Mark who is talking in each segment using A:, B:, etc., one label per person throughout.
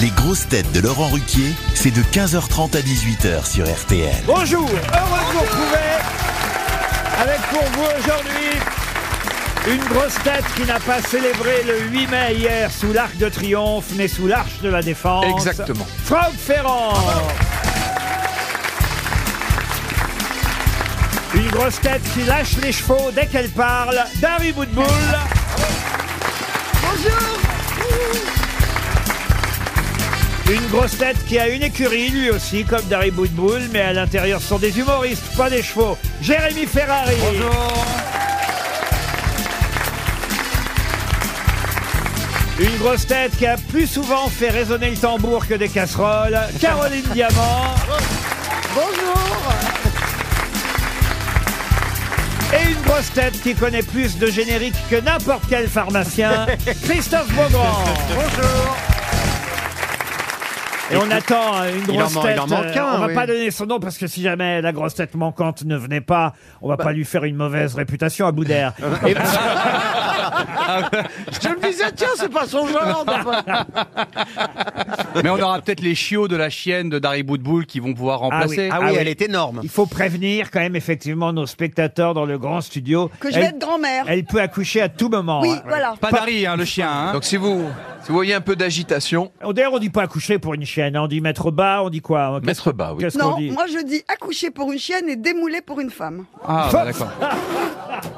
A: Les grosses têtes de Laurent Ruquier, c'est de 15h30 à 18h sur RTL.
B: Bonjour, heureux de vous retrouver avec pour vous aujourd'hui une grosse tête qui n'a pas célébré le 8 mai hier sous l'Arc de Triomphe, mais sous l'Arche de la Défense.
C: Exactement.
B: Franck Ferrand. Une grosse tête qui lâche les chevaux dès qu'elle parle, Dari Boudboul. Une grosse tête qui a une écurie, lui aussi, comme Dari Boudboul, mais à l'intérieur ce sont des humoristes, pas des chevaux. Jérémy Ferrari. Une grosse tête qui a plus souvent fait résonner le tambour que des casseroles, Caroline Diamant. Bonjour. Et une grosse tête qui connaît plus de génériques que n'importe quel pharmacien, Christophe Beaugrand. Bonjour. Et on attend euh, une
C: Il en
B: grosse
C: man- il
B: tête.
C: en manque
B: euh,
C: un,
B: on va
C: oui.
B: pas donner son nom parce que si jamais la grosse tête manquante ne venait pas, on va
C: Bah.
B: pas lui faire une mauvaise réputation à Ah bout d'air.
D: Je me disais, tiens, c'est pas son genre. d'abord.
C: Mais on aura peut-être les chiots de la chienne de Dari Boudboul qui vont pouvoir remplacer.
B: Ah oui, elle
E: est énorme.
B: Il faut prévenir quand même effectivement nos spectateurs dans le grand studio.
F: Que je vais être grand-mère.
B: Elle peut accoucher à tout moment.
F: Oui,
B: hein.
F: voilà.
C: Pas Dari, hein, le chien. hein.
E: Donc si vous, si vous voyez un peu d'agitation,
B: Oh, D'ailleurs, on dit pas accoucher pour une chienne. hein. On dit mettre bas, on dit quoi hein Qu'est-ce-
E: mettre bas, oui.
B: Qu'est-ce qu'on
F: Non,
B: dit
F: moi je dis accoucher pour une chienne et démouler pour une femme.
C: Ah, bah, d'accord.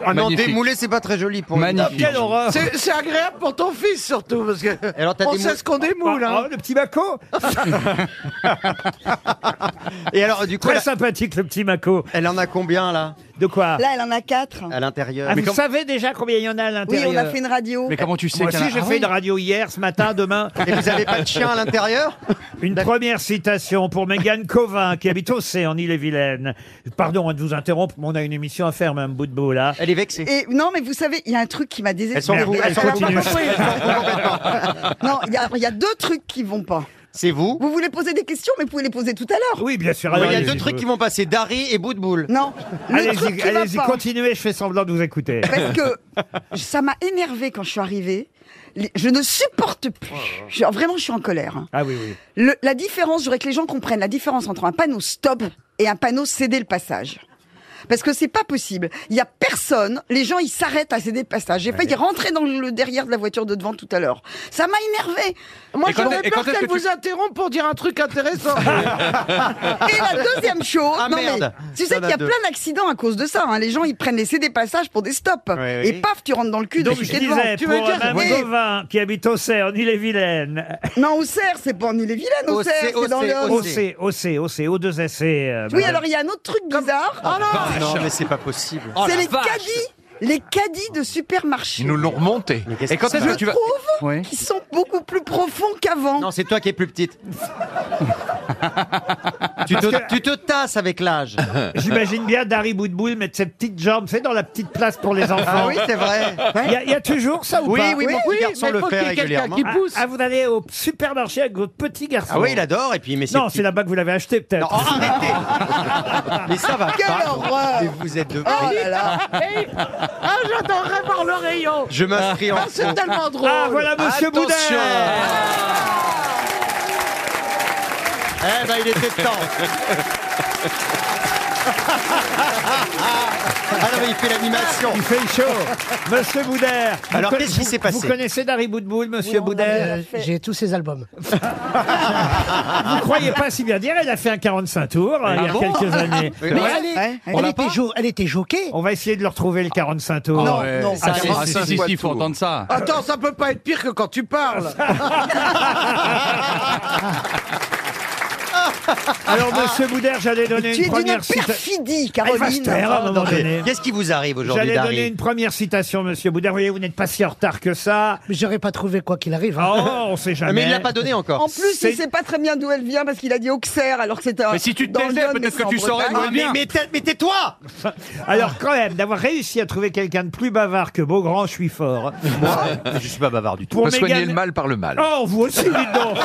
G: Ah non,
C: Magnifique.
G: démoulé, c'est pas très joli pour
C: Magnifique.
B: Quelle horreur
D: C'est c'est agréable pour ton fils, surtout, parce que
G: Alors, t'as
D: on
G: des
D: sait
G: mou-
D: ce qu'on démoule.
B: Ah,
D: hein.
B: ah, le petit Mako
G: une- Et alors, du coup,
B: Très
G: elle, a-
B: sympathique, le petit Mako.
G: elle en a combien, là,
B: De quoi
F: Là, elle en a quatre.
G: à l'intérieur
B: Ah, Vous savez déjà combien il y en a à
F: Oui,
B: l'intérieur
F: on a fait une radio.
C: Mais comment tu sais
B: Moi
C: qu'il y en a-
B: aussi, j'ai
C: Ah
B: fait
C: oui.
B: une radio hier, ce matin, demain.
G: Et vous avez pas de chien à l'intérieur
B: Une première citation pour Mégane Covin, qui habite au C, en Ille-et-Vilaine. Pardon hein, de vous interrompre, mais on a une émission à faire, même bout de bout, là.
G: Elle est vexée.
F: Et non, mais vous savez, il y a un truc qui m'a
G: Elles sont
F: désespérée.
B: Merde,
G: fous,
B: elle
G: elles sont fous.
B: continue.
F: Non, il y, a- il y a deux trucs qui vont pas.
G: C'est vous
F: Vous voulez poser des questions, mais vous pouvez les poser tout à l'heure.
B: Oui, bien sûr.
G: Il y a
B: allez-y.
G: deux trucs qui vont passer, Dari et Boudboul.
F: Non. Le truc
B: Allez-y,
F: qui va
B: allez-y,
F: pas,
B: continuez, je fais semblant de vous écouter.
F: Parce que ça m'a énervé quand je suis arrivée. Les- Je ne supporte plus. Je- vraiment, je suis en colère. hein.
B: Ah oui, oui.
F: Le- la différence, je voudrais que les gens comprennent la différence entre un panneau stop et un panneau céder le passage. Parce que c'est pas possible. Il y a personne. Les gens, ils s'arrêtent à céder le passage. J'ai failli rentrer dans le derrière de la voiture de devant tout à l'heure. Ça m'a énervé.
D: Moi,
C: Et quand-
D: j'aurais
C: et
D: peur
C: quand est-ce
D: qu'elle
C: que tu-
D: vous interrompe pour dire un truc intéressant.
F: Et la deuxième chose,
G: Ah,
F: non, mais
G: merde.
F: tu sais
G: Ça en
F: qu'il y
G: a
F: a
G: deux.
F: plein d'accidents à cause de ça. hein. Les gens, ils prennent les céder passages pour des stops.
G: Ouais,
F: Et
G: oui.
F: paf, tu rentres dans le cul
B: Donc
F: de
B: je
F: qui est devant.
B: disais,
D: tu
B: pour
D: veux dire-
B: Mme
F: Oui.
B: Gauvin, qui habite au C, en Ille-et-Vilaine,
F: Non, Auxerre, c'est pas en Ille-et-Vilaine,
G: Au
F: Auxerre,
G: C,
F: c'est dans
G: au C,
F: le...
G: au
B: au
G: C.
B: C, au C, au C, au 2 SC. euh,
F: Oui,
B: madame.
F: alors il y a un autre truc bizarre.
B: Oh,
G: Ah
B: Ah,
G: Non, mais c'est pas possible.
F: c'est les caddies, les caddies de supermarché.
E: Ils nous l'ont remonté.
G: Mais qu'est-ce
C: Et quand
G: que
C: est-ce
G: c'est
C: que tu vas.
F: trouve
C: Oui.
F: qu'ils sont beaucoup plus profonds qu'avant.
G: Non, c'est toi qui es plus petite. tu, te, tu te tasses avec l'âge.
B: J'imagine bien Dari Boudboul mettre cette petite jambe, c'est dans la petite place pour les
G: Ah
B: enfants.
G: oui, c'est vrai.
B: Il y, a- il y a toujours ça ou
G: Oui,
B: pas
G: oui, mon
D: Oui,
G: petit garçon
D: mais
G: le
D: faut
G: fait
D: qu'il y ait quelqu'un
G: régulièrement.
D: qui
B: Ah,
D: pousse.
B: ah, vous allez au supermarché avec votre petit garçon.
G: Ah oui, il adore, et puis, mais c'est
B: Non,
G: petit.
B: c'est là-bas que vous l'avez acheté
G: Non,
B: peut-être.
G: oh, arrêtez Mais ça va
F: Quelle
G: pas.
F: horreur
G: Mais vous êtes de...
F: Oh là là
D: Et- Ah, j'adorerais voir le rayon.
G: Je m'inscris en...
D: Ah, c'est tellement drôle.
B: Ah, voilà Monsieur Boudin
G: Attention. Eh ben, il était temps. Ah non, mais il fait l'animation.
B: Il fait chaud. Monsieur Boudin. vous
G: Alors,
B: conna-
G: qu'est-ce qui
B: vous-
G: s'est passé
B: Vous connaissez Dari Boudboul, Monsieur Boudin
H: J'ai tous ses albums.
C: Ah
G: Ah,
B: Vous croyez pas si bien dire, elle a fait un 45 tours hein, il y a quelques années.
G: Oui,
H: Mais
G: ouais.
H: elle, est-
F: Ouais,
H: elle était jo- elle était joquée.
B: On va essayer de le retrouver le 45 tours.
C: Ah ouais,
B: non,
C: ça-
B: ça-
C: ah, si, si, si, il faut entendre ça.
D: Attends, ça peut pas être pire que quand tu parles.
B: Alors,
G: Ah.
B: monsieur Boudère, j'allais donner
F: Tu es
B: une
F: d'une
B: première citation.
F: perfidie,
B: Elle va se
F: Caroline.
B: taire à un moment donné.
G: Qu'est-ce qui vous arrive aujourd'hui,
B: J'allais donner
G: Dari
B: une première citation, monsieur Boudère. Vous voyez, vous n'êtes pas si en retard que ça.
H: Mais j'aurais pas trouvé quoi qu'il arrive. hein.
B: Oh, on sait jamais.
G: Mais il l'a pas donné encore.
F: En plus,
B: Ah, C'est-
F: il sait pas très bien d'où elle vient parce qu'il a dit Auxerre alors que c'était un.
C: Mais si tu te
F: dans
C: taisais,
F: Lyon,
C: peut-être
F: mais
C: que
F: c'est en
C: tu saurais
F: Bretagne.
C: d'où elle vient.
G: mais, mais tais- mais tais-toi
B: Alors, quand même, d'avoir réussi à trouver quelqu'un de plus bavard que Beaugrand, je suis fort.
G: Je suis pas bavard du tout.
B: Pour Oh,
E: On va soigner
B: Mégane-
E: le mal par le mal.
B: Oh, vous aussi, dites donc.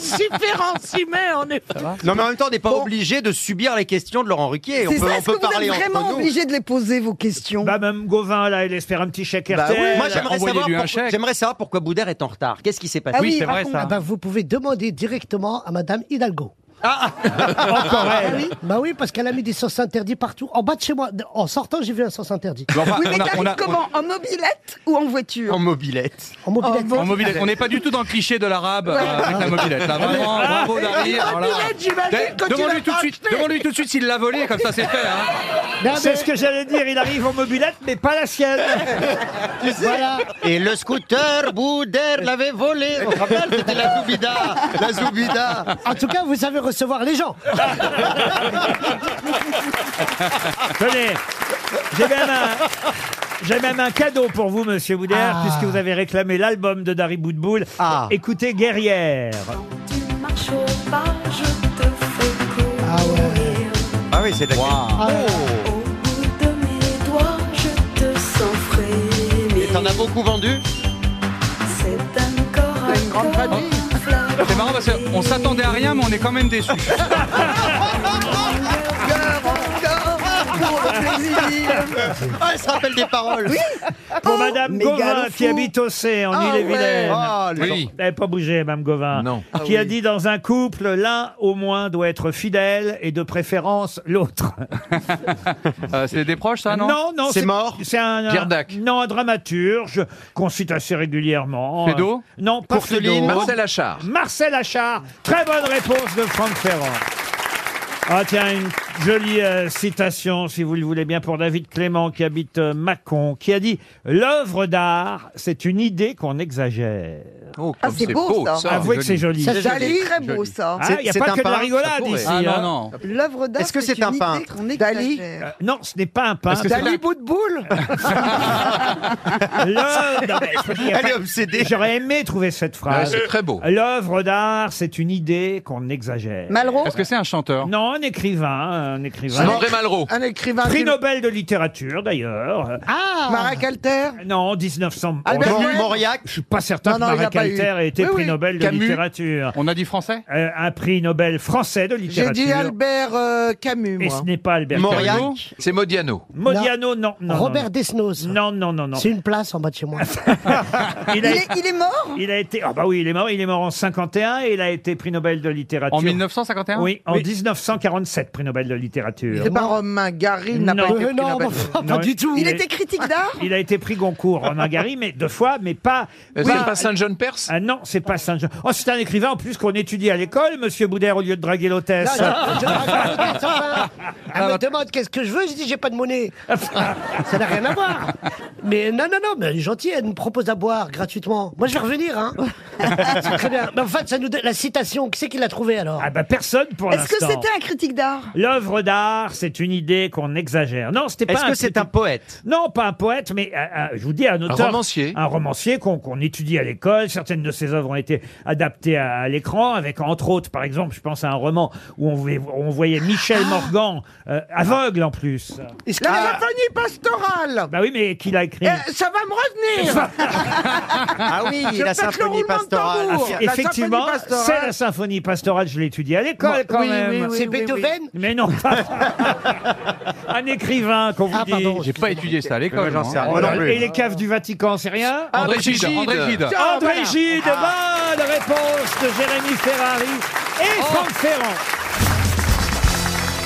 D: Si Ferrand s'y met, en effet.
G: Non, mais en même temps, on n'est pas
F: Bon.
G: obligé de subir les questions de Laurent Ruquier. On
F: C'est
G: peut,
F: ça,
G: on
F: est-ce que
G: peut
F: vous
G: parler
F: êtes
G: entre
F: vraiment
G: nous.
F: obligé de les poser, vos questions
B: Bah, même Gauvin, là, il espère un petit chèque
G: Bah oui.
B: RTL.
G: Moi, j'aimerais
C: Envoyez-lui
G: savoir,
C: un
G: pourquoi-
C: chèque.
G: j'aimerais savoir pourquoi Boudère est en retard. Qu'est-ce qui s'est passé
F: Ah
C: Oui,
F: oui,
C: c'est vrai
F: raconte-
C: ça.
H: Ah bah, vous pouvez demander directement à Madame Hidalgo.
C: Ah
B: Encore
H: Ah
B: elle.
H: oui Bah oui, parce qu'elle a mis des sauces interdites partout. En bas de chez moi, en sortant, j'ai vu un sauce interdit.
C: Bon, enfin,
F: Oui,
C: on
F: mais
C: a- on
F: t'arrives
C: a-
F: comment En mobilette ou en voiture
G: En mobilette.
H: En mobilette.
C: on- en mobilette. On n'est pas du tout dans le cliché de l'arabe euh, avec la mobilette. Là,
B: Ah,
C: vraiment, bravo Dari. alors là.
D: j'imagine, quand il
C: Demande-lui
D: l'a
C: tout de suite. Demande-lui tout de suite s'il l'a volé, comme ça c'est fait. hein.
H: Non, mais-
B: C'est ce que j'allais dire, il arrive en mobilette, mais pas la sienne.
H: Voilà.
G: Et le scooter, Boudère l'avait volé. On se rappelle, c'était la Zoubida. La Zoubida.
H: En tout cas, vous savez recevoir les gens.
B: Tenez, j'ai même un... J'ai même un cadeau pour vous, Monsieur Boudère,
H: Ah.
B: puisque vous avez réclamé l'album de Dari Boudboul.
G: Ah.
B: Écoutez Guerrière.
I: Tu marches au pas, je te fais courir.
H: Ah ouais.
G: Ah oui, c'est d'accord.
H: Ah ouais.
I: Au bout de mes doigts, je te sens frémir.
G: Et t'en as beaucoup vendu
I: C'est un corps à
D: une grande
I: corps
D: famille.
I: flagrant.
C: C'est marrant parce qu'on s'attendait à rien, mais on est quand même déçus.
G: Ah, elle se rappelle des paroles. Oui.
B: Pour Madame
F: mégalo
B: Gauvin, qui
F: fou.
B: habite au C, en
G: Ah ouais.
B: Ille-et-Vilaine. Ah
G: Ah, le-
C: Oui.
B: Elle n'avait pas bougé, Mme Gauvin.
E: Non.
B: Qui a dit dans un couple, l'un au moins doit être fidèle et de préférence l'autre.
C: Euh, c'est des proches, ça, non
B: non,
G: C'est mort
B: C'est un, un-
C: Pierre Dac.
B: Non, un dramaturge qu'on cite assez régulièrement.
C: Feydeau
B: Euh, Non, pas
G: Courteline,
B: Feydeau.
E: Marcel Achard.
B: Marcel Achard. Très bonne réponse de Franck Ferrand. Ah tiens, une jolie euh, citation, si vous le voulez bien, pour David Clément, qui habite euh, Mâcon, qui a dit « L'œuvre d'art, c'est une idée qu'on exagère.
E: Oh,
F: Ah,
E: comme
F: c'est beau, ça.
E: ça.
B: Avouez que c'est joli. Ah,
F: Ça, c'est très beau, ça.
B: Il n'y a
G: C'est- c'est
B: pas
G: un
B: que de la
G: peintre,
B: rigolade
G: ça pourrait.
B: ici.
C: Ah
B: hein.
C: non, non.
F: L'œuvre d'art,
G: Est-ce que c'est un
F: une
G: peintre
F: idée qu'on
D: Dali
F: exagère.
B: Euh, Non, ce n'est pas un peintre.
D: Dali bout de boule
B: L'œuvre- Non, mais je peux dire, il y a
G: Elle est
B: pas-
G: obsédée.
B: J'aurais aimé trouver cette
E: Ouais,
B: phrase.
E: c'est très beau.
B: L'œuvre d'art, c'est une idée qu'on exagère.
F: Malraux
C: Est-ce que c'est un chanteur
B: Non, un écrivain, un écrivain.
E: André Malraux.
D: Un écrivain.
B: Prix
D: du-
B: Nobel de littérature, d'ailleurs. Euh,
H: Ah
D: Marek Alter
B: Non, en 1900.
D: Ah, Albert
B: Bon,
G: Mor-
D: Duel.
G: Mauriac.
B: je suis pas certain
D: Non, non,
B: que
D: il a
B: Marie
D: pas eu.
B: Alter ait été
D: Oui,
B: prix
D: oui.
B: Nobel de
E: Camus.
B: littérature.
C: On a dit français
B: Euh, un prix Nobel français de
D: J'ai
B: littérature.
D: dit Albert euh, Camus,
B: Et
D: moi.
B: ce n'est pas Albert
G: Mauriac.
B: Camus.
E: C'est Modiano.
B: Modiano, non. non, non,
H: Robert Desnos.
B: non. Non, non, non, non.
H: C'est une place en bas de chez moi.
B: Il
F: il
B: a,
F: est, il est mort
B: il a été. Ah, bah oui, il est mort. Il est mort en 51 et il a été prix Nobel de littérature.
C: En 1951
B: Oui, en 1947, prix Nobel de littérature.
D: C'est pas Romain Gary, n'a
B: Non.
D: pas été
H: Euh,
D: pris
H: non,
D: Nobel.
H: enfin,
B: Non,
H: pas du tout.
F: Il
B: est-
F: était critique d'art
B: Il a été prix Goncourt en Hungary, mais deux fois, mais pas.
E: C'est
B: pas-
E: pas Saint-John Perse
B: Ah non, c'est pas Saint-Jean. Oh, c'est un écrivain en plus qu'on étudie à l'école, monsieur Boudère, au lieu de draguer l'hôtesse.
H: Elle me demande qu'est-ce que je veux, je dis j'ai pas de monnaie. Ça n'a rien à voir. Mais non, non, non, mais elle est gentille, elle nous propose à boire gratuitement. Moi je vais revenir, hein. C'est très bien. Mais en fait, ça nous donne la citation, qui c'est qui l'a trouvée alors
B: Ah bah personne pour
F: Est-ce que
B: l'instant.
F: c'était un critique d'art
B: L'œuvre d'art, c'est une idée qu'on exagère. Non, c'était pas.
G: Est-ce que c'est un
B: critique-
G: poète
B: Non, pas un poète, mais euh, euh, je vous dis un auteur.
E: romancier.
B: Un romancier qu'on qu'on étudie à l'école. Certaines de ses œuvres ont été adaptées à, à l'écran, avec entre autres, par exemple, je pense à un roman où on, voyait- on voyait Michel
D: Ah
B: Morgan, euh, aveugle en plus.
D: La symphonie pastorale
B: Ah. Bah oui, mais qu'il a écrit.
D: Eh, Ça va me revenir
G: Ah oui,
D: Je
G: la
D: pète le
G: symphonie
D: roulement de
G: pastorale.
D: tambour.
G: Ah,
D: la
B: Effectivement,
D: symphonie pastorale.
B: c'est la symphonie pastorale, je l'ai étudiée à l'école quand
H: Oui,
B: même.
H: oui, oui, c'est
D: oui, oui.
H: Beethoven
B: Mais non, pas- un écrivain qu'on vous
H: Ah,
B: dit.
H: pardon.
C: J'ai pas étudié ça à
G: Moi,
C: l'école.
G: j'en
C: moi,
G: sais
C: hein.
G: rien.
B: Oh là,
G: Non plus.
B: et les caves du Vatican, c'est rien
E: André Gide.
C: André Gide.
D: Ah,
B: André
D: voilà.
B: Gide, bonne réponse de Jérémy Ferrari et Franck Ferrand.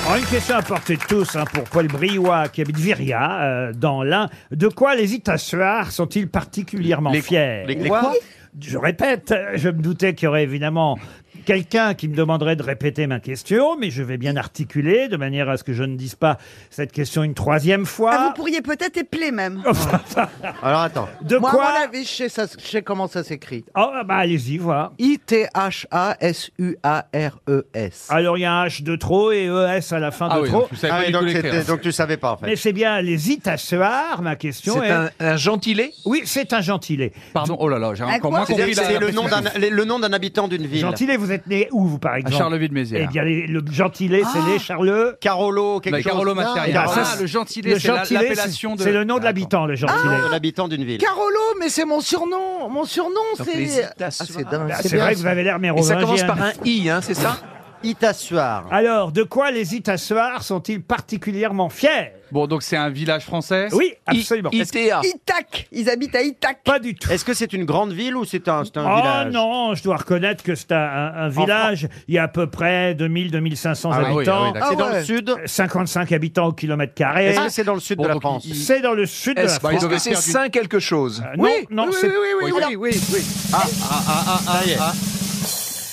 B: Alors, Oh, une question à portée de tous hein, pour Paul Briouat qui habite Viria euh, dans l'Ain. De quoi les Itassoirs sont-ils particulièrement
E: Les-
B: fiers
E: les- les
B: quoi Je répète, euh, je me doutais qu'il y aurait évidemment quelqu'un qui me demanderait de répéter ma question, mais je vais bien articuler de manière à ce que je ne dise pas cette question une troisième fois.
F: Ah, Vous pourriez peut-être épeler même.
B: Oh,
G: Alors attends.
B: De
D: Moi,
B: quoi
D: à mon avis, je sais, ça- je sais comment ça s'écrit.
B: Oh, bah allez-y, voir.
D: I-T-H-A-S-U-A-R-E-S.
B: Alors, il y a un H de trop et ES à la fin
C: Ah
B: de
C: oui,
B: trop.
C: donc tu savais pas
G: Ah oui,
C: du tout
G: donc,
C: l'écrire.
G: c'était- donc tu savais pas en
B: Mais
G: fait.
B: c'est bien les Itassoirs, ma
E: C'est
B: question est...
E: un, un gentilé
B: Oui, c'est un gentilé.
C: Pardon, oh là là, j'ai
F: Un
C: encore
F: quoi
C: moins compris
G: C'est
C: la-
G: c'est le
C: la-
G: nom d'un les- le nom d'un habitant d'une ville.
B: Gentilé, vous êtes né où, vous, par
C: À
B: exemple Eh
C: Charleville-Mézières. Ah
B: bien, les- le gentilé, c'est les Charleux.
G: Carolo,
C: La
G: Ah Oh, quelque chose.
C: Carolo Masteria.
B: Ah, ça,
C: Ah,
B: c'est-
C: le gentilé, c'est la-
B: gentilé,
C: l'appellation de.
B: c'est le nom de l'habitant, le gentilé.
G: Un habitant Ah, d'une ville.
D: Carolo, mais c'est mon surnom. Mon surnom,
E: les
D: c'est. Ah, c'est dingue.
B: Ah,
D: c'est
B: c'est
D: bien,
B: vrai que vous avez l'air
E: Et ça commence
B: mérovingien.
E: par un I, hein, c'est ça
D: Itassuar.
B: Alors, de quoi les Itassoirs sont-ils particulièrement fiers
C: Bon, donc c'est un village français
B: Oui, absolument.
E: ITA.
F: Itac Ils habitent à Itac.
B: Pas du tout.
G: Est-ce que c'est une grande ville ou c'est un, c'est un
B: Oh
G: village
B: non, je dois reconnaître que c'est un, un- un village. Il y a à peu près 2000-2500
C: Ah oui, ah
B: habitants.
C: oui,
G: C'est
C: d'accord.
G: dans
D: ouais.
G: le sud
B: 55 habitants au kilomètre carré.
G: Est-ce que c'est dans le sud
C: Bon,
G: de la
C: donc,
G: France
C: il-
B: C'est dans le sud de la
E: Est-ce
B: France.
C: bah, ils
E: que
C: doivent
E: c'est
C: faire du-
E: Saint quelque chose
B: Euh, Non, non, c'est
D: oui, oui, oui, oui. Ah,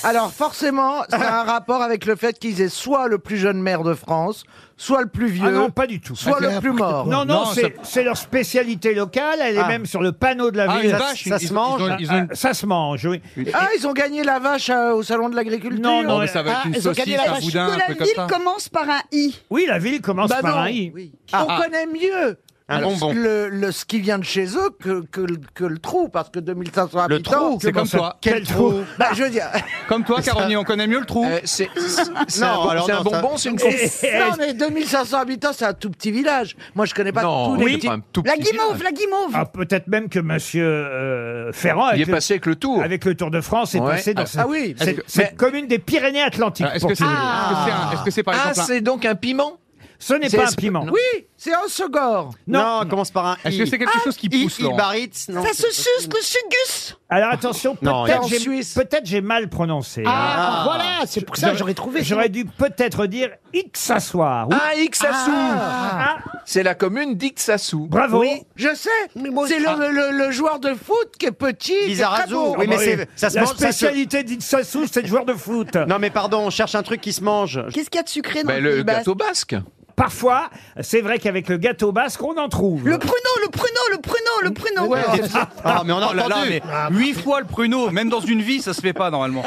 D: Alors forcément, ça a un rapport avec le fait qu'ils aient soit le plus jeune maire de France, soit le plus vieux,
B: Ah non, pas du tout.
D: soit le plus mort.
B: Non, non,
C: Non,
B: c'est c'est leur spécialité locale.
G: Ah.
B: Elle est même sur le panneau de la
C: Ah, une
B: ville.
C: vache,
G: ça
C: une-
G: se
C: ils ont- ils ont-
B: Ah,
C: ils ont une-
B: ah, ça se mange, oui.
D: Ah, ils ont gagné la vache euh, au salon de l'agriculture.
B: Non,
C: Bon,
B: non.
C: mais ça va être
H: Ah,
C: une
H: ils ont
C: saucisse,
H: gagné la
C: un
H: vache.
C: boudin,
F: Que
C: un
F: la
C: truc comme ça.
F: ville commence par un I.
B: Oui, la ville commence
D: Bah
B: par
D: non.
B: un i.
D: Oui. On connaît mieux
G: Un
D: le-
G: bonbon.
D: Le, le- ce qui vient de chez eux que, que, le- que le trou, parce que 2500
G: Le
D: habitants.
G: trou,
C: C'est comme
B: ça-
C: toi.
B: Quel trou
D: Bah, je veux dire.
C: Comme toi, Caroline, on connaît mieux le trou.
E: Euh, C'est c'est un,
G: Non,
E: bon-
G: alors
E: c'est un
G: non, ça-
E: bonbon, c'est une
B: Et-
E: conf-
B: et-
D: non, mais 2500 habitants, c'est un tout petit village. Moi, je connais pas
E: Non,
D: tous les
B: oui.
D: petits.
E: un tout
F: La
E: petit
F: guimauve,
E: village.
F: la guimauve
B: ah, Peut-être même que Monsieur euh, Ferrand,
E: Il est
B: avec le,
E: passé avec le tour.
B: avec le Tour de France, est
E: Ouais.
B: passé dans
E: Ah,
B: cette,
D: ah oui.
B: cette-
E: que-
B: cette commune des Pyrénées-Atlantiques.
C: Alors, Est-ce
B: pour
C: que c'est
B: tout dire.
C: est-ce que c'est un- est-ce que c'est par
E: Ah,
C: exemple un-
E: c'est donc un piment
B: Ce n'est
E: c'est-
B: pas un
E: c'est-
B: piment.
D: Oui, c'est Osegor.
B: Non,
G: Non,
B: non.
G: on commence par un I.
C: Est-ce que c'est quelque chose qui
G: I,
C: pousse,
G: I
C: Laurent
G: Baritz, non.
F: Ça se suce le sugus
B: Alors attention,
G: Non, il est
B: peut-être
G: en
B: j'ai
G: Suisse.
B: peut-être j'ai mal prononcé. hein.
H: Ah, voilà, c'est pour ça que j'aurais trouvé.
B: J'aurais dû peut-être dire Ixassoir. Oui.
E: Ah, Ixassou
B: Ah,
E: C'est la commune d'Ixassou.
B: bravo.
D: Oui, je sais.
H: Mais moi,
D: C'est le,
H: ah.
D: le- le joueur de foot qui est petit. qui est
G: Lizarazu.
D: très beau.
G: Oui, mais
B: Ah,
G: c'est- ça se
B: la
G: mange, ça se-
B: spécialité d'Ixassou, c'est de joueur de foot.
G: Non, mais pardon, on cherche un truc qui se mange.
F: Qu'est-ce qu'il y a de sucré dans
E: Ben,
F: le,
E: le
F: Pays basque
E: gâteau basque.
B: Parfois, c'est vrai qu'avec le gâteau basque, on en trouve.
F: Le pruneau, le pruneau, le pruneau, le pruneau
G: Ah, mais on a
C: Oh là là,
G: entendu.
C: mais huit fois le pruneau, même dans une vie, ça se fait pas normalement.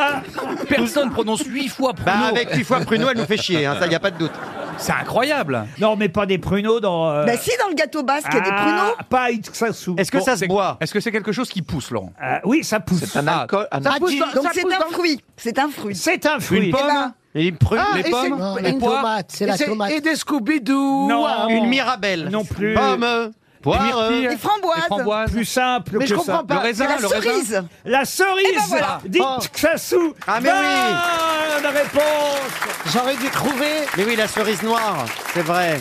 C: Personne prononce huit fois pruneau.
G: Bah, avec 8 fois pruneau, elle nous fait chier, hein, ça, y a pas de doute.
C: C'est incroyable.
B: Non, mais pas des pruneaux dans. euh,
F: Bah si, dans le gâteau basque, il y a des
B: ah,
F: pruneaux
B: Pas Ixassou.
G: Est-ce que
C: Bon,
G: ça se
C: c'est-
G: boit
C: Est-ce que c'est quelque chose qui pousse, Laurent
B: Euh, oui, ça pousse.
E: Un alcool. un-
B: Ah,
D: Ça pousse,
F: Donc
D: ça
F: c'est
D: pousse
F: un
D: dans-
F: fruit, c'est un fruit.
B: C'est un fruit.
C: Une pomme
F: Eh ben,
G: Une prune,
D: Ah,
G: les
D: et
G: pommes
D: c'est-
H: Non,
D: et
H: la
D: une-
H: tomate, c'est la
D: et
H: tomate.
D: Et des Scooby-Doo.
B: Non,
D: Ah,
B: non.
G: Une mirabelle.
B: Non plus.
G: Pomme, poire.
C: myrtilles.
F: les framboises,
C: Les framboises.
B: Plus simple
D: euh, Mais
B: que
D: je
B: ça.
D: comprends
C: Le
D: pas.
F: c'est
C: raisin,
F: la
C: le raisin.
F: cerise.
B: La cerise
F: Eh ben voilà.
G: Oh.
B: d'Ixassou.
G: Ah, mais
B: oui La réponse
H: J'aurais dû trouver.
G: Mais oui, la cerise noire, c'est vrai.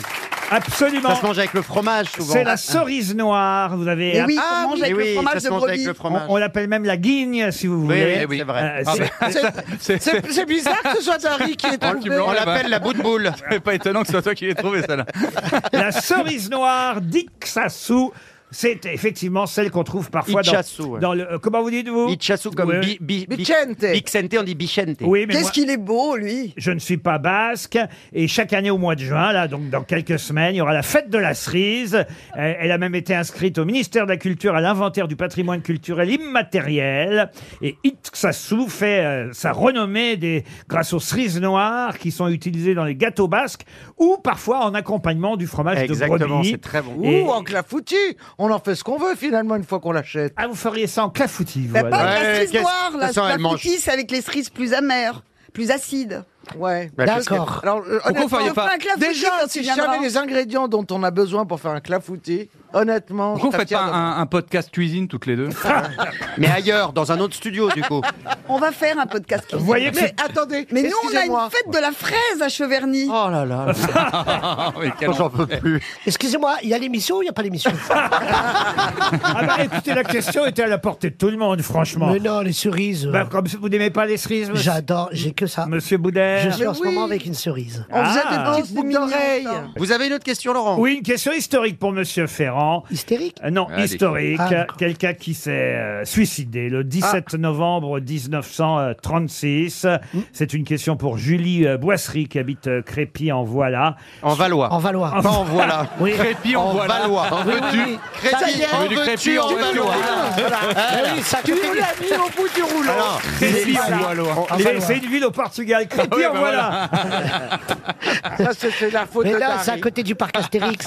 G: Ça
B: Absolument.
G: se mange avec le fromage souvent.
B: C'est la cerise noire, vous avez.
F: Et oui,
G: Ah,
F: on mange
G: mais
F: avec
G: oui,
F: le
G: ça
F: fromage
G: se
F: de
G: mange avec
F: brebis.
G: le
B: On,
G: fromage.
B: on l'appelle même la guigne, si vous
G: Oui,
B: voulez.
G: oui, c'est
B: Euh,
G: vrai. Ah,
B: c'est-
C: C'est-
D: C'est c'est bizarre que ce soit un riz qui est
C: Oh, tu me
D: trouvé.
C: l'aurais
G: On
C: là-bas.
G: l'appelle la bout de boule.
C: C'est pas étonnant que ce soit toi qui l'aies trouvé, celle-là.
B: la cerise noire d'Ixassou. C'est effectivement celle qu'on trouve parfois dans,
G: Itchassou, ouais.
B: dans le. euh, Comment vous dites-vous
G: Itchasu comme
B: Oui.
G: bi, bi, bi-
D: Vicente.
G: Bixente, on dit bichente.
B: Oui, mais
F: Qu'est-ce
B: moi,
F: qu'il est beau, lui
B: je ne suis pas basque. Et chaque année au mois de juin, là, donc dans quelques semaines, il y aura la fête de la cerise. Elle, elle a même été inscrite au ministère de la Culture à l'inventaire du patrimoine culturel immatériel. Et Itxassou fait euh, sa renommée des, grâce aux cerises noires qui sont utilisées dans les gâteaux basques ou parfois en accompagnement du fromage de
G: Exactement,
B: brebis.
G: c'est très bon.
B: Et-
D: Ou en clafoutis. On en fait ce qu'on veut finalement une fois qu'on l'achète.
B: Ah, vous feriez ça en clafoutis, vous,
F: Bah,
B: alors.
F: Pas avec
G: Ouais,
F: la cerise
G: qu'est-ce-
F: noire, la,
G: Attention, elle
F: la
G: mange.
F: fruitisse, c'est avec les cerises plus amères, plus acides.
D: Ouais.
H: D'accord.
D: Alors, euh, honnêtement,
C: feriez
F: On fera un clafoutis
D: Déjà,
F: quand
D: hein, si
F: tu
D: je
F: viendras.
D: savais les ingrédients dont on a besoin pour faire un clafoutis, honnêtement.
C: Pourquoi
D: je
C: vous faites pas
D: t'affirme.
C: un, un podcast cuisine toutes les deux
G: Mais ailleurs, dans un autre studio, du coup.
F: On va faire un podcast cuisine.
B: Vous voyez que
D: Mais
B: c'est-
D: attendez,
F: Mais nous, on a
D: excusez-moi.
F: une fête de la fraise à Cheverny.
G: Oh là là.
C: Ah, mais quel
G: J'en peux plus.
H: Excusez-moi, il y a l'émission ou il n'y a pas l'émission
B: Ah bah, écoutez, la question était à la portée de tout le monde, franchement.
H: Mais non, les cerises. euh,
B: Bah, comme vous n'aimez pas les cerises, monsieur-
H: J'adore, j'ai que ça.
B: Monsieur Boudet.
H: Je suis en
D: Mais
H: ce
D: oui.
H: moment avec une cerise.
D: On faisait
B: Ah.
D: des
F: Oh,
D: petites
F: c'est
D: boucles
F: mignon,
D: d'oreilles.
F: ça.
G: Vous avez une autre question, Laurent
B: Oui, une question historique pour Monsieur Ferrand.
H: Hystérique
B: Euh, Non,
E: Allez.
B: historique.
H: Ah, d'accord.
B: Quelqu'un qui s'est euh, suicidé le 17 novembre 1936.
H: Hmm.
B: C'est une question pour Julie euh, Boisserie qui habite euh, Crépy en voilà.
G: En Valois.
H: En Valois.
G: Pas en voilà.
H: Oui.
C: Crépi,
G: En
C: on voit là.
G: Valois. En
H: oui, oui.
G: veux-tu
H: Ça y
G: Crépi,
H: est,
G: en
C: on veut du crépi,
G: veux-tu
C: on
G: en
C: veut du
G: Valois
H: Ah oui, ça
D: Tu nous l'as mis au bout du rouleau.
G: Alors,
B: Crépy
H: pas
B: en
H: là.
B: voilà.
H: En
B: C'est-
H: Valois.
B: C'est une ville au Portugal. Crépy
C: Ah oui,
B: en
C: bah
B: voilà.
D: ça, c'est c'est la faute
H: Mais
D: de
H: là,
D: Dari.
H: c'est à côté du parc Astérix.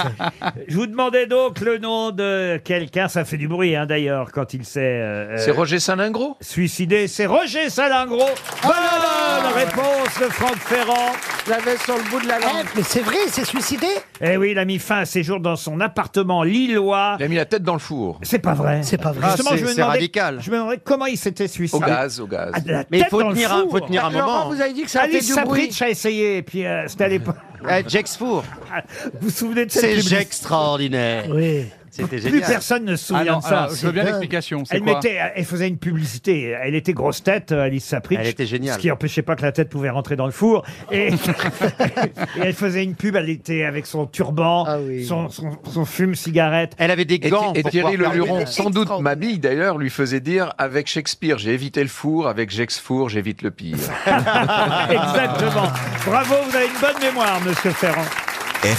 B: Je vous demandais donc le nom de quelqu'un. Ça fait du bruit hein, d'ailleurs quand il s'est euh,
E: C'est
B: euh,
E: Roger Salingro
B: suicidé. C'est Roger Salingro. Bonne Bonne réponse de Franck Ferrand.
D: Je l'avais sur le bout de la
H: Eh,
D: langue.
H: mais c'est vrai, il s'est suicidé
B: Eh oui, il a mis fin à ses jours dans son appartement lillois.
E: Il a mis la tête dans le four.
B: C'est pas vrai.
H: C'est pas vrai.
B: Justement,
G: Ah,
B: je me
G: c'est- c'est
B: demandais-
G: radical.
B: Je me demandais comment il s'était suicidé.
E: Au gaz, au gaz.
B: Ah, de la
G: Mais il
B: tête
G: faut
B: dans le
G: tenir, un,
B: four. Ah,
G: faut tenir un
D: Laurent,
G: moment.
D: vous avez dit que ça fait
B: Alice
D: du
B: Sapritch
D: bruit.
B: a essayé, et puis euh, c'était à l'époque.
G: Eh, Jex Four,
B: Vous vous souvenez de cette
G: c'est
B: publicité
G: extraordinaire.
H: Oui.
G: C'était
B: Plus
G: génial.
B: personne ne se souvient
C: Alors,
B: de ça.
C: je veux bien
H: dingue.
C: l'explication. C'est
B: Elle,
C: quoi
B: mettait, elle faisait une publicité. Elle était grosse tête, Alice Sapritch.
G: Elle était géniale.
B: Ce qui empêchait pas que la tête pouvait rentrer dans le four. Et, et elle faisait une pub. Elle était avec son turban,
H: Ah oui.
B: son, son, son fume-cigarette.
G: Elle avait des
E: Et,
G: gants.
E: et
G: pour
E: Thierry
G: pouvoir
E: Le
G: faire-
E: Luron, sans doute
F: extraordinaire.
E: ma bille d'ailleurs, lui faisait dire avec Shakespeare, j'ai évité le four, avec Jex Four, j'évite le pire.
B: Ah. Exactement. Bravo, vous avez une bonne mémoire, Monsieur Ferrand.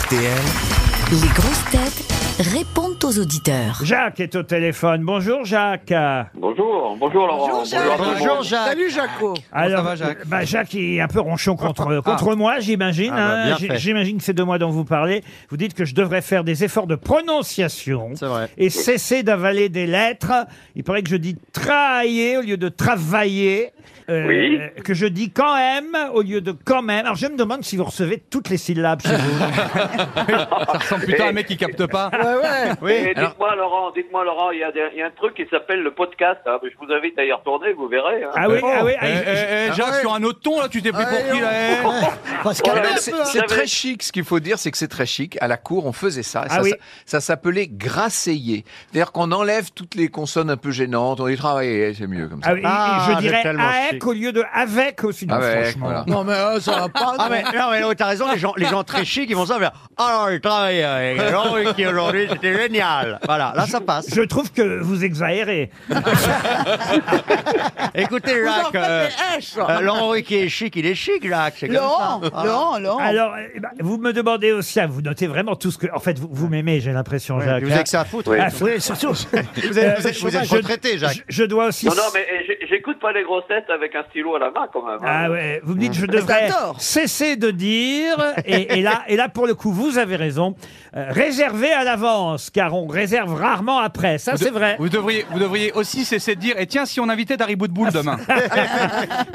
A: RTL,
I: Les grosses têtes répondent aux auditeurs.
B: Jacques est au téléphone. Bonjour, Jacques.
J: Bonjour, bonjour Laurent.
F: Bonjour, Jacques.
J: à tout le monde.
G: Bonjour Jacques.
D: Salut Jaco.
B: Alors,
C: va, Jacques
B: bah, Jacques est un peu ronchon contre, contre moi, j'imagine.
G: Ah bah,
B: hein.
G: bien
B: J-
G: fait.
B: J'imagine que c'est de moi dont vous parlez. Vous dites que je devrais faire des efforts de prononciation
G: C'est vrai.
B: et cesser d'avaler des lettres. Il paraît que je dis travailler au lieu de travailler. euh,
J: Oui.
B: Que je dis quand même au lieu de quand même. Alors je me demande si vous recevez toutes les syllabes chez vous.
C: Ça ressemble plutôt à un mec qui capte pas.
J: Et Dites-moi Laurent, dites-moi Laurent, il y, a des- il y a un truc qui s'appelle le podcast. hein. Je vous invite à y retourner, vous verrez. hein.
B: ah oui, ah oui. ah,
G: Euh,
C: Eh,
B: je-
C: eh, eh, Jacques, sur un autre ton, là, tu t'es pris pour qui, là eh
H: Parce qu'elle
J: Voilà,
H: est un
E: C'est
H: peu, hein.
E: c'est
J: J'avais-
E: très chic, ce qu'il faut dire, c'est que c'est très chic. À la cour, on faisait ça. Et
B: Ah
E: ça
B: oui.
E: ça- ça s'appelait grasseiller. C'est-à-dire qu'on enlève toutes les consonnes un peu gênantes, on les travaille, c'est mieux comme ça.
B: ah oui,
G: Ah,
B: je
G: mais
B: dirais
G: tellement
B: avec
G: chic.
B: au lieu de avec aussi. Non,
E: Avec,
B: franchement.
E: voilà.
D: Non mais euh, ça va pas.
G: Ah mais non mais oh, t'as raison les gens les gens très chics ils vont ça mais alors il travaille avec Laurent qui aujourd'hui c'était génial voilà là ça passe
B: Je trouve que vous exagérez.
G: écoutez
D: Vous en
G: Jacques
D: faites
G: euh,
D: des haches.
G: euh, Laurent qui est chic il est chic Jacques c'est comme
F: Laurent,
G: ça. hein. Voilà.
F: Laurent, Laurent.
B: Alors,
D: Ah.
B: eh ben, vous me demandez aussi, ah, vous notez vraiment tout ce que. En fait, vous, vous m'aimez, j'ai l'impression, Jacques.
G: vous avez que ça à foutre
J: Oui.
B: Ah,
H: Oui, surtout.
G: vous êtes, vous
B: Euh,
G: êtes, vous
B: je-
G: êtes
B: je-
G: retraité Jacques
B: Je, je dois aussi.
J: Non, non, mais eh, j'ai- j'écoute pas les grosses têtes avec un stylo à la main quand même. hein.
B: Ah ouais, vous me dites, je devrais
F: j'adore.
B: cesser de dire, et, et là, et là, pour le coup, vous avez raison, euh, réserver à l'avance, car on réserve rarement après, ça c'est vrai.
C: Vous devriez, vous devriez aussi cesser de dire, et tiens, si on invitait Dari
B: Ah,
C: Boudboul demain.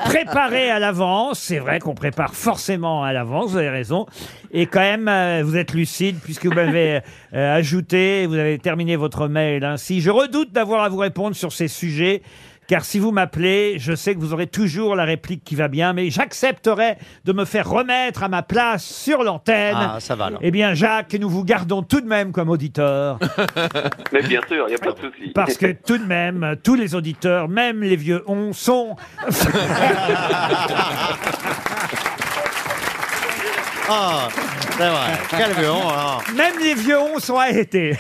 B: Préparer à l'avance, c'est vrai qu'on prépare forcément à l'avance, vous avez raison, et quand même, euh, vous êtes lucide, puisque vous m'avez euh, ajouté, vous avez terminé votre mail ainsi. Je redoute d'avoir à vous répondre sur ces sujets. Car si vous m'appelez, je sais que vous aurez toujours la réplique qui va bien, mais j'accepterai de me faire remettre à ma place sur l'antenne.
G: ah ça va alors
B: Eh bien, Jacques, nous vous gardons tout de même comme auditeur,
J: Mais bien sûr, il n'y a pas de souci.
B: parce que tout de même, tous les auditeurs, même les vieux on, sont.
G: ah c'est vrai calmons alors
B: Même les vieux on sont ahétés.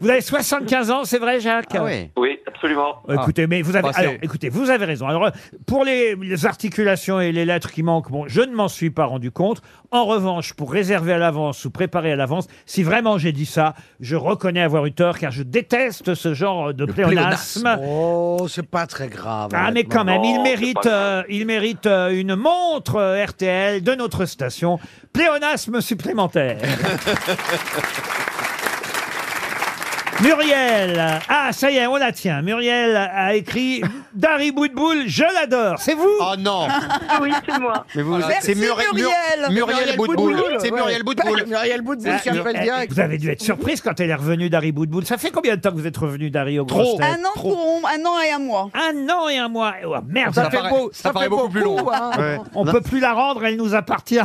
B: vous avez 75 ans, c'est vrai, Jacques
G: ah oui Ah.
J: Oui, absolument.
B: Euh, Écoutez, mais vous avez,
C: Bah, c'est-
B: alors, écoutez, vous avez raison. Alors, euh, pour les, les articulations et les lettres qui manquent, bon, je ne m'en suis pas rendu compte. En revanche, pour réserver à l'avance ou préparer à l'avance, si vraiment j'ai dit ça, je reconnais avoir eu tort, car je déteste ce genre de
E: pléonasme.
B: pléonasme.
D: Oh, c'est pas très grave. Oh,
B: Ah mais quand même, il
J: Non,
B: mérite,
J: c'est pas
B: euh, il mérite euh, une montre euh, RTL de notre station. Pléonasme supplémentaire. Muriel, ah ça y est, on la tient. Muriel a écrit Dari Boudboul, je l'adore. C'est vous
G: oh non
F: Ah
I: Oui, c'est moi.
G: mais vous
F: Merci,
G: c'est Mur- Mur-
F: Muriel.
G: Muriel Boudboul c'est Muriel Boudboul
D: Muriel Boutboul qui
B: Ah,
D: appelle
B: eh,
D: direct.
B: Vous avez dû être surprise quand elle est revenue Dari Boudboul. Ça fait combien de temps que vous êtes revenu Dari au
G: Trop.
B: Gros
F: un an pour un an et un mois.
B: Un an et un mois. Oh, merde,
C: Ça
B: ça-
C: paraît- ça paraît beaucoup plus long.
D: hein.
B: on peut plus la rendre, elle nous appartient.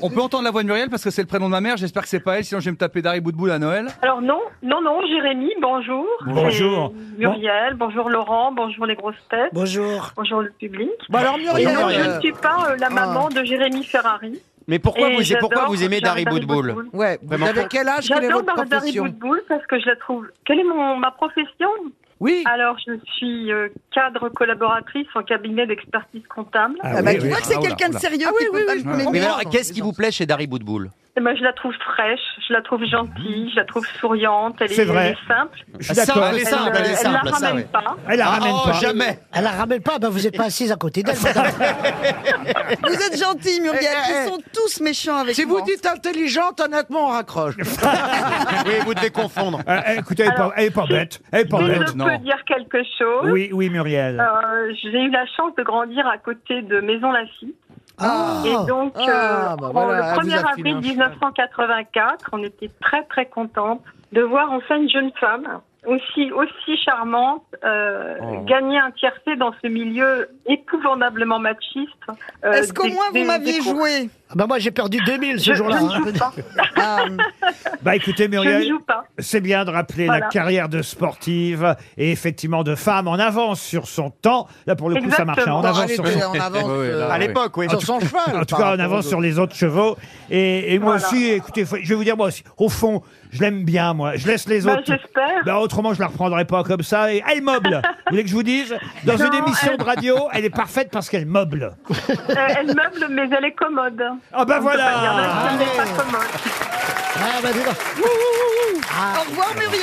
C: On peut entendre la voix de Muriel parce que c'est le prénom de ma mère. J'espère que c'est pas elle, sinon je vais me taper Dari Boudboul à Noël.
I: Alors non, non, non, Jérémy, bonjour.
B: Bonjour.
I: C'est Muriel, bonjour Laurent, bonjour les grosses têtes,
H: Bonjour.
I: bonjour le public.
D: Bah alors Muriel,
I: non, je
D: euh,
I: ne suis pas euh, la maman de Jérémy Ferrari.
G: mais pourquoi
I: Et
G: vous
I: j'adore
G: pourquoi vous aimez Dari
I: Dari
G: Boudboul
I: Boudboul.
D: ouais, vous
G: Vraiment.
D: avez quel âge Quelle est
I: J'adore
D: votre
I: Dar- Dari
D: profession
I: Boudboul parce que je la trouve. Quelle est mon, ma profession
D: Oui.
I: Alors, je suis euh, cadre collaboratrice en cabinet d'expertise comptable.
F: Ah
B: Ah oui,
F: bah,
B: oui.
F: tu vois que c'est
G: oh
C: Ah, oula,
F: quelqu'un de
C: oula.
F: sérieux
D: Ah oui,
F: qui
D: oui,
F: peut pas
D: oui,
F: me
D: je
F: connaître.
G: mais alors qu'est-ce qui vous plaît chez Dari Boudboul
K: Eh ben, je la trouve fraîche, je la trouve gentille, je la trouve souriante, elle, est,
B: C'est vrai.
K: elle est simple.
B: Je suis d'accord.
H: Elle est simple, elle est
K: Elle la
H: simple, ça,
K: ramène
H: oui. Ah, oh,
K: pas.
B: Elle la ramène pas.
H: Elle la ramène pas, ben vous n'êtes pas assise à côté d'elle, madame.
F: Vous êtes gentil, Muriel. Ils sont tous méchants avec
D: Si
F: moi.
D: vous dites intelligente, honnêtement, on raccroche.
B: Oui, vous devez confondre. Euh, écoutez, elle est pas- elle est pas bête. Elle est pas
K: Mais
B: bête,
K: je peux dire quelque chose.
B: Oui, oui, Muriel.
K: Euh, J'ai eu la chance de grandir à côté de Maison Lafitte.
B: Ah.
K: et donc,
B: Ah,
K: euh,
B: bah
K: en-
B: voilà, elle
K: le
B: vous a
K: 1er
B: filé
K: avril
B: un
K: 1984, on était très très contentes de voir enfin une jeune femme aussi aussi charmante euh,
F: Oh.
K: gagner un tiercé dans ce milieu épouvantablement machiste. euh,
F: Est-ce qu'au
K: des-
F: moins vous
K: des-
F: m'aviez
K: des cours.
F: joué
H: Ben moi j'ai perdu 2000 ce
K: Je-
H: jour-là.
K: je ne
H: hein.
K: joue pas.
B: Bah écoutez Muriel,
K: ne joue pas.
B: c'est bien de rappeler la
K: Voilà.
B: carrière de sportive et effectivement de femme en avance sur son temps. Là pour le coup ça
D: Exactement.
B: marchait en
D: Bon,
B: avance
D: elle
B: sur
D: était
B: son
D: en avance, Ouais, ouais, là, euh, à oui. l'époque, oui.
B: En
D: Sur
B: tout-
D: son cheval,
B: En tout
D: par
B: cas en
D: rapport
B: avance
D: aux
B: sur les autres chevaux. Et, et moi aussi, écoutez, faut- je vais vous dire moi aussi, au fond, je l'aime bien moi. Je laisse les
K: Bah,
B: autres.
K: j'espère.
B: Bah, autrement je la reprendrai pas comme ça. Et elle meuble. vous voulez que je vous dise Dans une
K: Non,
B: émission
K: elle-
B: de radio, elle est parfaite parce qu'elle meuble.
K: Euh, elle meuble, mais elle est commode.
B: Ah bah
K: On peut
B: voilà. Ah. bah,
K: pas dire la- elle n'est pas commode.
F: Au revoir, Muriel.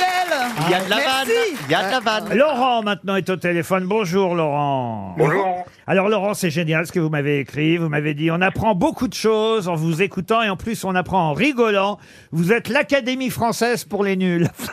B: Il y a de la
F: Merci.
B: vanne. Il y a de la
L: Euh,
B: vanne. Euh, Laurent maintenant est au téléphone. Bonjour Laurent. Bonjour. Alors Laurent, c'est génial ce que vous m'avez écrit. Vous m'avez dit on apprend beaucoup de choses en vous écoutant et en plus on apprend en rigolant. Vous êtes l'Académie française pour les nuls.
G: C'est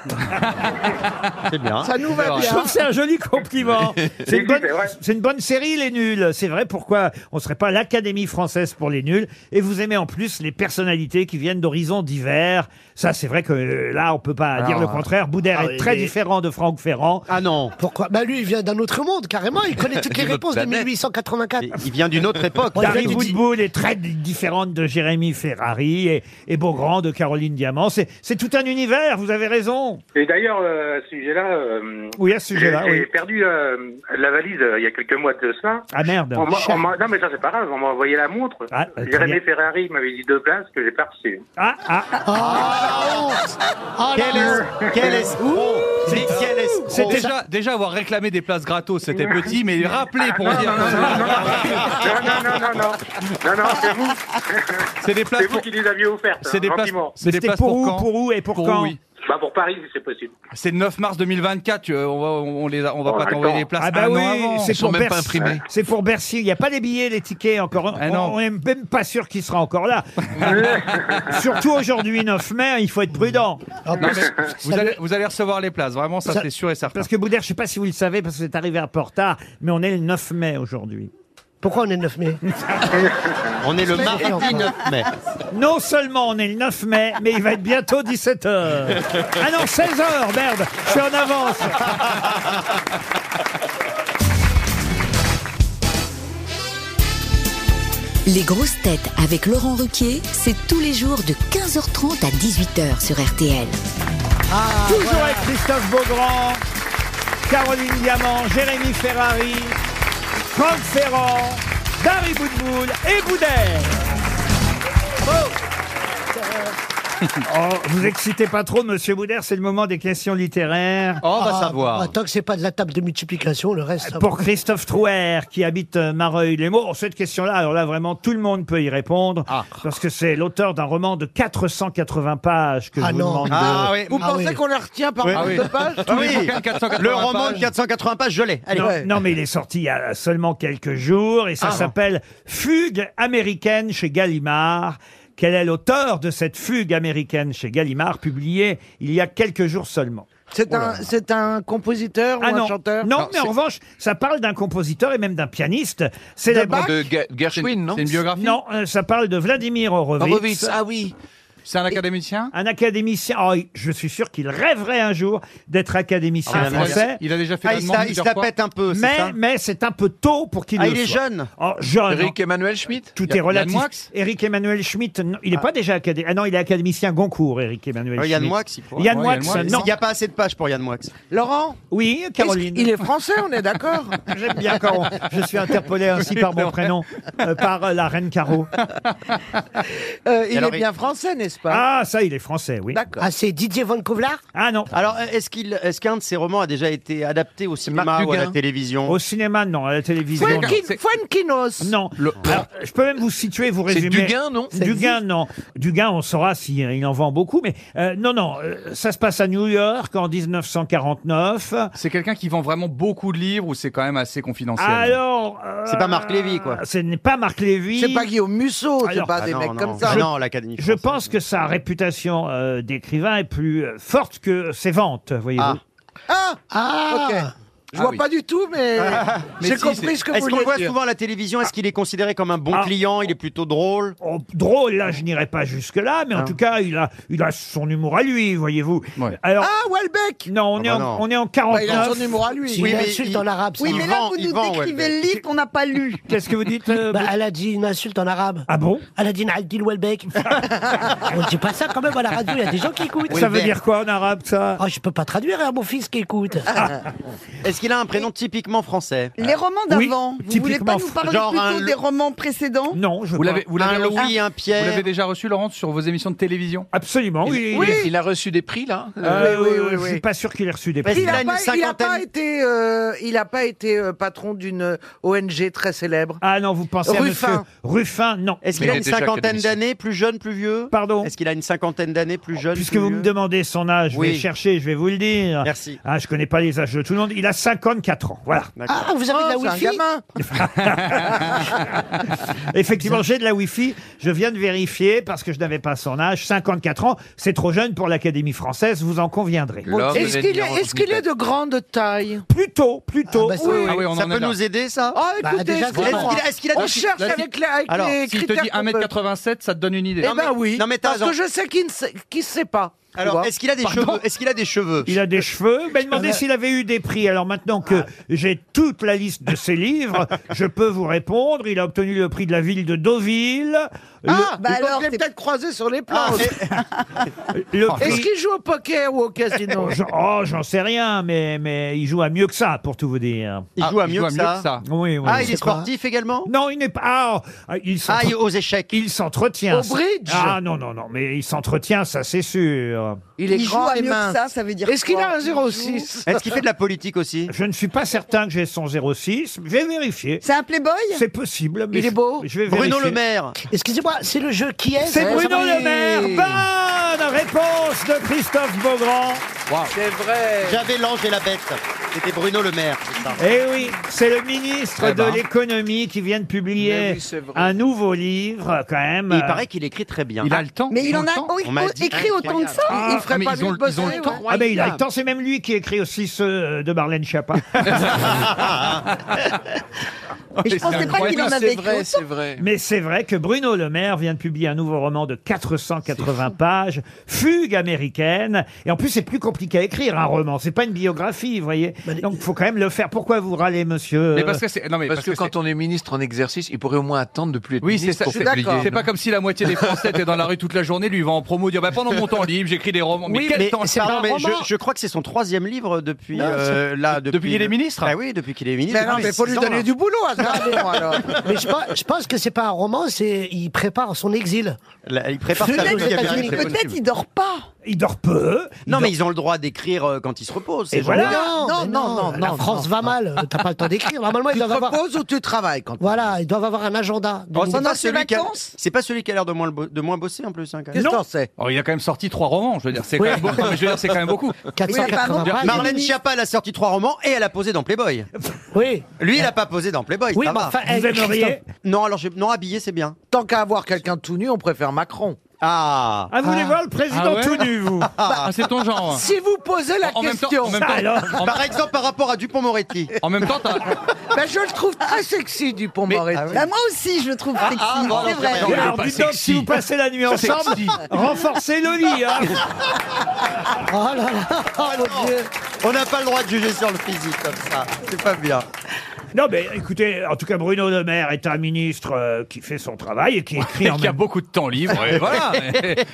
I: Ah,
G: bien.
B: Ça nous va bien. Je trouve que c'est un joli compliment. C'est une,
G: Oui,
B: bonne,
G: c'est vrai.
B: c'est une bonne série, les nuls. C'est vrai, pourquoi on ne serait pas l'Académie française pour les nuls Et vous aimez en plus les personnalités qui viennent d'horizons divers. Ça, c'est vrai que euh, là, on peut pas
H: Alors,
B: dire le contraire. Boudère
H: ah
B: est
H: oui,
B: très
H: mais-
B: différent de Franck Ferrand.
G: Ah non.
H: Pourquoi Bah lui il vient d'un autre monde carrément, il connaît toutes les
B: D'une autre
H: réponses de
B: planète.
H: 1884.
G: Il vient d'une autre époque.
B: Dari
G: Il vient du-
B: Boudboul est très di- différente de Jérémy Ferrari et, et Beaugrand de Caroline Diamant. C'est c'est tout un univers, vous avez raison.
L: Et d'ailleurs, euh, à ce sujet-là, euh,
B: Oui, à ce sujet-là,
L: j'ai j'ai
B: oui.
L: perdu euh, la valise euh, il y a quelques mois de ça.
B: Ah merde.
L: On Oh, m'a- on m'a- non, mais ça, c'est pas grave, on m'a envoyé la montre.
B: Ah, bah, très
L: Jérémy
B: bien.
L: Ferrari m'avait dit deux places que j'ai pas reçues.
B: Ah, ah.
I: oh.
H: Ah,
G: quel, es- quel escroc Mais quel escroc
I: oh.
C: C'est
L: Oh.
C: déjà, déjà avoir réclamé des places gratos, c'était petit, mais rappeler pour dire.
L: Non, non, non, non. Non, non, c'est vous.
C: C'est des places
L: C'est vous qui les aviez offertes. hein,
C: C'est des places-
L: gentiment.
C: c'est Mais des c'était places pour pour où, quand pour où et pour Pour où, quand oui.
L: Bah, pour Paris, si c'est possible.
C: C'est le 9 mars 2024, tu- on va, on les a- on va
L: Oh,
C: pas t'envoyer
L: attends.
C: les places
B: Ah bah
C: un an
B: oui,
C: avant.
B: c'est pour, Bercy- c'est pour Bercy. Il n'y a pas les billets, les tickets encore. on n'est même pas sûr qu'il sera encore là. Surtout aujourd'hui, 9 mai, hein, il faut être prudent.
C: Non, mais vous, allez, vous allez recevoir les places, vraiment, ça,
B: Ça-
C: c'est sûr et certain.
B: Parce que Boudère, je ne sais pas si vous le savez, parce que vous êtes arrivé un peu en retard, mais on est le 9 mai aujourd'hui.
H: Pourquoi on est le 9 mai
G: On est le
B: C'est
G: mardi
B: encore.
G: 9 mai.
B: Non seulement on est le 9 mai, mais il va être bientôt 17h. Ah non, 16h, merde, je suis en avance.
M: Les grosses têtes avec Laurent Ruquier, c'est tous les jours de 15h30 à 18h sur RTL.
G: Ah,
B: Toujours avec Christophe Beaugrand, Caroline Diamant, Jérémy Ferrari, Franck Ferrand, Dari Boudboul et Boudère. Oh, vous excitez pas trop, monsieur Boudère, c'est le moment des questions littéraires.
D: Oh,
H: Ah, bah, Tant que c'est pas de la table de multiplication, le reste. ça
B: Pour
H: va.
B: Christophe Trouer, qui habite euh, Mareuil-les-Maux, Oh, cette question-là, alors là, vraiment, tout le monde peut y répondre,
D: Ah.
B: parce que c'est l'auteur d'un roman de 480 pages
H: Ah
B: que je vous demande de-
D: Ah, Vous pensez qu'on les retient par nombre de pages
B: Ah oui.
G: Le roman de 480 pages, je l'ai. Allez.
B: non, non, mais il est sorti il y a seulement quelques jours et ça
G: Ah.
B: s'appelle Fugue américaine chez Gallimard. Quel est l'auteur de cette fugue américaine chez Gallimard, publiée il y a quelques jours seulement
G: Oh
D: C'est un, c'est un compositeur ou
B: Ah
D: un
B: non,
D: chanteur
B: non, mais en revanche, ça parle d'un compositeur et même d'un pianiste. C'est la
D: Bach
C: De
E: Gershwin, non
C: C'est une biographie
B: Non, euh, ça parle de Vladimir Horowitz.
C: Horowitz, ah oui. C'est un académicien
B: Un académicien. Oh, je suis sûr qu'il rêverait un jour d'être académicien
C: Ah, il a-
B: français.
C: il a déjà fait Ah, la il demande se- il se plusieurs la fois. pète un peu, c'est
B: Mais,
C: ça
B: mais c'est un peu tôt pour qu'il
C: Ah,
B: le
C: il est
B: soit.
C: jeune
B: Oh, jeune.
E: Eric Emmanuel Schmidt
B: Tout
E: Yann-
B: est relatif.
E: Yann Moix
B: Eric Emmanuel Schmitt, non, il n'est pas déjà académicien. Ah non, il est académicien Goncourt, Eric Emmanuel
C: Euh,
G: Ouais,
B: Schmitt.
G: Yann Moix, il pourrait.
B: Yann
G: Ouais,
B: Moix,
G: Yann Moix.
B: non.
G: Il n'y a pas assez de pages pour Yann Moix.
D: Laurent
B: Oui, Caroline.
D: Il est français, on est d'accord
B: J'aime bien quand on- je suis interpellé ainsi par mon prénom, euh, par euh, la reine Caro.
D: Euh, il
B: Alors,
D: Euh, est
B: il-
D: bien français, n'est-ce n'est-ce pas
B: Ah, ça, il est français, oui.
D: D'accord.
H: Ah, c'est Didier Von Kovlar
B: Ah non.
G: Alors, euh, est-ce qu'il, est-ce qu'un de ses romans a déjà été adapté au cinéma
B: Marc
G: ou à la
B: Duguin.
G: télévision
B: Au cinéma, non, à la télévision. non.
D: Fuenquinos
B: Non. Alors, euh, je peux même vous situer, vous
E: C'est
B: résumer.
E: Duguin, non Ça
B: Duguin,
E: existe
B: non. Duguin, on saura s'il en vend beaucoup, mais euh, non, non. euh, ça se passe à New York en 1949.
C: C'est quelqu'un qui vend vraiment beaucoup de livres ou c'est quand même assez confidentiel
B: Alors. euh,
C: C'est pas Marc Lévy, quoi.
B: Ce n'est pas Marc Lévy.
D: C'est pas Guillaume Musso, c'est
B: Alors-
D: pas des
B: Ah non,
D: mecs
B: non.
D: comme ça.
B: Je- Je pense que sa réputation euh, d'écrivain est plus euh, forte que ses ventes, voyez-vous.
D: Ah
H: Ah
D: Ok. Je vois
B: oui.
D: pas du tout, mais
G: Mais
D: j'ai
G: si,
D: compris
G: c'est-
D: ce que
G: Est-ce
D: vous
G: qu'on le
D: voulez
G: voit
D: dire.
G: souvent à la télévision
B: Ah.
G: Est-ce qu'il est considéré comme un bon client Il est plutôt drôle Ah.
B: Oh, drôle, là, je n'irai pas jusque-là, mais en tout cas, il a, il a son humour à lui, voyez-vous. Alors,
D: Ah, Welbeck
B: non, on, est
D: bah
B: en,
D: non.
B: on est en
D: Bah,
B: 49.
D: il a son humour à lui.
H: C'est une insulte en arabe. ça.
F: Oui, mais là, vous nous décrivez le livre qu'on n'a pas lu.
B: Qu'est-ce que vous dites euh,
H: Bah,
B: vous-
H: elle a dit une insulte en arabe.
B: Ah bon
H: Elle a dit Naadil Welbeck. On ne dit pas ça quand même à la radio, il y a des gens qui écoutent.
B: Ça veut dire quoi en arabe, ça
H: Oh, je peux pas traduire à mon fils qui écoute.
G: Ah. Est-ce qu'il a un prénom typiquement français
F: Les romans
B: Oui,
F: d'avant, vous voulez
B: typiquement
F: pas nous parler
G: genre un
F: plutôt
G: le-
F: des romans précédents
B: Non, je
C: Vous l'avez, vous l'avez
G: Un
C: reçu-
G: Louis, un Pierre.
C: Vous l'avez déjà reçu, Laurent, sur vos émissions de télévision
B: Absolument, oui.
E: Il, a, il a reçu des prix, là
B: Euh,
D: Oui, oui, oui,
B: Je
D: oui.
B: suis pas sûr qu'il ait reçu des
G: Parce
B: prix.
D: Il
G: qu'il
D: n'a
G: a une
D: pas, il a pas
G: cinquantaine-
D: été, euh, il a pas été euh, patron d'une ONG très célèbre.
B: Ah non, vous pensez à
D: Ruffin.
B: monsieur Ruffin Non.
G: Est-ce
E: Mais
G: qu'il a
E: il
G: une
E: est déjà
G: cinquantaine
E: académicien.
G: d'années, plus jeune, plus vieux
B: Pardon
G: Est-ce qu'il a une cinquantaine d'années, plus jeune
B: Puisque
G: plus
B: vous
G: vieux
B: me demandez son âge, je vais
G: Oui.
B: chercher, je vais vous le dire.
G: Merci.
B: Ah, je connais pas les âges de tout le monde. Il a 54 ans. Voilà.
G: D'accord.
H: Ah, vous avez de la
D: Oh, c'est un
H: wifi
D: gamin.
B: Effectivement, j'ai de la Wi-Fi. Je viens de vérifier parce que je n'avais pas son âge. 54 ans, c'est trop jeune pour l'Académie française, vous en conviendrez.
E: L'homme
D: Est-ce
E: est
D: qu'il
E: bien
D: est, est-ce qu'il est de grande taille
B: Plutôt, plutôt.
H: Ah, bah, c'est-
B: oui.
C: Ah oui, on
G: Ça
C: en
G: peut
C: est là.
G: nous aider, ça
D: Oh,
H: Bah,
D: écoutez,
H: déjà,
D: je
H: c'est-
D: comprends.
G: Est-ce qu'il a- est-ce qu'il a
D: on
G: des-
D: cherche
C: là, si-
D: avec, les- avec
G: Alors,
D: les
C: S'il te
D: critères
C: dit
D: qu'on peut.
C: 1m87, ça te donne une idée.
D: Eh ben
G: mais-
D: oui,
G: non, mais t'as
D: parce
G: raison.
D: que je sais qui ne sait, qui sait pas. tu vois.
G: Alors, est-ce qu'il a des cheveux Est-ce qu'il a des cheveux Euh,
B: Il a des cheveux. Ben, demandez
H: Ah,
B: s'il avait eu des prix. Alors maintenant
G: Ah.
B: que j'ai toute la liste de ses livres, je peux vous répondre. Il a obtenu le prix de la ville de Deauville. Le,
D: Ah,
F: Bah
D: donc
F: alors,
D: je l'ai
F: t'es-
D: peut-être croisé sur les plans.
B: Ah, le
D: Est-ce
B: prix...
D: qu'il joue au poker ou au casino
B: Je- Oh, j'en sais rien, mais, mais il joue à mieux que ça, pour tout vous dire.
G: Il
C: Ah,
G: joue à mieux que ça.
B: Oui, oui.
G: Ah, il
H: sais
G: est
H: pas.
G: sportif également
B: Non, il n'est pas. Ah, il s'entre-
G: Ah, il- aux échecs.
B: il s'entretient.
D: Au bridge
B: Ah non, non, non, mais il s'entretient, ça c'est sûr.
D: Il est
F: Il joue
D: grand
F: à
D: et
F: mieux que
D: mince.
F: ça, ça veut dire
D: Est-ce qu'il
F: quoi
D: a un
F: Il
D: 06
G: Est-ce qu'il fait de la politique aussi
B: Je ne suis pas certain que j'ai son 06. Je vais vérifier.
F: C'est un playboy
B: C'est possible. Mais
D: Il est
B: je-
D: beau Eh
B: Je vais
G: Bruno
B: vérifier.
G: Le Maire.
H: Excusez-moi, c'est le jeu qui est
B: C'est
H: ça
B: Bruno
H: va-
B: Le Maire. Bonne réponse de Christophe Beaugrand.
E: C'est vrai
G: J'avais l'ange et la bête. C'était Bruno Le Maire. c'est ça.
B: Eh oui, c'est le ministre
G: Eh ben.
B: de l'économie qui vient de publier
E: Mais oui, c'est vrai.
B: un nouveau livre, quand même.
G: Et Il paraît qu'il écrit très bien.
C: Il a le temps.
F: Mais il en a
C: Temps.
F: oh,
G: On m'a dit
F: écrit autant que ça
B: Ah,
D: Il ferait
C: mais
D: pas
C: ils ont-
D: mieux de
C: ils ont
D: bosser
C: le
D: ouais.
C: temps.
B: Ah ben il a le temps, c'est même lui qui écrit aussi ceux euh, de Marlène Schiappa.
F: Et je pensais pas qu'il en avait
E: C'est
F: écrit
E: vrai,
F: autant.
E: c'est vrai.
B: Mais c'est vrai que Bruno Le Maire vient de publier un nouveau roman de 480 pages, Fugue américaine. Et en plus, c'est plus compliqué à écrire un roman. C'est pas une biographie, vous voyez.
F: Bah,
B: Donc, faut quand même le faire. Pourquoi vous râlez, monsieur euh
C: Mais parce que c'est. Non, mais
E: Parce, que, quand
C: c'est-
E: on est ministre en exercice, il pourrait au moins attendre de plus être
C: Oui, c'est
E: ministre
C: ça.
E: pour
C: C'est
E: publier.
C: c'est pas comme si la moitié des Français étaient dans la rue toute la journée, lui il va en promo, dire bah, pendant mon temps libre, j'écris des romans. Mais
G: Oui,
C: quel
G: mais
C: temps
G: c'est
C: ça
G: pardon,
C: va
G: mais
C: vraiment
G: je, je crois que c'est son troisième livre depuis
C: Non,
G: euh, là
C: depuis qu'il est ministre
G: Ah oui, depuis qu'il est ministre.
D: Mais non,
G: depuis
D: mais faut
G: six
D: lui
G: ans,
D: donner
G: là.
D: du boulot à ce dragon, alors.
H: Mais je pense, je pense que c'est pas un roman, c'est il prépare son exil.
G: Là, il prépare sa
H: Peut-être
G: vie.
H: qu'il
G: à
H: a
G: bien
H: fini,
G: être possible.
F: Peut-être il dort pas.
B: il dort peu. il
G: Non,
B: dort-
G: mais ils ont le droit d'écrire euh, quand ils se reposent. ces
B: Et
G: gens-là.
B: voilà.
D: non,
H: mais
D: non, non,
H: La
D: non,
H: France
D: non,
H: va mal, Euh, t'as pas le temps d'écrire. Normalement, ils
D: Tu te
H: doivent avoir.
D: reposes ou tu travailles quand
H: Voilà, ils doivent avoir un agenda.
G: Oh, c'est
F: On a
G: pas
F: ses
G: celui qui a-
F: vacances
G: c'est pas celui qui a l'air de moins, le bo- de moins bosser en plus. hein, quand même.
D: Qu'est-ce que t'en sais
C: Oh, il a quand même sorti trois romans, je veux dire, c'est quand
H: Oui.
C: même beaucoup. mais je veux dire, c'est quand même beaucoup.
F: Oui,
H: 480
F: apparemment.
H: pages.
G: Marlène Schiappa, elle a sorti trois romans et elle a posé dans Playboy.
H: Oui.
G: Lui, il a pas posé dans Playboy.
H: Oui,
G: ça
H: mais
G: va.
H: enfin, eh,
B: Vous aimeriez
H: Christophe,
G: Non, alors j'ai- non habillé, c'est bien.
D: Tant qu'à avoir quelqu'un tout nu, on préfère Macron.
G: Ah.
B: Ah, vous voulez voir le président
C: Ah ouais
B: tout nu, vous
C: Ah, c'est ton genre.
D: Si vous posez la
C: En même temps,
D: question,
C: en même
B: Ça,
C: temps,
B: alors
C: en-
G: hein. Par exemple, par rapport à Dupont-Moretti.
C: en même temps, t'as-
D: ben, je le trouve très sexy, Dupont-Moretti.
F: Bah, moi aussi, je le trouve sexy.
G: ah, voilà,
F: c'est vrai.
G: c'est vrai.
B: Alors,
C: pas
B: dites donc,
C: sexy.
B: si vous passez la nuit ensemble, renforcez le lit.
I: Ah,
B: hein.
H: Oh là là, oh mon Dieu.
G: On n'a pas le droit de juger sur le physique comme ça. C'est pas bien.
B: Non, mais écoutez, en tout cas, Bruno Le Maire est un ministre euh, qui fait son travail et qui écrit en
C: Il y a
B: même-
C: beaucoup de temps libre. et voilà.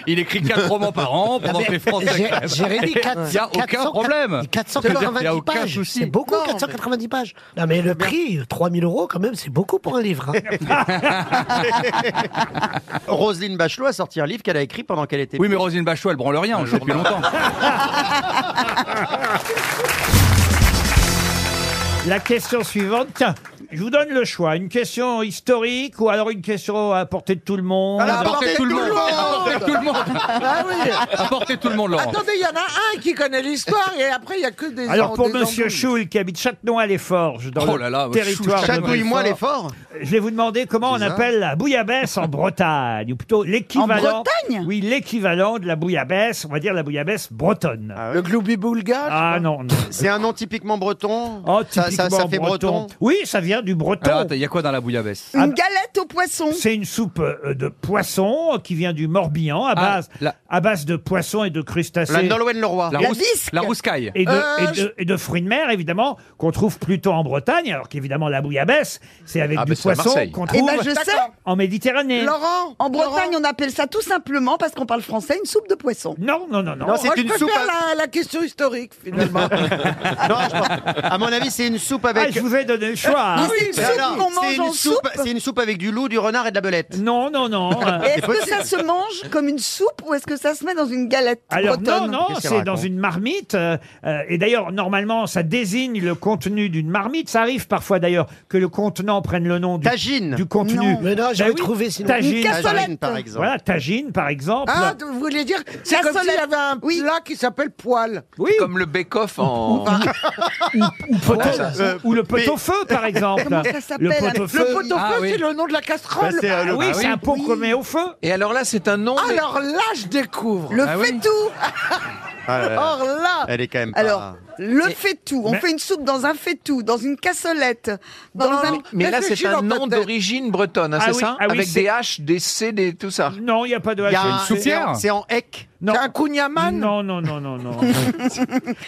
C: Il écrit quatre romans par an
B: Ah,
C: pendant que les Français. crèvent. Il n'y a aucun problème. C'est-à-dire qu'il y a
H: 490
C: aucun
H: pages.
C: souci.
H: C'est beaucoup, 490 pages. Non, mais le prix, 3000 euros, quand même, c'est beaucoup pour un livre. hein.
G: Ah. Roselyne Bachelot a sorti un livre qu'elle a écrit pendant qu'elle était. Ah, bah.
C: Oui, mais Rosine Bachelot, elle branle rien, on le sait depuis longtemps.
B: La question suivante, tiens, je vous donne le choix. Une question historique ou alors une question à portée de tout le monde.
D: À la portée de tout le monde.
C: Apportez tout le monde.
D: Ah oui.
C: Apportez tout le monde, Laurent.
D: Attendez, il y en a un qui connaît l'histoire et après il y a que des
B: Alors pour
D: des
B: Monsieur
D: embrouilles.
B: Choul qui habite Châtenois-les-Forges dans
C: Oh
B: le
C: là là,
B: territoire. de
G: Chatouille-moi les
B: Belfort, Je vais vous demander comment on
G: C'est ça.
B: appelle la bouillabaisse en Bretagne, ou plutôt l'équivalent. Oui, l'équivalent de la bouillabaisse, on va dire la bouillabaisse bretonne.
G: Ah
B: Le gloubi boulga Ah non, non.
G: C'est un nom typiquement breton.
B: Oh,
G: ça, ça,
B: typiquement
G: fait breton. Ah
B: Oui, ça vient du breton.
C: Alors, Ah, attends, il y a quoi dans la bouillabaisse
B: Une galette au poisson. C'est une soupe euh, de poisson euh, qui vient du Morbihan à base, à base de poissons et de crustacés.
G: La Nolwenn-Leroy. La La rousse- bisque. la rouscaille.
B: Et de,
G: Euh,
B: et de- et de fruits de mer, évidemment, qu'on trouve plutôt en Bretagne, alors qu'évidemment la bouillabaisse, c'est avec
E: Ah,
B: du
E: mais c'est à
B: poisson
E: Marseille.
B: qu'on
E: Eh
B: trouve
E: ben, je sais.
B: en Méditerranée.
F: Laurent, en Bretagne, on appelle ça tout simplement parce qu'on parle français une soupe de poisson.
B: Non, non, non, non.
D: Moi, je préfère la, la question historique finalement.
G: À mon avis, c'est une soupe avec. Ah
B: Ah, je vous ai donné le choix, hein. Mais c'est une soupe
G: Non, non,
B: qu'on mange
G: c'est une
B: en
G: soupe-
B: soupe
G: C'est une soupe avec du loup, du renard et de la belette.
B: Non, non, non.
F: Et Est-ce que ça se mange comme une soupe ou est-ce que ça se met dans une galette
B: Alors non,
F: bretonne
B: non, c'est dans une marmite. euh, euh, et d'ailleurs, normalement, ça désigne le contenu d'une marmite. Ça arrive parfois d'ailleurs que le contenant prenne le nom du, du contenu.
H: Non. Mais non,
B: Bah
H: j'avais
B: oui,
H: trouvé, sinon.
B: Tagine.
H: Une cassolette. Tagine, par exemple.
B: Voilà, tagine par exemple.
D: Ah, vous voulez dire, c'est
F: La
D: comme s'il y
F: solette.
D: avait un plat qui s'appelle poil.
B: Oui.
E: Comme le bake-off en.
B: ou, poteau-
E: Ouais, ça, ça.
B: ou le pot-au-feu par exemple.
D: Comment ça s'appelle
B: Le
D: un-
B: pot-au-feu.
D: Le pot-au-feu,
B: Ah, oui.
D: c'est le nom de la casserole.
B: Bah, c'est, euh, le- Ah oui, bah c'est oui. un pot qu'on met au feu.
E: Et alors là, c'est un nom. mais-
D: Alors là, je découvre.
F: Le
E: Ah oui.
F: fait tout
B: Ah
E: Euh,
F: Or là
G: Elle est quand même.
F: Alors, le fait tout. On
G: Mais-
F: fait une soupe dans un fait tout, dans une cassolette, dans un.
E: Mais là, c'est un nom d'origine bretonne, hein,
F: Ah
E: c'est
F: oui,
E: ça
F: ah oui,
E: Avec
F: c'est-
E: des H, des C, des tout ça.
B: Non, il n'y a pas de
E: H.
G: C'est en hec.
B: C'est
D: un kounyaman
B: Non, non, non, non, non.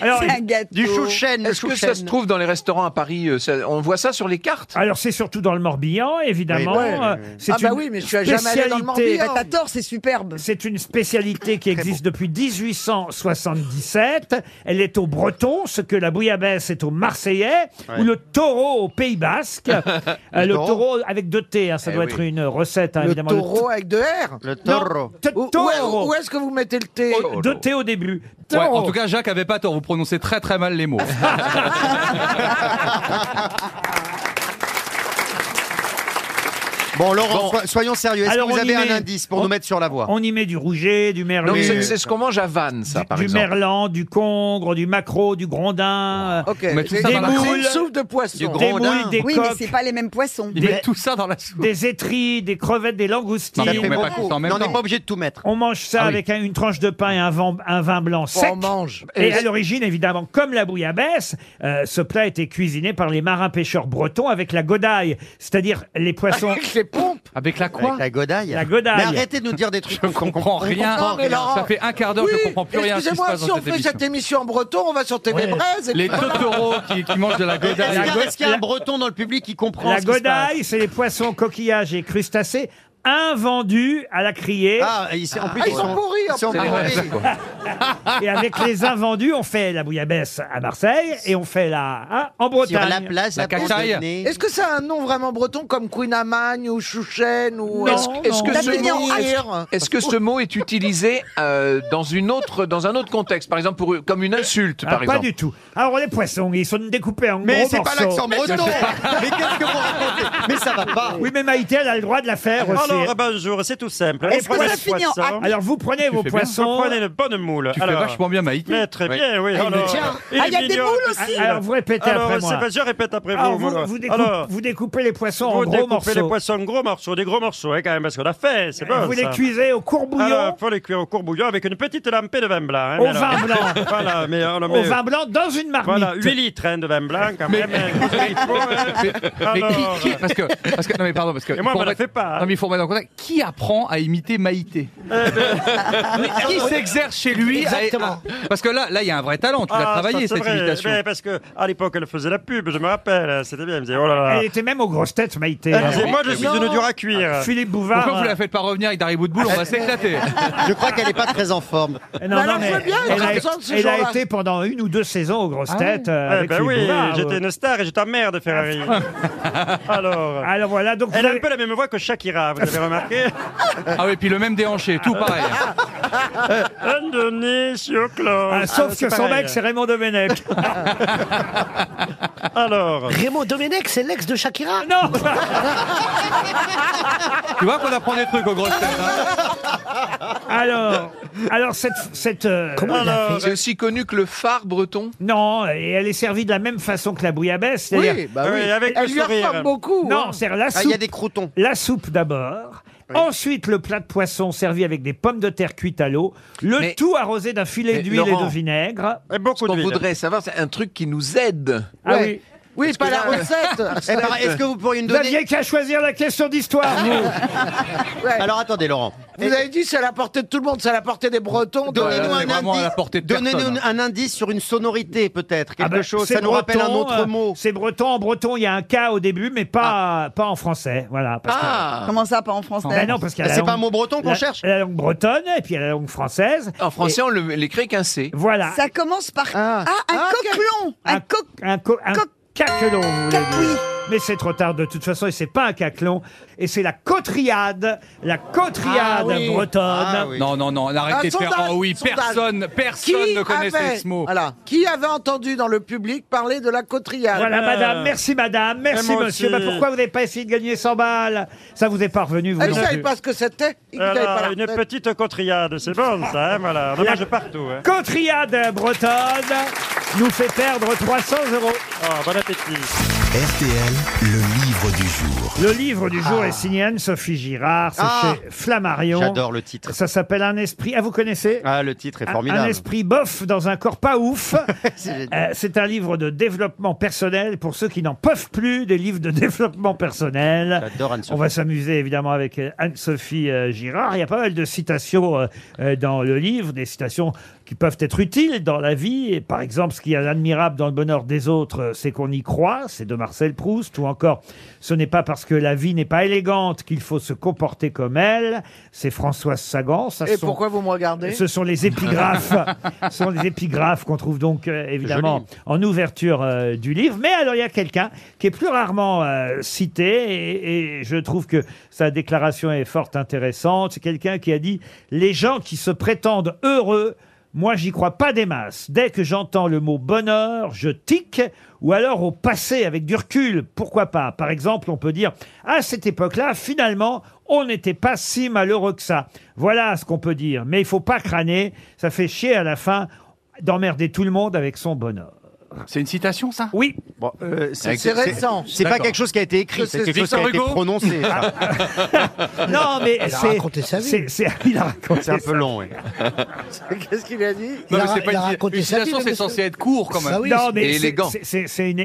F: Alors, C'est un gâteau. du chou de chêne, le
E: Est-ce
F: chou
E: que
F: de
E: ça
F: chêne.
E: se trouve dans les restaurants à Paris euh, ça- On voit ça sur les cartes
B: Alors c'est surtout dans le Morbihan, évidemment.
E: Oui, bah,
B: Euh,
E: oui, oui.
B: c'est
E: Ah bah
B: une
E: oui, mais je suis jamais allé dans le
B: spécialité-
E: Morbihan. Bah,
F: T'as tort, c'est superbe.
B: C'est une spécialité qui existe depuis 1877. Elle est au breton, ce que la bouillabaisse est au marseillais,
N: Ouais.
B: ou le taureau au pays basque. Euh,
N: Le
B: le
N: taureau.
B: taureau. avec deux T, hein, ça
N: Eh
B: doit
N: oui.
B: être une recette, hein,
D: Le
B: évidemment.
D: taureau avec deux R.
G: Le
D: taureau. Où, où-
B: taureau.
D: où est-ce que vous mettez le thé
B: Deux T au début.
C: Ouais,
B: Taureau.
C: en tout cas, Jacques avait pas tort. Vous prononcez très très mal les mots.
G: Bon, Laurent, so- soyons sérieux. Est-ce
B: Alors,
G: que vous
B: on y
G: avez
B: met-
G: un indice pour
B: on-
G: nous mettre sur la voie
B: On y met du rouget, du merlu.
E: Donc c'est c'est ce qu'on mange à Vannes, ça, par
B: du
E: exemple.
B: merlan, du congre, du maquereau, du
G: Ah,
B: grondin, euh,
E: Mais tout ça
B: des
E: dans la
B: moules,
E: soupe. Soupe
D: de poisson.
B: des moules, des
F: oui, mais
B: coques,
F: c'est pas les mêmes poissons.
B: des,
C: tout ça dans la soupe.
B: des étries, des crevettes, des langoustines.
G: Ça fait beaucoup. Mais on n'est pas obligé de tout mettre. Oh,
B: On mange ça
G: Ah oui.
B: avec un- une tranche de pain et un vin, un vin blanc sec.
D: on mange.
B: Et
D: Et-
B: à l'origine, évidemment, comme la bouillabaisse, euh, ce plat était cuisiné par les marins pêcheurs bretons avec la godaille, c'est-à-dire les poissons.
D: Avec les pompes.
C: Avec la quoi
G: Avec la godaille.
B: La godaille.
G: Mais arrêtez de nous dire des trucs.
C: Je comprends rien.
D: Non, mais Oh, Laurent-
C: Ça fait un quart d'heure,
D: Oui,
C: je comprends plus rien. à ce qui se
D: Excusez-moi,
C: passe
D: si
C: dans
D: on
C: cette
D: fait
C: émission.
D: cette émission en breton, on va sur TV Braise. et
C: Les
D: puis
C: deux
D: voilà.
C: taureaux qui, qui mangent de la
G: Est-ce qu'il
C: godaille.
G: y a- est-ce qu'il y a un
B: La-
G: breton dans le public qui comprend
B: La
G: ce qui se passe
B: godaille, c'est les poissons, coquillages et crustacés invendus à la criée.
G: Ah, ils- en plus,
D: Ah, ils sont pourris, en
G: ils sont
D: plus.
G: pourris.
D: Ah, ouais.
B: Et avec les invendus, on fait la bouillabaisse à Marseille et on fait la hein, en Bretagne.
G: la place, La à cacaille. Pont-de-Venay.
D: Est-ce que c'est un nom vraiment breton comme Queen Amagne ou Chouchen
B: Non,
D: ou Est-ce-
E: Est-ce que,
D: La
E: ce
D: Plénière
E: mot,
D: Hire.
E: est, ce que ce mot est utilisé euh, dans, une autre, dans un autre contexte Par exemple, pour, comme une insulte,
B: Ah,
E: par
B: pas
E: exemple.
B: du tout. Alors les poissons, ils sont découpés en
G: Mais
B: gros
G: c'est pas
B: morceaux.
G: l'accent breton Mais qu'est-ce que vous racontez Mais ça va pas
B: Oui, mais Maïté, elle a le droit de la faire aussi.
O: Alors, bonjour, c'est tout simple. Les
B: Est-ce que ça
O: premiers
B: finit en
O: poissons-
B: ac- Alors, vous prenez
O: Tu
B: vos
O: fais bien.
B: poissons.
O: Vous prenez le bonne moule.
C: Tu fais vachement bien, Maïté.
O: Mais très
C: Ouais.
O: bien, oui.
B: Ah, il
O: alors, euh,
B: le tient.
O: il est
B: Ah, il y a des
O: mignon.
B: moules aussi. Alors, vous répétez
O: Alors,
B: après moi.
O: c'est pas- Je répète après
B: Alors,
O: vous.
B: vous,
O: voilà.
B: vous découpe-
O: Alors,
B: vous découpez les poissons en
O: vous
B: gros
O: découpez les
B: morceaux.
O: poissons en gros morceaux, des gros morceaux, hein, quand même, parce qu'on a fait, c'est bon.
B: vous
O: ça.
B: les cuisez au courbouillon.
O: Alors, faut les cuire au courbouillon avec une petite lampée de vin blanc. hein,
B: Au
O: mais alors-
B: vin blanc.
O: Voilà, Ah, mais on le
B: au
O: met-
B: vin blanc dans une marmite.
O: Voilà, 8 litres hein, de vin blanc quand
C: Mais-
O: même. hein, il faut, hein.
C: Mais qui-
O: Alors,
C: qui- parce que, parce que- non mais pardon parce que
O: Et moi,
C: faut
O: on me la
C: remettre-
B: bah,
O: fait pas, hein.
C: euh, Non mais il faut remettre dans le contact. Qui apprend à imiter Maïté
B: Euh, bah.
C: Mais Qui s'exerce chez lui à-
O: Exactement.
C: à- Parce que là, là, il y a un vrai talent. Tu l'as
O: Ah,
C: travaillé
O: ça, c'est
C: cette
O: vrai.
C: imitation.
O: Mais parce que à l'époque, elle faisait la pub, je me rappelle. C'était bien. Elle me disait, oh là là.
B: Elle était même aux grosses têtes, Maïté. Ah,
O: Elle disait, Ah, moi, je suis une dure à cuire.
B: Philippe Bouvard. euh,
C: Pourquoi vous la faites pas revenir avec Dari Boudboul On va s'éclater.
G: Je crois qu'elle n'est pas très en forme.
B: Non, non, mais elle, a, elle a été pendant une ou deux saisons aux grosses
O: Ah ouais.
B: têtes. euh,
O: Eh
B: avec
O: ben
B: Philippe
O: oui,
B: Bouvard, euh,
O: j'étais
B: ouais.
O: une star et je t'emmerde, Ferrari. Alors.
B: Alors voilà, donc.
O: Elle a un peu la même voix que Shakira, vous avez remarqué
C: Ah oui, puis le même déhanché, tout pareil.
O: sur
B: Ah, sauf que son mec, c'est Raymond Domenech.
O: Alors.
H: Raymond Domenech, c'est l'ex de Shakira
B: Non
C: Tu vois qu'on apprend des trucs aux grosses têtes. hein.
B: Alors, alors cette. cette euh,
E: Alors, C'est aussi connu que le phare breton.
B: Non, et elle est servie de la même façon que la bouillabaisse. c'est-à-dire- Ah
E: Oui, bah oui. Oui, avec Elle le lui sourire. ressemble beaucoup,
B: Non,
E: hein.
B: c'est la
E: Ah,
B: soupe.
E: il y a des
B: croutons. La soupe d'abord. Ensuite, le plat de poisson servi avec des pommes de terre cuites à l'eau. Le tout arrosé d'un filet
E: Mais
B: d'huile et
E: Laurent,
B: de vinaigre.
E: Ce qu'on voudrait savoir, c'est un truc qui nous aide.
B: Ah oui.
E: Parce que là, euh,
B: Vous aviez qu'à choisir la question d'histoire, vous.
G: Alors attendez, Laurent.
D: Vous avez dit c'est à la portée de tout le monde, c'est à la portée des Bretons. de-
G: Donnez-nous un, indice- donnez-nous un indice sur une sonorité, peut-être. Quelque
B: Ah ben,
G: chose,
B: c'est
G: ça nous rappelle un
B: breton,
G: autre
D: hein.
B: euh,
G: mot.
B: C'est breton. En breton, il y a un K au début, mais pas, pas en français. Voilà. parce que-
F: Ah. Comment ça, pas en français
B: Ben non, parce qu'il y a la langue- la- La langue bretonne, et puis il y a la langue française.
E: En français,
B: Et-
E: on le- l'écrit qu'un C.
B: Voilà.
F: Ça commence par. Ah, un coquelon
B: Un coq. Un coq. Un caquelon, vous voulez dire. Mais c'est trop tard de toute façon, et c'est pas un caquelon. Et c'est la cotriade. La cotriade
C: Ah oui.
B: bretonne.
C: Ah oui. Non, non, non, arrêtez de faire, oh oui, personne- personne ne connaissait ce mot.
D: Voilà. Qui avait entendu dans le public parler de la cotriade
B: Voilà, madame. Merci, madame. Ah, Merci,
D: Et moi
B: monsieur.
D: aussi.
B: Bah, pourquoi vous n'avez pas essayé de gagner 100 balles Ça vous est parvenu, vous
D: Ah, vous
B: non
D: savez
B: plus. Euh,
D: pas ce que c'était Il
O: Alors,
D: n'avait pas la
O: une
D: recette.
O: petite cotriade, c'est bon ça, hein, voilà. Dommage partout. Hein.
B: Cotriade bretonne nous fait perdre 300 euros.
O: Ah, bon appétit.
A: RTL, le livre du jour.
B: Le livre du jour
A: Ah.
B: est signé Anne-Sophie Girard, c'est
A: Ah.
B: chez Flammarion.
G: J'adore le titre.
B: Ça s'appelle Un esprit. Ah, vous connaissez
G: Ah, le titre est
B: Un-
G: formidable.
B: Un esprit bof dans un corps pas ouf.
G: C'est
B: Euh, c'est un livre de développement personnel pour ceux qui n'en peuvent plus des livres de développement personnel. On va s'amuser évidemment avec euh, Anne-Sophie euh, Girard. Il y a pas mal de citations euh, euh, dans le livre, des citations qui peuvent être utiles dans la vie. Et par exemple, ce qui est admirable dans le bonheur des autres, euh, c'est qu'on y croit. C'est de Marcel Proust. Ou encore, ce n'est pas parce que la vie n'est pas élégante qu'il faut se comporter comme elle. C'est Françoise Sagan. Ça,
D: Et
B: ce sont-
D: pourquoi vous me regardez
B: ce sont les épigraphes. ce sont les épigraphes qu'on trouve donc euh, évidemment en ouverture euh, du livre. Mais alors il y a quelqu'un qui est plus rarement euh, cité et, et je trouve que sa déclaration est fort intéressante. C'est quelqu'un qui a dit les gens qui se prétendent heureux. Moi, j'y crois pas des masses. Dès que j'entends le mot bonheur, je tique, ou alors au passé avec du recul. Pourquoi pas Par exemple, on peut dire à cette époque-là, finalement, on n'était pas si malheureux que ça. Voilà ce qu'on peut dire. Mais il faut pas crâner. Ça fait chier à la fin d'emmerder tout le monde avec son bonheur.
C: C'est une citation, ça
B: Oui.
G: euh, c'est- Avec- c'est c'est- récent. c'est pas
B: D'accord.
G: quelque chose qui a été écrit, c'est quelque chose qui a été prononcé, Ah. ça.
B: non, mais
G: Il a
B: c'est.
G: raconté sa vie.
B: c'est- c'est- il a raconté
G: C'est un
B: sa
G: peu long, oui.
D: Qu'est-ce qu'il a dit
C: Non, mais c'est pas une- une citation, c'est censé être court quand même.
B: Non, mais
C: et
B: c'est-
C: élégant.
B: c'est- C'est c'est une.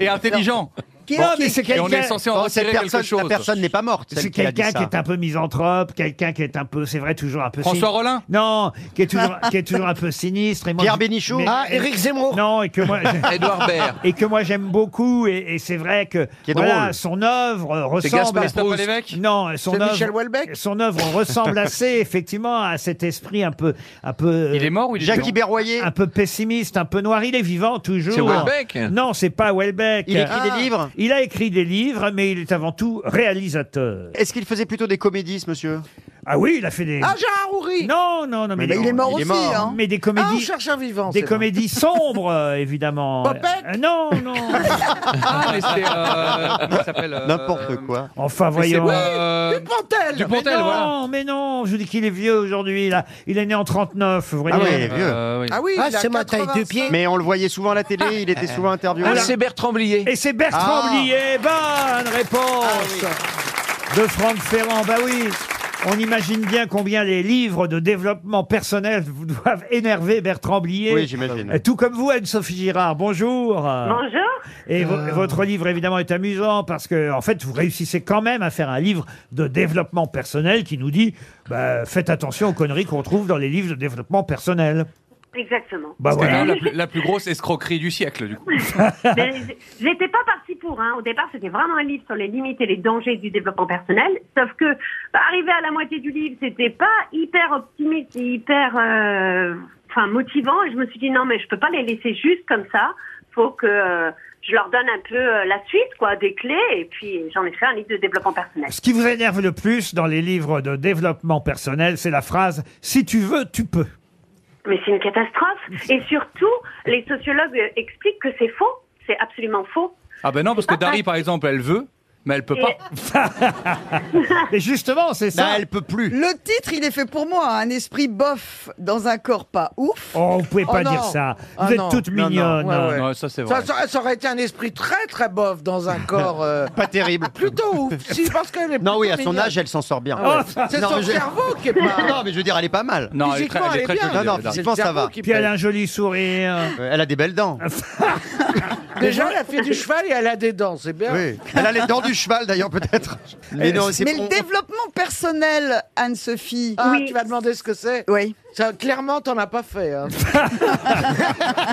C: et intelligent.
B: Qui- Non, mais c'est
C: Et on est
B: quelqu'un-
C: censé en
B: Non,
C: retirer
B: cette
C: quelque
B: personne-
C: chose.
B: la personne
G: n'est pas morte.
B: C'est quelqu'un qui est un peu misanthrope, quelqu'un qui est un peu, c'est vrai, toujours un peu.
C: François
B: cyni-
C: Rollin
B: Non, qui est toujours, qui est toujours un peu sinistre. Et moi,
G: Pierre
B: je-
G: Bénichou
B: mais-
G: Ah, Éric
H: Zemmour.
B: Non, et que moi.
E: Édouard Baird.
B: Et que moi j'aime beaucoup, et, et c'est vrai que
E: Qui est
B: voilà,
E: drôle.
B: son œuvre euh,
E: C'est
B: ressemble.
E: Gaspard Christophe Proust.
B: Lévesque Non, son
E: C'est
B: œuvre.
E: Michel
B: Houellebecq. Son œuvre ressemble assez effectivement à cet esprit un peu, un peu. Il est
C: mort ou il est Jackie vivant
B: Berroyer. Un peu pessimiste, un peu noir. Il est vivant toujours.
C: C'est Houellebecq
B: Non, c'est pas Houellebecq.
G: Il écrit des Ah. livres
B: Il a écrit des livres, mais il est avant tout réalisateur.
G: Est-ce qu'il faisait plutôt des comédies, ce monsieur Bah,
B: Ah oui, il a fait des.
D: Ah, Gérard Houry
B: Non, non, non, mais,
D: Mais
B: des-
D: il est mort Il est aussi, mort. hein.
B: Mais des comédies.
D: Ah, on cherche un vivant,
B: Des
D: c'est
B: comédies sombres, euh, évidemment.
D: Popek
B: Euh, Non, non.
C: Ah, mais c'est. euh, comment ça s'appelle euh,
G: N'importe quoi.
B: Enfin, voyons.
C: Mais c'est- euh,
D: Dupontel
C: Dupontel,
B: mais non,
C: voilà.
B: mais non, je vous dis qu'il est vieux aujourd'hui. Là. Il est né en 39, vous voyez.
G: Ah oui, il est vieux.
B: euh,
D: Ah oui,
H: Ah,
D: il a
H: c'est ma taille de
D: 85.
H: pied.
G: Mais on le voyait souvent à la télé, il
E: Ah,
G: était souvent interviewé.
B: Alors- Ah, C'est
E: Bertrand Blier.
B: Et c'est Bertrand
G: Ah.
B: Blier. Bonne réponse de Franck Ferrand. Bah oui. On imagine bien combien les livres de développement personnel vous doivent énerver Bertrand Blier.
G: Oui, j'imagine.
B: Euh, Tout comme vous, Anne-Sophie Girard. Bonjour.
K: Bonjour.
B: Et vo- votre livre, évidemment, est amusant parce que, en fait, vous réussissez quand même à faire un livre de développement personnel qui nous dit bah, faites attention aux conneries qu'on trouve dans les livres de développement personnel.
N: Exactement.
B: Bah
C: C'est quand
B: voilà.
C: même la, plus- la plus grosse escroquerie du siècle, du coup.
N: Mais Ben, j- J'étais pas partie pour. Hein. Au départ, c'était vraiment un livre sur les limites et les dangers du développement personnel. Sauf que, bah, arrivé à la moitié du livre, c'était pas hyper optimiste et hyper euh, enfin, motivant. Et je me suis dit, non, mais je peux pas les laisser juste comme ça. faut que euh, je leur donne un peu euh, la suite, quoi, des clés. Et puis, j'en ai fait un livre de développement personnel.
B: Ce qui vous énerve le plus dans les livres de développement personnel, c'est la phrase Si tu veux, tu peux.
N: Mais c'est une catastrophe. Et surtout, les sociologues euh, expliquent que c'est faux. C'est absolument faux.
C: Ah ben non, parce que Dari, par exemple, elle veut, mais elle peut pas.
B: Et justement, c'est
C: ça. elle peut plus.
F: Le titre, il est fait pour moi. hein. Un esprit bof dans un corps pas ouf.
B: Oh, vous pouvez pas
F: non.
B: dire ça. Vous
F: Ah
B: êtes
F: non.
B: toute
F: Non, non.
B: mignonne.
F: Ouais, ouais.
C: Non, ça, c'est
D: Ça,
C: vrai.
D: ça- ça aurait été un esprit très très bof dans un corps. euh,
G: Pas terrible.
D: Plutôt ouf. Si, parce qu'elle est
G: Non, oui, à
D: plutôt
G: son
D: mignonne.
G: âge, elle s'en sort bien.
D: Ah ouais. C'est
G: Non,
D: son
G: mais je-
D: cerveau qui est pas.
G: Non, mais je veux dire, elle est pas mal.
D: Non, elle est très- elle est Physiquement, très elle est jolie, bien. elle est
G: Non, non,
D: bien.
G: physiquement,
D: C'est le
G: ça va. Euh,
D: cerveau qui Puis elle a pèse.
B: un joli sourire.
G: Elle a des belles dents.
D: Déjà, elle a fait du cheval et elle a des dents, c'est bien.
G: Oui. Elle a les dents du cheval, d'ailleurs, peut-être.
D: Euh,
G: Mais non, c'est
F: Mais le
G: on-
F: développement personnel, Anne-Sophie.
D: Ah, tu vas demander ce que c'est
F: Oui.
D: Ça, clairement, t'en as pas fait. hein.
G: Bon,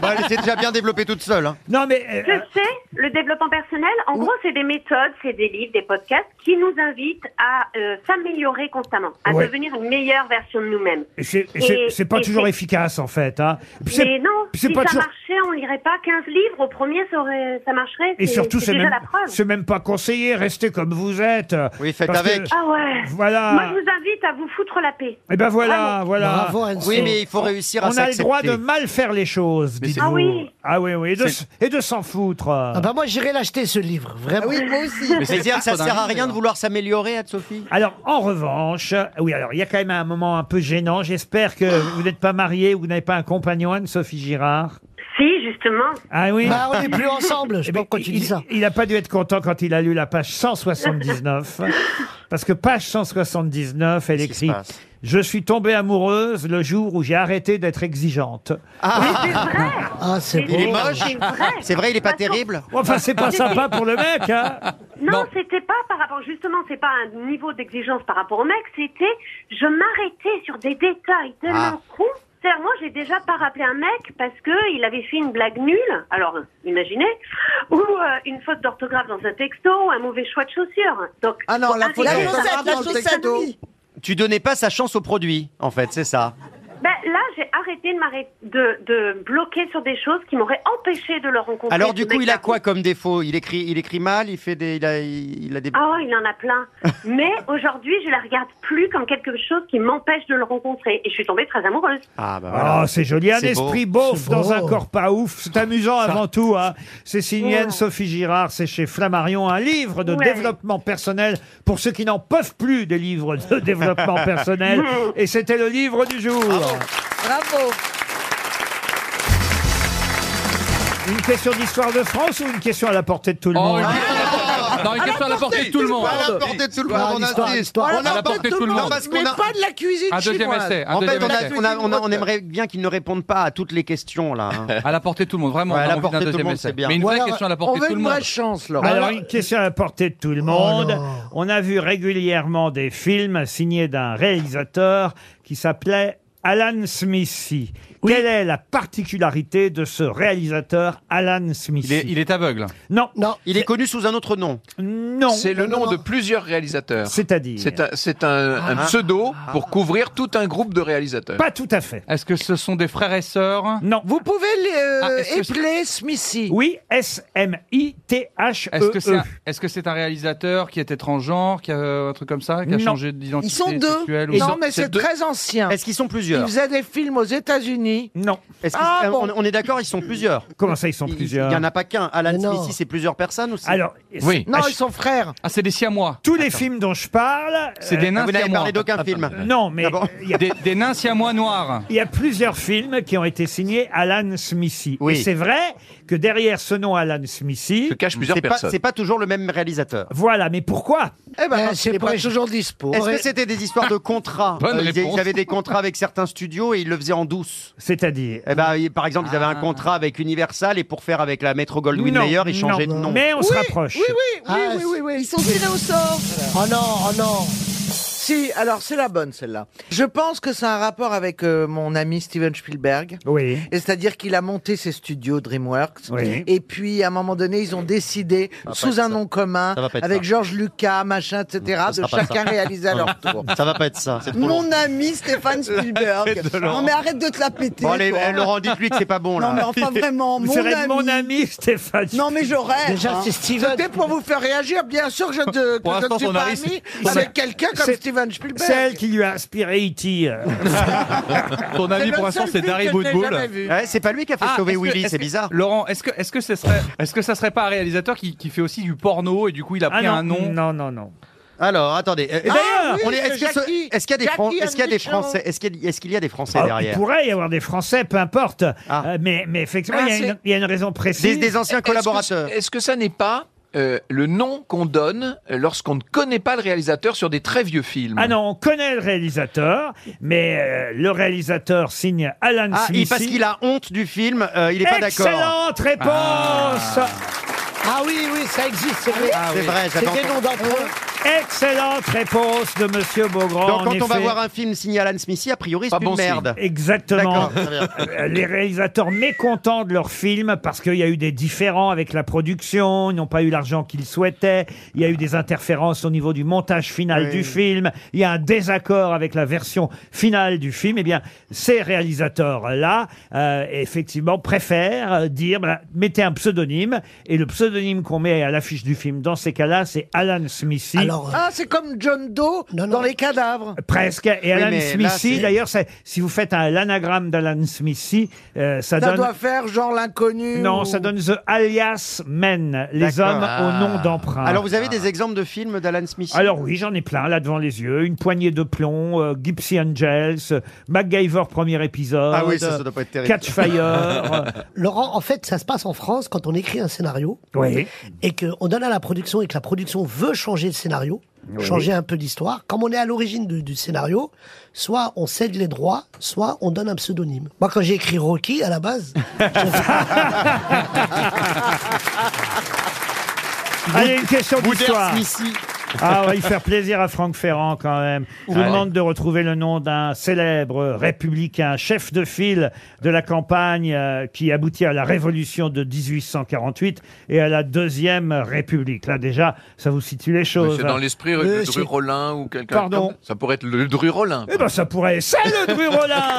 G: Bah, elle s'est déjà bien développée toute seule. hein.
B: Non, mais. euh,
N: Je sais, le développement personnel, en gros, c'est des méthodes, c'est des livres, des podcasts qui nous invitent à euh, s'améliorer constamment, à
B: Ouais.
N: devenir une meilleure version de nous-mêmes.
B: C'est c'est-
N: Et-
B: c'est pas
N: et
B: toujours
N: c'est-
B: efficace, en fait. hein. Et puis c'est-
N: Mais non,
B: puis
N: si
B: c'est
N: ça
B: pas toujours-
N: marchait, on lirait pas 15 livres, au premier, ça, aurait- ça marcherait.
B: Et surtout, c'est
N: déjà
B: même,
N: la preuve.
B: c'est même pas conseillé. Restez comme vous êtes. Oui, faites
N: Ah ouais.
B: Voilà.
N: Moi, je vous invite à vous foutre la paix.
B: Eh ben voilà,
N: Vraiment.
B: voilà.
G: Oui, mais il faut réussir à
B: On a le droit
G: s'accepter.
B: de mal faire les choses,
G: c'est-
B: dites-vous.
G: Ah oui.
B: Ah oui, oui, et de,
G: C'est-
B: s- et de s'en foutre.
H: Ah bah moi j'irai l'acheter ce livre, vraiment.
F: Ah oui, moi aussi.
G: Mais c'est-à-dire que ça sert à rien de vouloir s'améliorer, Anne-Sophie
B: Alors, en revanche, oui, alors, il y a quand même un moment un peu gênant. J'espère que vous n'êtes pas marié ou vous n'avez pas un compagnon, Anne-Sophie Girard.
N: Si, justement.
B: Ah oui
H: Bah, on n'est plus ensemble, je sais
B: Eh
H: pas
B: ben,
H: pourquoi tu
B: il-
H: dis ça.
B: Il n'a pas dû être content quand il a lu la page 179. parce que page 179, elle écrit
G: passe
B: « Je suis tombée amoureuse le jour où j'ai arrêté d'être exigeante.
H: Ah, c'est
N: Mais
H: beau.
G: Il est
N: c'est-
G: moche.
N: c'est vrai.
G: C'est vrai, il est pas
N: De toute façon,
G: terrible.
B: Enfin, c'est pas sympa pour le mec, hein
N: Non, c'était pas par rapport, justement, c'est pas un niveau d'exigence par rapport au mec, c'était je m'arrêtais sur des détails
D: Ah.
N: tellement cons. C'est-à-dire, moi, j'ai déjà pas rappelé un mec parce que il avait fait une blague nulle, alors imaginez, ou euh, une faute d'orthographe dans un texto, ou un mauvais choix de chaussures. Donc,
D: Ah non,
N: faut
D: la faute
N: arrêter
F: La
N: de
D: d'orthographe
F: chaussette,
N: s'arrêter
F: la
D: dans le
F: chaussette.
D: texto.
F: oui.
G: Tu donnais pas sa chance au produit, en fait, c'est ça.
N: Ben, là, j'ai arrêté de, m'arrêter- de, de bloquer sur des choses qui m'auraient empêché de le rencontrer.
G: Alors
N: ce
G: du coup, il
N: mec-là.
G: a quoi comme défaut Il écrit, il écrit mal, il fait des, il a, il a des.
N: Ah, il en a plein. Mais aujourd'hui, je la regarde plus comme quelque chose qui m'empêche de le rencontrer. Et je suis tombée très amoureuse.
G: Ah bah voilà.
B: Oh, c'est joli. Un
G: C'est beau.
B: esprit beauf
H: C'est
B: dans
H: beau.
B: un corps pas ouf. C'est amusant avant tout. hein. C'est signé
N: Ouais.
B: Anne-Sophie Girard. C'est chez Flammarion. Un livre de
N: Ouais.
B: développement personnel pour ceux qui n'en peuvent plus des livres de développement personnel. Et c'était le livre du jour.
C: Ah
F: Bravo.
B: Une question d'histoire de France ou une question à la portée de tout le
C: Oh,
B: monde
C: une question à la portée- non, une question à la portée de tout le monde.
G: À la portée de tout le
H: Ah,
G: monde, on
H: l'histoire,
G: insiste.
H: l'histoire.
G: On
C: À la
G: a pas-
C: portée de tout le
G: Non,
C: monde.
G: parce
D: Mais
G: qu'on a-
D: pas de la cuisine
C: Un deuxième
D: chinoise.
C: essai. un
G: En fait,
C: deuxième
G: on, a-
C: essai.
G: on a- on a- on aimerait bien qu'ils ne répondent pas à toutes les questions là. hein.
C: À la portée de tout le monde, vraiment.
G: Ouais,
C: on
G: à
C: a
G: la
C: envie
G: portée
C: d'un
G: de tout le
C: deuxième
G: monde,
C: essai.
G: c'est bien.
C: Mais une
D: Ou
C: vraie
D: alors,
C: question à la
D: On
C: portée de
D: veut
C: tout le
D: une
C: monde.
D: vraie chance, Laurent. Oh
B: Alors, une question à la portée de tout le monde.
H: non.
B: On a vu régulièrement des films signés d'un réalisateur qui s'appelait Alan Smithy. Quelle est la particularité de ce réalisateur Alan Smithy
C: Il est, il est aveugle.
B: Non,
H: Non,
G: Il est connu sous un autre nom.
B: non.
E: C'est le
H: Non,
E: nom
H: non,
E: de
H: non.
E: plusieurs réalisateurs.
B: C'est-à-dire
E: C'est un, c'est un- un
C: Ah.
E: pseudo pour couvrir tout un groupe de réalisateurs.
B: Pas tout à fait.
C: Est-ce que ce sont des frères et sœurs
B: Non.
D: Vous pouvez euh,
C: Ah, est-ce que c'est-
D: épeler Smithy.
B: Oui, S-M-I-T-H-E.
C: Est-ce que c'est un, est-ce que c'est un réalisateur qui était transgenre, qui a euh, un truc comme ça, qui a
B: Non.
C: changé d'identité
F: Ils sont deux.
C: sexuelle ou-
D: Non, mais
E: c'est
D: c'est
E: deux-
D: très ancien.
G: Est-ce qu'ils sont
D: Ils faisaient des films aux États-Unis. Ah,
B: Non.
G: Est-ce que- euh, on, on est d'accord, ils sont plusieurs.
B: Comment ça, ils sont
G: Il
B: plusieurs
G: n'y en a pas qu'un. Alan
B: Mais non.
G: Smith, ici, c'est plusieurs personnes aussi.
B: Alors, Oui.
D: Non, ils sont frères.
G: Ah, c'est des siamois.
B: Tous les films dont je parle.
G: C'est des nains
B: Vous n'avez
G: siamois.
B: parlé
G: Ah,
B: d'aucun film. Non, mais.
C: Des, des nains siamois noirs.
B: Il y a plusieurs films qui ont été signés Alan Smithy.
C: Oui.
B: Et c'est vrai que derrière ce nom Alan Smithy. Se
E: cachent
G: plusieurs C'est pas- personnes. c'est pas toujours le même réalisateur.
B: Voilà, mais pourquoi
G: Eh ben,
B: Euh,
D: Ah,
G: quand
B: c'est
G: il est
B: pour
G: pas-
B: être toujours dispo.
G: Est-ce
B: Ouais.
G: que c'était des histoires de contrats
B: Bonne
G: ils-
B: réponse.
G: Ils avaient Euh, des contrats avec certains studios et ils le faisaient en douce.
B: C'est-à-dire
G: eh ben, ils- Par exemple, ils avaient un contrat avec Universal et pour faire avec la Metro Goldwyn Mayer, ils changeaient de nom.
D: Oui,
B: Oh,
D: Oui, oui, oui,
F: Ah,
D: oui, oui, oui.
F: Ils sont tirés au sort.
D: Oh non, oh non. Si, alors c'est la bonne celle-là. Je pense que c'est un rapport avec euh, mon ami Steven Spielberg.
B: Oui.
D: Et c'est-à-dire qu'il a monté ses studios DreamWorks.
B: Oui.
D: Et puis à un moment donné, ils ont décidé
G: pas
D: sous
G: être ça.
D: un nom commun
G: Ça va pas être
D: avec
G: ça. Mm,
D: George Lucas, machin, etc.
G: Ça
D: de
G: sera pas
D: chacun
G: ça.
D: réaliser à leur tour.
G: Ça va pas être ça. c'est trop long.
F: Mon ami Stéphane Spielberg.
G: Arrête de leur-
D: Oh,
F: Non mais arrête de te la péter.
G: Bon, allez,
F: toi.
G: eh, Laurent, dites-lui que c'est pas bon, là.
F: Non mais enfin vraiment,
G: Vous
F: mon
G: serez de
F: ami.
G: mon
B: ami Stéphane.
D: oh,
F: Non mais j'aurais.
D: hein. C'était pour vous faire réagir. Bien sûr que je, te- que
B: Pour
D: je ne
B: l'instant,
D: suis
B: son
D: pas
B: mari,
D: ami
B: c'est-
D: avec quelqu'un comme
B: c'est-
D: Steven Spielberg.
B: Celle qui lui a inspiré E.T. euh.
C: Ton
D: C'est
C: avis
D: le
C: pour l'instant,
D: seul
C: c'est
D: film
C: Darry
D: que je n'ai
C: Woodbull.
D: jamais vu.
G: Ouais, c'est pas lui qui a fait
C: Ah,
G: sauver
C: est-ce que-
G: Willy,
C: est-ce
G: c'est
C: que-
G: bizarre.
C: Laurent, est-ce que, est-ce que ça serait, est-ce que ça serait pas un réalisateur qui, qui fait aussi du porno et du coup il a
B: Ah
C: pris
B: non,
C: un nom
B: Non, non, non.
G: Alors, attendez. euh,
C: Eh
B: Et
C: ben,
B: d'ailleurs,
G: on est-
B: oui,
G: est-ce que ce-
B: Jackie-
G: est-ce qu'il y a des Fran-
B: Jackie
G: est-ce qu'il y a des
B: and the
G: Français Est-ce qu'il y a- est-ce qu'il y a des
D: Ah,
G: Français
B: Alors, Ah, il
G: derrière
B: pourrait y avoir des Français, peu importe. Euh, mais, mais effectivement,
E: Ah,
B: il, y
E: c'est-
B: a une, il y a une raison précise.
E: Est-ce que- Est-ce que ça n'est pas euh, le nom qu'on donne euh, lorsqu'on ne connaît pas le réalisateur sur des très vieux films
B: Ah non, on connaît le réalisateur, mais euh, le réalisateur signe Alan
G: Ah, il-
B: Smith.
G: parce qu'il a honte du film, euh, il est pas d'accord.
B: Excellente réponse
H: Ah oui, oui, ça existe, c'est vrai.
G: Ah C'est oui. vrai, j'avais
H: C'est des
G: entendu.
H: noms d'entre
B: Excellente réponse de Monsieur Beaugrand.
G: Donc quand
B: en
G: on va
B: effet.
G: voir un film signé Alan Smithy, a priori c'est
B: Pas
G: une
B: bon signe.
G: merde.
B: Exactement.
G: D'accord, très bien.
B: Euh, Les réalisateurs mécontents de leurs films parce qu'il y a eu des différends avec la production, ils n'ont pas eu l'argent qu'ils souhaitaient, il y a eu des interférences au niveau du montage final
P: Oui.
B: du film, il y a un désaccord avec la version finale du film. Eh bien, ces réalisateurs-là, euh, effectivement, préfèrent euh, dire bah, mettez un pseudonyme et le pseudonyme qu'on met à l'affiche du film dans ces cas-là, c'est Alan Smithy.
D: Ah, c'est comme John Doe dans les cadavres.
B: euh, Presque. Et
D: Oui,
B: Alan
D: mais là,
B: Smithy,
D: c'est-
B: d'ailleurs, c'est- si vous faites un l'anagramme d'Alan Smithy, euh, ça,
D: Ça,
B: donne.
D: doit faire genre l'inconnu.
B: Non,
D: ou-
B: ça donne The Alias Men, les
G: D'accord. Ah.
B: hommes au nom d'emprunt.
G: Alors vous avez des exemples de films d'Alan Smithy
B: Alors oui, j'en ai plein là devant les yeux. Une poignée de plomb, euh, Gypsy Angels, euh, MacGyver premier épisode.
G: Ah oui, ça, ça doit pas être terrible.
B: Catch Fire. euh,
H: Laurent, en fait, ça se passe en France quand on écrit un scénario
B: Oui.
H: et qu'on donne à la production et que la production veut changer le scénario,
B: Oui.
H: changer un peu l'histoire. Comme on est à l'origine du, du scénario, soit on cède les droits, soit on donne un pseudonyme. Moi, quand j'ai écrit Rocky à la base,
B: Allez, une question
H: Boudère
B: d'histoire.
H: Smithy.
B: Ah, on va y faire plaisir à Franck Ferrand quand même. Je vous
H: Ouais.
B: demande de retrouver le nom d'un célèbre républicain, chef de file de la campagne euh, qui aboutit à la Révolution de 1848 et à la Deuxième République. Là déjà, ça vous situe les
E: Mais
B: choses.
E: C'est dans l'esprit
B: Euh,
E: le
B: c'est-
E: Dru Rollin ou quelqu'un.
B: Pardon
E: comme- Ça pourrait être le Dru Rollin.
B: Eh ben ça pourrait. C'est le Drurola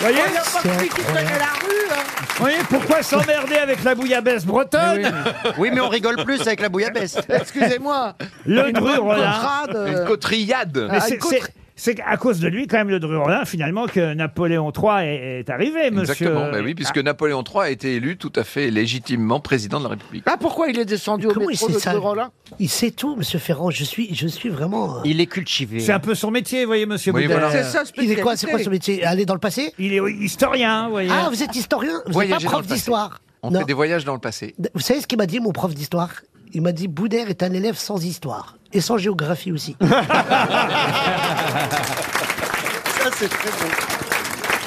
B: Vous voyez
D: Il y a pas que lui qui connaît la rue. hein.
B: Vous voyez pourquoi s'emmerder avec la bouillabaisse bretonne
G: Oui, mais on rigole plus avec la bouillabaisse.
D: Excusez-moi.
B: Le
D: Une bonne
B: Drurola.
D: contrade, euh,
B: Mais
D: Ah,
B: c'est-
D: une cotre-
B: c'est- c'est à cause de lui, quand même, le Drurola, finalement, que Napoléon III est, est arrivé, Eh, monsieur.
E: Exactement, bah oui, puisque Napoléon III a été élu tout à fait légitimement président de la République.
D: Ah, pourquoi il est descendu au
H: comment il
D: métro,
H: sait
D: le
H: ça
D: Drurola
H: Il sait tout, Monsieur Ferrand. Je suis, je suis vraiment. euh,
G: Il est cultivé.
B: C'est un peu son métier, vous voyez, monsieur
G: Oui,
B: Boudère.
G: voilà. C'est
D: ça,
H: Il est quoi C'est quoi son métier Aller dans le passé
B: Il est historien, vous voyez.
H: Ah, vous êtes historien Vous n'êtes pas
E: Voyager dans
H: prof
E: le passé.
H: d'histoire
E: On
H: Non.
E: fait des voyages dans le passé.
H: Vous savez ce qu'il m'a dit, mon prof d'histoire Il m'a dit Boudère est un élève sans histoire. Et sans géographie aussi.
G: Ça, c'est très bon.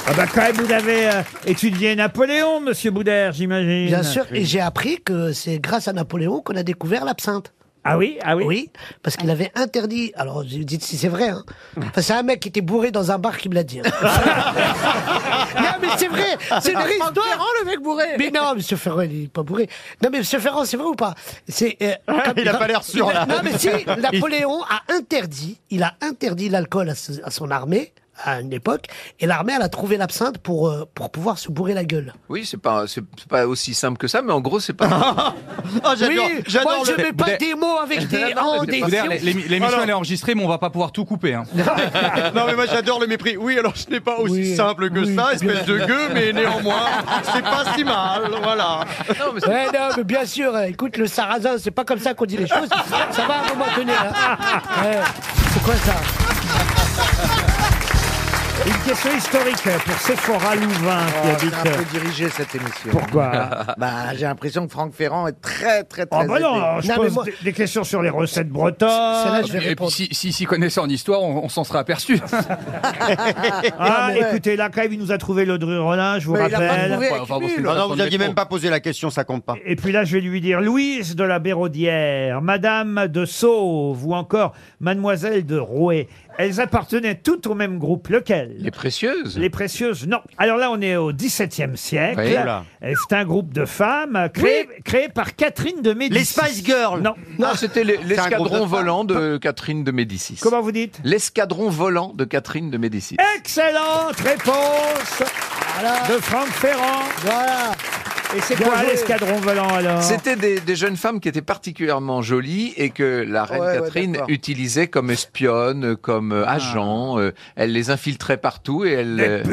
B: Ah bah, quand même, vous avez euh, étudié Napoléon, monsieur Boudère, j'imagine.
H: Bien sûr. Et j'ai appris que c'est grâce à Napoléon qu'on a découvert l'absinthe.
B: Ah oui, ah Ah. oui.
H: Oui, parce qu'il avait interdit. Alors, je dites si c'est vrai. hein. Enfin, c'est un mec qui était bourré dans un bar qui me l'a dit. hein. non, mais c'est vrai, c'est une vraie histoire. le mec bourré. Mais non, Monsieur Ferrand, il est pas bourré. Non, mais Monsieur Ferrand, c'est vrai ou pas C'est. euh, comme-
G: Il a pas l'air sûr,
H: il a-
G: là.
H: Non, mais si. Napoléon a interdit. Il a interdit l'alcool à, ce- à son armée à une époque, et l'armée, elle a trouvé l'absinthe pour, euh, pour pouvoir se bourrer la gueule.
E: Oui, c'est pas, c'est c'est pas aussi simple que ça, mais en gros, c'est pas.
B: Ah,
H: j'adore- Oui, j'adore moi, je le- mets pas des mots avec des en, des
C: Boudère,
H: sions.
C: l'é- l'é- L'émission elle est enregistrée, mais on va pas pouvoir tout couper. hein.
G: non mais moi j'adore le mépris. Oui alors ce n'est pas aussi simple que ça, espèce de gueux, mais néanmoins c'est pas si mal, voilà.
H: Non, mais non, mais bien sûr, euh, écoute, le sarrasin, c'est pas comme ça qu'on dit les choses. ça va à un moment donné. hein. Ouais. C'est quoi ça
B: Une question historique pour Sephora Louvain qui
D: Oh,
B: habite. euh,
D: t'as un peu dirigé cette émission.
B: Pourquoi
D: Bah, j'ai l'impression que Franck Ferrand est très, très, très.
B: Oh bah non,
D: aidé.
B: je pose des- des questions sur les recettes bretonnes.
C: Et puis si, si, s'y connaissait en histoire, on, on s'en serait aperçu.
B: Ah,
C: Non, mais ouais.
B: écoutez, là, quand même, il nous a trouvé Laudru Rollin, je vous rappelle.
G: non, non, Ah, vous n'aviez même pas posé la question, ça compte pas.
B: Et puis là, je vais lui dire Louise de la Béraudière, Madame de Sauve ou encore Mademoiselle de Rouet. Elles appartenaient toutes au même groupe. Lequel Les
E: Précieuses
B: Les Précieuses, non. Alors là, on est au XVIIe siècle.
E: Oui. Oula.
B: Et C'est un groupe de femmes euh, créé, créé par Catherine de Médicis.
E: Les Spice
B: Girls Non. Ah.
E: Non, c'était l'es-
B: C'est un groupe
E: l'escadron
B: de-
E: volant de Catherine de Médicis.
B: Comment vous dites
E: L'escadron volant de Catherine de Médicis.
B: Excellente réponse de Franck Ferrand. Voilà. Et c'est
E: Bien
B: quoi
E: joué.
B: l'escadron volant alors
E: C'était des, des jeunes femmes qui étaient particulièrement jolies et que la reine
B: Ouais, ouais,
E: Catherine
B: d'accord. Ah.
E: utilisait comme espionne, euh, comme euh, agent. euh, Elle les infiltrait partout et elle. euh,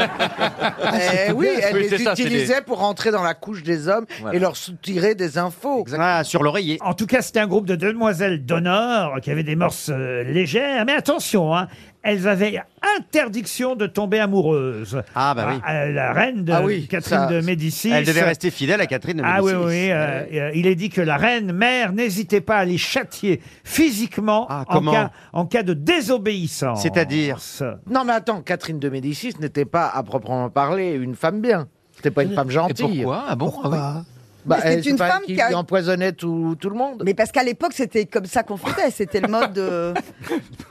D: Eh oui, elle
E: Oui,
D: les
E: c'est ça, c'est
D: utilisait
E: des-
D: pour rentrer dans la couche des hommes
E: Voilà.
D: et leur soutirer des infos.
G: Ah, sur l'oreiller.
B: En tout cas, c'était un groupe de demoiselles d'honneur qui avaient des morses euh, légères. Mais attention, hein, elles avaient interdiction de tomber amoureuses.
G: Ah bah oui.
B: Euh, la reine de
G: Ah oui,
B: Catherine
G: ça-
B: de Médicis. euh,
G: Elle devait rester fidèle à Catherine de
B: Ah oui,
G: Médicis.
B: oui. euh, euh, il est dit que la reine mère n'hésitait pas à les châtier physiquement
G: Ah,
B: en,
D: comment
B: cas, en cas de désobéissance.
D: C'est-à-dire
B: Oh,
D: Non, mais attends, Catherine de Médicis n'était pas, à proprement parler, une femme bien. C'était pas une femme gentille.
E: pourquoi Ah bon Ah oui.
D: Bah,
F: Mais c'est
D: elle, c'est
F: une
D: pas elle
F: femme
D: qui,
F: qui a-
D: empoisonnait tout, tout le monde.
F: Mais parce qu'à l'époque, c'était comme ça qu'on faisait. C'était le mode de.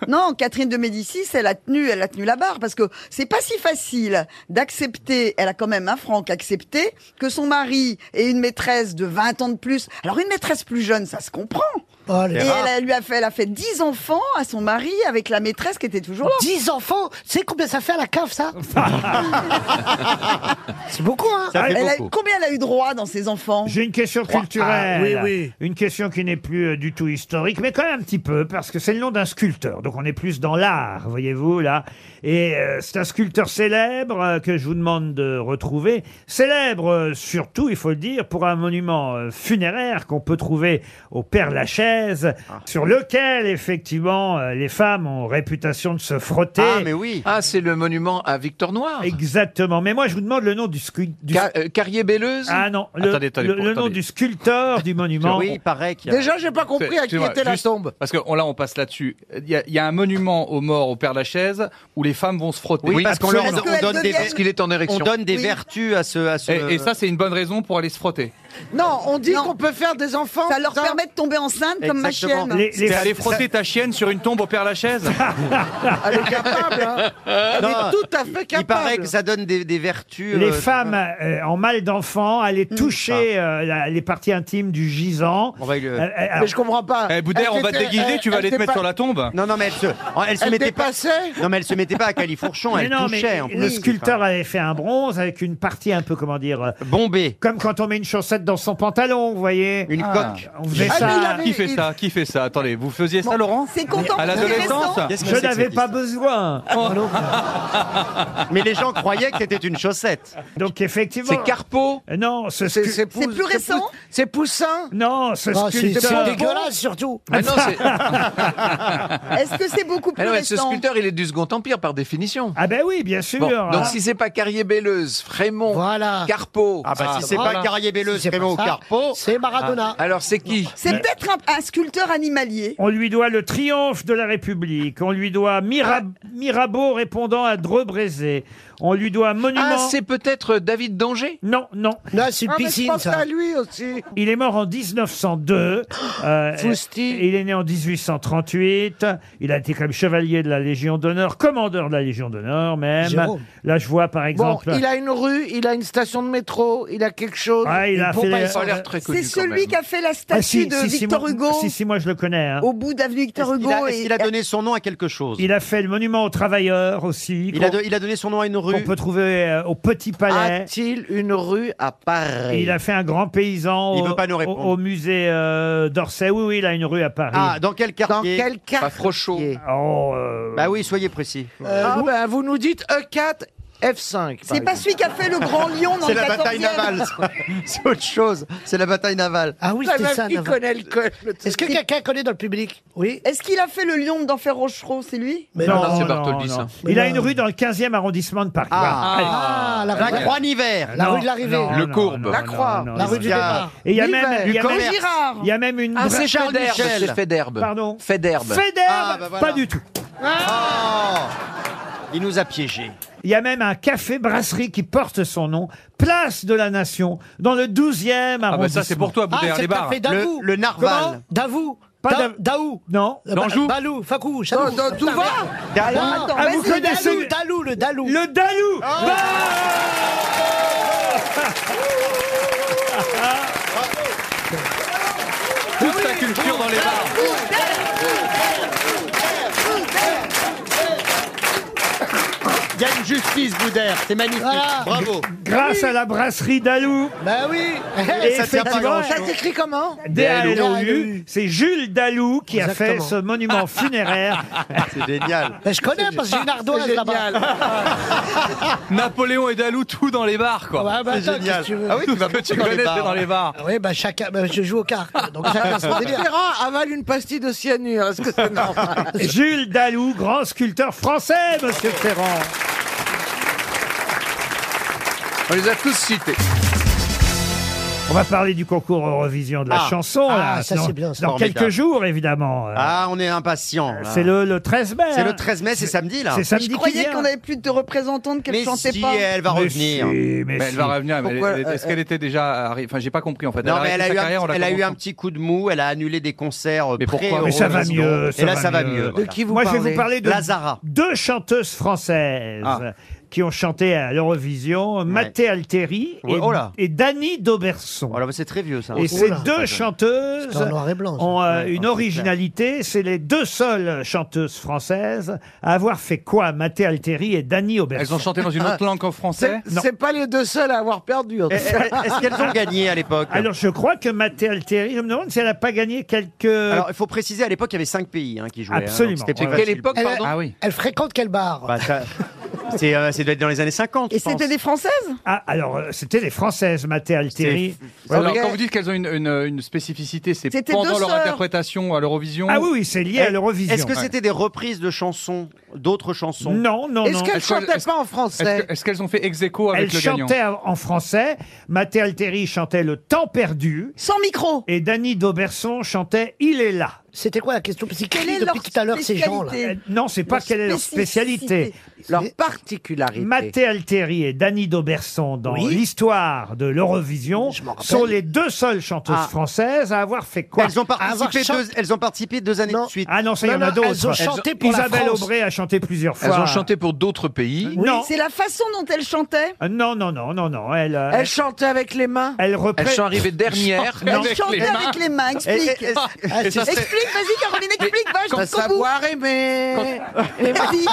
F: Non, Catherine de Médicis, elle a tenu, elle a tenu la barre parce que c'est pas si facile d'accepter. Elle a quand même, un Franck, accepté que son mari ait une maîtresse de 20 ans de plus. Alors une maîtresse plus jeune, ça se comprend.
H: Oh, les Ah,
F: Et
H: rats.
F: elle, a- lui a fait, elle a fait 10 enfants à son mari avec la maîtresse qui était toujours là.
H: 10 enfants C'est combien ça fait à la cave, ça C'est beaucoup, hein
B: Ça fait
F: Elle a-
B: beaucoup.
F: Combien elle a eu droit dans ses enfants
B: J'ai une question
F: Trois.
B: culturelle.
F: Ah, oui,
B: Une question qui n'est plus euh, du tout historique, mais quand même un petit peu, parce que c'est le nom d'un sculpteur. Donc on est plus dans l'art, voyez-vous, là. Et euh, c'est un sculpteur célèbre euh, que je vous demande de retrouver. Célèbre euh, surtout, il faut le dire, pour un monument euh, funéraire qu'on peut trouver au Père-Lachaise,
C: Ah.
B: sur lequel, effectivement, euh, les femmes ont réputation de se frotter.
E: oui. Ah, c'est le monument à Victor Noir.
B: Exactement. Mais moi, je vous demande le nom du sculpteur.
E: Carrier-Belleuse
B: Ah non, le,
C: euh, Attendez, attendez,
B: le-
C: pour-
B: le nom
C: attendez.
B: du sculpteur du monument.
C: C'est- excusez-moi, juste- Parce que on- là, on passe là-dessus. Il y, a- il y a un monument aux morts au Père Lachaise où les femmes vont se frotter.
G: Oui, parce qu'on leur on donne des
E: Parce qu'il est en érection.
G: On donne des vertus à ce à ce
C: Et, et ça, c'est une bonne raison pour aller se frotter.
D: Non, on dit qu'on peut faire des enfants.
F: Ça leur permet de tomber enceinte comme ma chienne.
C: Les, aller frotter ta chienne sur une tombe au Père Lachaise.
D: Elle est capable, hein. Elle est tout à fait capable.
G: Il paraît que ça donne des, des vertus.
B: Les
G: euh,
B: femmes euh, en mal d'enfant allaient toucher euh, la- les parties intimes du gisant.
G: On va y le-
B: Euh, euh,
G: Mais
B: alors-
G: je comprends pas.
C: Eh, Boudère, on va te déguiser, tu vas aller te mettre sur la tombe.
G: Non, non, mais elle se, oh, elle se
B: Elle
G: mettait pas.
D: dépassait
G: Non, mais elle se mettait pas à califourchon,
B: Mais
G: elle
B: non,
G: touchait.
B: mais
G: en plus,
B: le
G: ces
B: sculpteur
G: femmes.
B: avait fait un bronze avec une partie un peu, comment dire... euh,
G: Bombée.
B: Comme quand on met une chaussette dans son pantalon, vous voyez. Une
C: coque.
B: On faisait ça.
C: Qui fait Ah, ça Qui fait ça Attendez, vous faisiez ça, Laurent
F: C'est contemporain.
C: À l'adolescence
B: Je n'avais pas besoin.
C: Oh,
G: Mais les gens croyaient que c'était une chaussette.
B: Donc effectivement. Euh,
G: C'est Carpeau
B: Non, ce
D: C'est-
B: scu-
D: c'est pou- C'est plus c'est pou- récent
B: C'est Poussin Non, ce
H: Ah, c'est-
B: sculpteur.
H: c'est dégueulasse, surtout. Ah
E: Mais non, c'est-
F: Est-ce que c'est beaucoup plus
E: Mais Ah non, mais ce
F: récent
E: sculpteur, il est du Second Empire par définition.
B: Ah ben oui, bien sûr.
E: Bon,
B: Ah.
E: donc si c'est pas Carrier-Belleuse, Frémont, Carpeau.
G: Ah bah si c'est pas Carrier-Belleuse, Frémont ou Carpeau.
H: C'est
E: Ah, alors c'est qui
F: C'est peut-être un, un sculpteur animalier.
B: On lui doit le triomphe de la République. On lui doit Mira- Mirabeau répondant à Drebrézé. On lui doit un monument.
E: Ah, c'est peut-être David Danger
B: Non, non.
H: Là, c'est
D: Ah,
H: une piscine, ça.
D: lui aussi.
B: Il est mort en 1902. euh, et Il est né en 1838. Il a été comme chevalier de la Légion d'honneur, commandeur de la Légion d'honneur même.
D: Jérôme.
B: Là, je vois par
D: Bon,
B: exemple.
D: il a une rue, il a une station de métro, il a quelque chose.
B: Ah, il a fait les-
F: C'est celui qui a fait la statue
B: Ah, si,
F: de
B: si, si,
F: Victor
B: moi-
F: Hugo
B: Si, si, moi je le connais. hein.
F: au bout d'avenue Victor Hugo.
O: Il a,
F: et-
O: il a donné son nom à quelque chose.
B: Il a fait le monument aux travailleurs aussi.
O: Il a
B: qu'on-
O: do- il a donné son nom à une rue.
B: Qu'on peut trouver euh, au Petit Palais.
D: A-t-il une rue à Paris
B: Il a fait un grand paysan
O: Il
B: au,
O: veut pas nous
B: au-
O: répondre.
B: au musée euh, d'Orsay. Oui, oui, il a une rue à Paris.
O: Ah, dans quel quartier
D: Dans quel quartier Pas
O: Frochot.
B: Oh,
O: Bah oui, soyez précis.
D: Euh, vous... ben, vous nous dites E4, F5.
F: C'est pas celui qui a fait le Grand Lion dans
O: C'est
F: le
O: la bataille
F: 14e.
O: navale. C'est autre chose. C'est la bataille navale.
H: Ah oui, c'était ça. Navarre. Est-ce que
F: truc.
H: quelqu'un connaît dans le public Oui.
F: Est-ce qu'il a fait le lion d'Enfer Rochereau C'est lui
B: Mais
E: non, c'est Bartholdi, ça.
B: Il a une rue dans le 15e arrondissement de Paris.
H: Ah,
B: Voilà. Allez.
H: ah, la,
O: La
H: rue-
O: Croix-Nivert.
H: La
B: Non,
H: rue de l'arrivée.
B: non,
E: Le
B: non,
E: Courbe.
B: non,
E: La
B: non,
D: Croix.
B: non,
H: La
B: non.
H: rue du
O: Il y a-
H: débat.
B: Et il y a
D: L'hiver.
B: même, il y a
O: Du
B: même-
O: commerce.
F: Girard.
B: il y a même une.
E: Ah,
B: brèche-
E: c'est Charles
O: Federbe.
E: Michel. C'est Federbe.
B: Pardon.
E: Federbe.
B: Federbe,
O: Ah, bah voilà.
B: Pas du tout.
D: Ah.
G: Oh.
O: Il nous a piégés.
B: Il y a même un café-brasserie qui porte son nom, Place de la Nation, dans le 12e arrondissement.
C: Ah, bah ça, c'est pour toi, Boudère, les bars.
H: fait
O: Le,
H: Davout.
O: le narval.
H: Davout.
B: Pas
H: Da-
B: Dav-
H: Daou.
B: Non.
H: Euh, bah,
C: Danjou.
H: Balou, Fakou,
D: Dans,
H: Chadou.
D: dans tout va
H: Dalou.
F: attends,
B: Ah, vous
F: vas-y,
B: connaissez
H: Dalou, Dalou, le Dalou.
B: le Dalou
O: Toute la culture dans les bars. Il y a une justice, Boudère. C'est magnifique.
H: Voilà.
O: Bravo.
B: Grâce à la brasserie Dalou,
H: Bah oui.
B: Et
O: ça tient pas
B: effectivement,
O: grand-chose.
D: Ça s'écrit comment
B: D-A-L-O-U, c'est Jules Dalou qui a fait
H: Exactement.
B: ce monument funéraire.
O: C'est génial.
H: Je connais parce que j'ai une ardoise là-bas.
C: Napoléon et Dalou, tout dans les bars, quoi.
H: Ouais, bah,
O: C'est
H: attends, qu'est-ce
O: génial.
H: que tu veux
O: Ah oui, tu vas petit
C: tu
O: dans
C: connais,
O: les
C: t'es dans
O: bars.
C: les bars.
H: Ah Oui, bah chacun, bah, je joue aux cartes, donc chacun son délire.
D: Mitterrand avale une pastille de cyanure. Est-ce que c'est normal
B: Jules Dalou, grand sculpteur français, monsieur Ferrand.
E: Ah, On les a tous cités.
B: On va parler du concours Eurovision de la
O: Ah.
B: chanson.
H: Ah,
B: là,
H: ça,
B: dans-
H: c'est bien, ça.
B: Dans
O: Formidable.
B: quelques jours, évidemment. Euh,
O: Ah, on est impatients. là.
B: C'est le, le 13 mai.
O: C'est le
B: hein.
O: 13 mai, c'est samedi, là.
B: C'est
F: Mais
B: samedi
F: Je
B: qui
F: croyais
B: vient.
F: qu'on avait plus de représentants qu'elle
O: Mais
F: chantait
O: si,
F: pas.
O: elle va
B: Mais
O: revenir.
B: si, mais
C: Mais elle
B: si.
C: va revenir. mais elle-
D: Pourquoi,
C: elle- Est-ce
D: euh,
C: qu'elle était déjà arrivée Enfin, j'ai pas compris en fait.
P: Non, mais
C: arrêté
P: elle a, eu
C: sa carrière, on
P: un,
C: la
P: elle a eu
C: commence-
P: un petit coup de mou, elle a annulé des concerts euh,
C: Mais pourquoi
P: pré
B: Mais ça va
P: Eurovision.
B: mieux.
P: Et là, ça va mieux.
D: De qui vous
B: Moi, je vais
D: parlez
B: vous parler de
P: Lazara.
B: deux chanteuses françaises
P: Ah.
B: qui ont chanté à l'Eurovision, Mathé Alteri et,
P: Ouais, oh là.
B: et Dani Dauberson.
P: Voilà, mais c'est très vieux ça.
B: Et
H: Oh
B: ces
H: là.
B: deux chanteuses
H: C'était en noir et blanc, ça.
B: ont euh,
P: Ouais,
B: une
P: non, c'est
B: originalité. C'est les deux seules chanteuses françaises à avoir fait quoi Mathé Alteri et Dani Ah.
C: Elles
B: Oberson.
C: ont chanté dans une autre langue qu'en français.
D: C'est c'est pas les deux seuls à avoir perdu. en tout cas.
P: Eh, Est-ce qu'elles ont gagné à l'époque
B: Alors je crois que Mathé Alteri, je me demande si elle n'a pas gagné quelques...
P: Alors, il faut préciser, à l'époque, il y avait 5 pays hein, qui jouaient. hein, donc
B: Absolument.
P: c'était
B: Ouais.
P: pas
E: Quelle
P: facile.
E: époque,
H: Elle-
E: pardon
C: Ah oui.
H: Elle fréquente quel bar
P: Bah, ça, c'est, euh, ça doit être dans les années 50.
F: Et
P: je pense.
F: c'était des Françaises
B: Ah, alors euh, c'était des Françaises, Mathé Alteri.
C: Alors,
D: ok.
C: quand vous dites qu'elles ont une, une- une spécificité, c'est
F: C'était
C: pendant
F: deux
C: leur
F: sœurs.
C: interprétation à l'Eurovision.
B: Ah oui, oui, c'est lié à l'Eurovision.
P: Est-ce que c'était des reprises de chansons, d'autres chansons
B: Non, non,
D: Est-ce
B: non.
D: qu'elle
C: Est-ce que-
D: chantait
C: est-ce-
D: pas en
C: Est-ce
D: français
C: que- est-ce qu'elles ont fait ex aequo avec
B: Elle
C: le gagnant
B: chantait en français, Mathé Alteri chantait Le temps perdu
F: Sans micro
B: et Dany Dauberson chantait Il est là.
H: C'était quoi la question Parce que
F: Quelle est leur
H: depuis tout à l'heure ces gens-là
F: spécialité
B: Euh, Non, c'est pas
F: Leur
B: quelle est leur spécialité.
D: Leur particularité.
B: Mathé Alteri et Dany Dauberson dans
D: Oui.
B: l'histoire de l'Eurovision
H: Je m'en rappelle.
B: sont les deux seules chanteuses
P: Ah.
B: françaises à avoir fait quoi
P: Elles ont
H: Avoir
P: participé,
H: chan-
P: deux, elles ont participé deux années
H: Non.
P: de suite.
B: Ah non, ça il y
H: Non,
B: en a
H: non, elles
B: d'autres.
H: ont chanté pour la
B: Isabelle
H: France.
B: Aubray a chanté plusieurs fois.
E: Elles ont chanté pour d'autres pays.
B: Non,
F: C'est la façon dont elle chantait.
B: Euh, non, non, non, non, non. Elle, euh,
D: Elle chantait avec les mains
B: elle
E: Elles
B: reprend.
E: sont arrivées dernières. Ah,
F: Elle
E: Avec
F: chantait
E: les mains.
F: avec les mains,
P: Et-
F: explique. Ah,
P: et- est-ce-
F: Explique, vas-y Caroline, explique, va
D: Quand
F: jusqu'au bout.
D: savoir aimer.
F: Mais vas-y.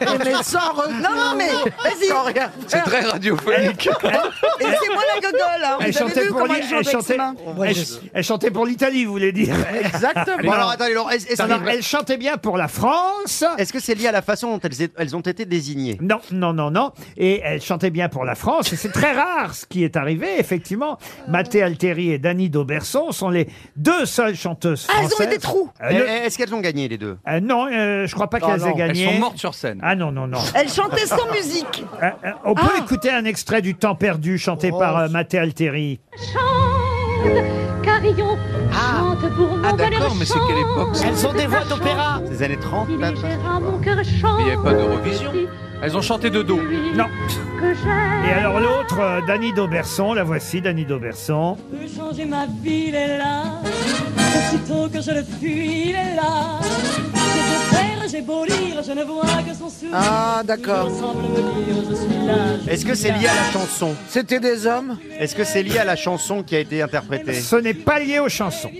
D: aimer sans regret.
F: Non, non, mais vas-y.
D: Sans rien
E: C'est
D: faire.
E: très radiophonique.
F: Et c'est moi la gogole. hein.
B: Elle
F: Vous avez
B: chantait
F: vu
B: pour
F: comment
B: l'I-
F: elle joue
B: elle
F: avec ses
B: chantait-
F: mains
H: Ouais,
B: elle-
H: je-
B: elle chantait pour l'Italie, vous voulez dire
P: Bon,
D: Exactement.
P: alors, attendez, alors, est-ce, est-ce
B: Non, non,
P: que-
B: elle chantait bien pour la France.
P: est-ce que c'est lié à la façon dont elles, é- elles ont été désignées
B: Non, non, non, non. Et elle chantait bien pour la France. Et c'est très rare ce qui est arrivé, effectivement. Mathé Alteri et Dany Dauberson sont les deux seules chanteuses
F: Ah, elles ont
B: françaises.
F: eu des trous.
B: Euh,
P: Et-
G: Eh,
B: le-
P: Est-ce qu'elles ont gagné les deux
B: euh, non, euh, je
G: Ah
B: crois pas qu'elles aient
C: Ah, Elles
B: gagné.
C: sont mortes sur scène.
B: Ah non, non, non.
F: Elle chantait sans musique. Ah.
B: Euh, euh, on peut écouter un extrait du Temps perdu chanté par euh, Mathé Alteri.
I: Chante, carillon, chante pour mon
E: Ah
I: bonheur,
E: d'accord, mais c'est quelle époque ça
H: Elles ont des voix d'opéra.
P: Des années 30
I: Si
P: là,
I: légère à mon cœur chante.
E: il y avait pas d'Eurovision.
I: si
C: Elles ont chanté de dos.
B: Non. Et alors l'autre, euh, Dany Dauberson, la voici, Dany Dauberson.
Q: peut changer ma vie, il est là. Aussitôt que je le fuis, il est là. J'ai beau faire, j'ai beau lire, je ne vois que son sourire.
D: Ah, d'accord.
P: Est-ce que c'est lié à la chanson
D: C'était des hommes
P: Est-ce que c'est lié à la chanson qui a été interprétée Euh,
B: Ce n'est pas lié aux chansons.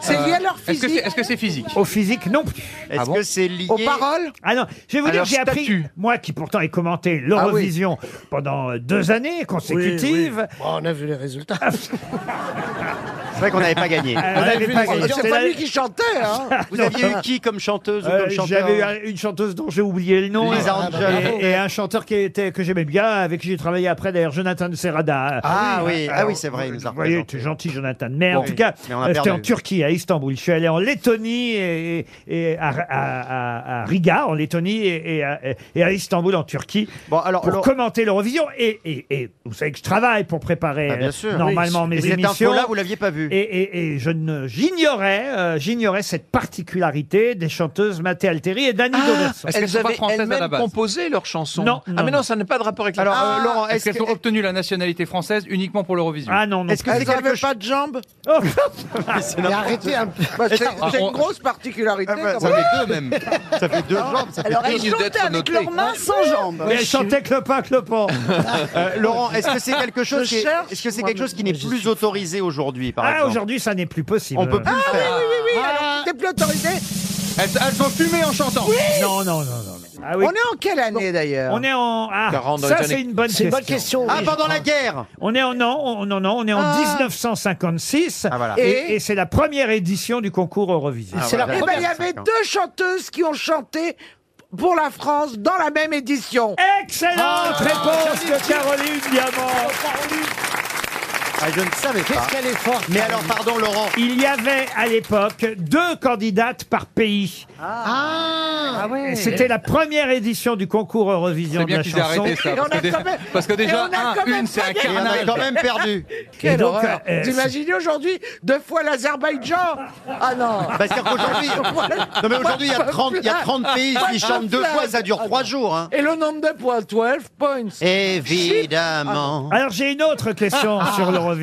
D: C'est
G: Euh.
D: lié à leur Ah
C: Est-ce que c'est est-ce que c'est physique
B: Au physique, non.
P: Est-ce que c'est lié Aux paroles
B: Ah non, je vais vous
P: À
B: dire
P: leur
B: que j'ai appris,
P: statut.
B: moi qui pourtant ai commenté l'Eurovision pendant euh, deux années consécutives. Ah.
H: Oui, oui. Bon, on a vu les résultats.
P: C'est vrai qu'on n'avait pas gagné.
B: On n'avait Euh, pas gagné. C'est la-
D: chantait, hein
P: Vous
B: Non.
P: aviez eu qui comme chanteuse ou
B: Euh,
P: comme chanteur
B: J'avais eu un- une chanteuse dont j'ai oublié le nom
P: Lisa
B: et-
P: Angel.
B: et, et un chanteur qui était que j'aimais bien, avec qui j'ai travaillé après d'ailleurs, Jonathan Serrada.
P: Ah oui, ah oui, c'est vrai, il nous a
B: Vous voyez,
P: représenté.
B: tu es gentil, Jonathan. Mais en
P: Bon,
B: tout cas,
P: mais on a
B: euh, j'étais
P: perdu.
B: en Turquie, à Istanbul. Je suis allé en Lettonie et, et à, à- à- à Riga, en Lettonie, et, et à, et à Istanbul, en Turquie, pour
P: alors-
B: commenter l'Eurovision. Et, et- et vous savez que je travaille pour préparer
P: Ah, bien
B: euh,
P: sûr.
B: normalement
P: Oui,
B: mes
P: et cette
B: émissions.
P: info-là, vous l'aviez pas vue.
B: Et, et- et je ne, j'ignorais, euh, j'ignorais cette particularité des chanteuses Mathé Alteri et Dany
C: Ah,
B: Dauverson.
E: Elles avaient elles-mêmes composé leurs chansons.
B: Non,
E: Ah
B: non,
E: mais
B: non.
E: non, ça n'a pas de rapport avec la
C: Alors,
E: Ah,
C: euh, Laurent,
E: est-ce
C: est-ce qu'elles
E: que-
C: ont obtenu la nationalité française uniquement pour l'Eurovision
B: Ah non, non.
P: Est-ce que c'est quelque
D: J'avais pas de jambes
P: c'est n'importe quoi.
D: Bah, c'est
P: Ah,
D: c'est
P: on-
D: une grosse particularité.
P: Ah, bah,
D: quand
P: ça
D: même.
P: fait deux, même. Ça fait deux jambes, ça fait
D: Alors,
P: deux.
D: elles chantaient avec leurs mains sans jambes.
B: Mais elles chantaient clopin, clopin.
P: Euh, Laurent, est-ce que c'est quelque chose
D: Je
P: qui est-
D: cherche,
P: est-ce que c'est
D: moi,
P: quelque chose qui n'est plus autorisé aujourd'hui par
B: Ah,
P: exemple
B: aujourd'hui, ça n'est plus possible.
P: On peut plus
D: Ah
P: le
D: oui,
P: faire.
D: oui, oui, oui, alors c'était plus autorisé.
C: Elles, elles ont fumé en chantant.
B: Non, non, non, non. non. Ah oui.
D: On est en quelle année d'ailleurs
B: On est en. Ah,
E: Ça rentre dans
B: ça,
E: les
B: c'est
E: années-
B: une bonne question.
H: C'est une bonne question.
P: Ah,
H: oui.
P: pendant la guerre
B: On est en, non, on, non, non, on est en 1956.
P: voilà.
B: Et, et c'est la première édition du concours
P: Ah,
B: Eurovision.
H: C'est la
D: Eh ben,
H: première.
D: il y avait deux chanteuses qui ont chanté pour la France dans la même édition. Ah,
B: Excellente réponse de Caroline Diamant.
P: Ah, Je ne savais pas.
H: Qu'est-ce qu'elle est forte.
P: Mais alors, pardon, Laurent.
B: Il y avait à l'époque deux candidates par pays.
H: Ah,
B: Et C'était la première édition du concours Eurovision
C: C'est
B: de
C: bien
B: la
C: qu'ils aient
B: chanson.
C: arrêté ça.
D: Et
C: Parce
D: on
C: que,
D: a
C: dé-
D: quand même-
C: parce que
D: et
C: déjà,
D: on a
C: un,
D: quand même
C: une, c'est
D: pas
C: un
P: Et on a
C: carnage.
P: quand même perdu.
D: Quelle
B: donc,
D: horreur.
B: euh,
D: Vous imaginez aujourd'hui deux fois l'Azerbaïdjan Ah non
P: Bah, C'est-à-dire qu'aujourd'hui, non, mais aujourd'hui, il y a 30 il y a 30 pays qui chantent deux fois, ça dure trois jours. hein.
D: Ah Et le nombre de points, 12 points.
P: Évidemment.
B: Alors j'ai une autre question
P: Ah,
B: sur l'Eurovision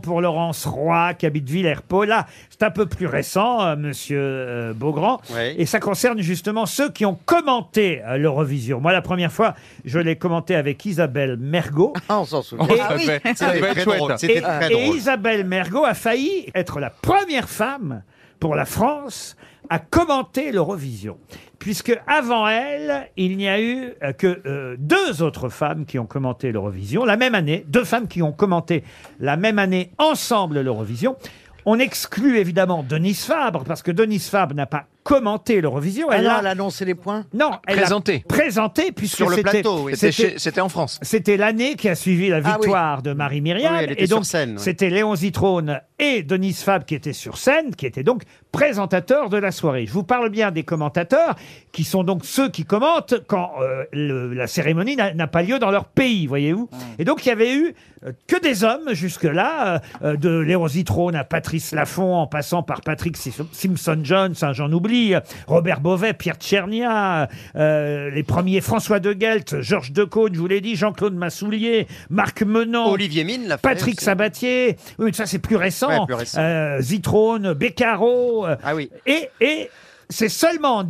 B: pour Laurence Roy qui habite Villers-Pau. Là, c'est un peu plus récent, euh, Monsieur euh, Beaugrand,
P: Oui.
B: et ça concerne justement ceux qui ont commenté euh, l'Eurovision. Moi, la première fois, je l'ai commenté avec Isabelle Mergot.
D: Ah, on s'en souvient.
C: Ça fait- ça
P: C'était
C: doit être
P: très
C: chouette.
P: drôle,
B: Et, euh,
P: C'était très
B: et
P: drôle.
B: Isabelle Mergot a failli être la première femme pour la France à commenter l'Eurovision. Puisque avant elle, il n'y a eu euh, que euh, deux autres femmes qui ont commenté l'Eurovision la même année, deux femmes qui ont commenté la même année ensemble l'Eurovision. On exclut évidemment Denise Fabre parce que Denise Fabre n'a pas commenté l'Eurovision. Elle
D: Alors, Ah elle
B: l'a-
D: a annoncé les points
B: Ah non, elle l'a
E: Présenté.
B: présenté puisque
P: Sur le
B: c'était-
P: plateau, oui.
E: C'était chez- c'était en France.
B: c'était l'année qui a suivi la
D: Ah oui.
B: victoire de Marie Myriam.
P: Oui, elle était
B: et donc,
P: sur scène, oui.
B: c'était Léon Zitrone et Denise Fab qui étaient sur scène, qui étaient donc présentateurs de la soirée. Je vous parle bien des commentateurs, qui sont donc ceux qui commentent quand euh, le- la cérémonie n'a n'a pas lieu dans leur pays, voyez-vous. Et donc, il y avait eu euh, que des hommes jusque-là, euh, euh, de Léon Zitrone à Patrice Laffont, en passant par Patrick Sim- Simpson-Jones, hein, j'en oublie, euh, Robert Beauvais, Pierre Tchernia, euh, les premiers François De Guelt, Georges Decaune, je vous l'ai dit, Jean-Claude Massoulier, Marc Menant,
P: Olivier Mine l'a fait.
B: Patrick
P: aussi. hein.
B: Sabatier. Oui, mais ça c'est plus récent.
P: Ouais, plus récent.
B: Euh, Zitrone, Beccaro. euh,
P: Ah oui.
B: Et, et c'est seulement en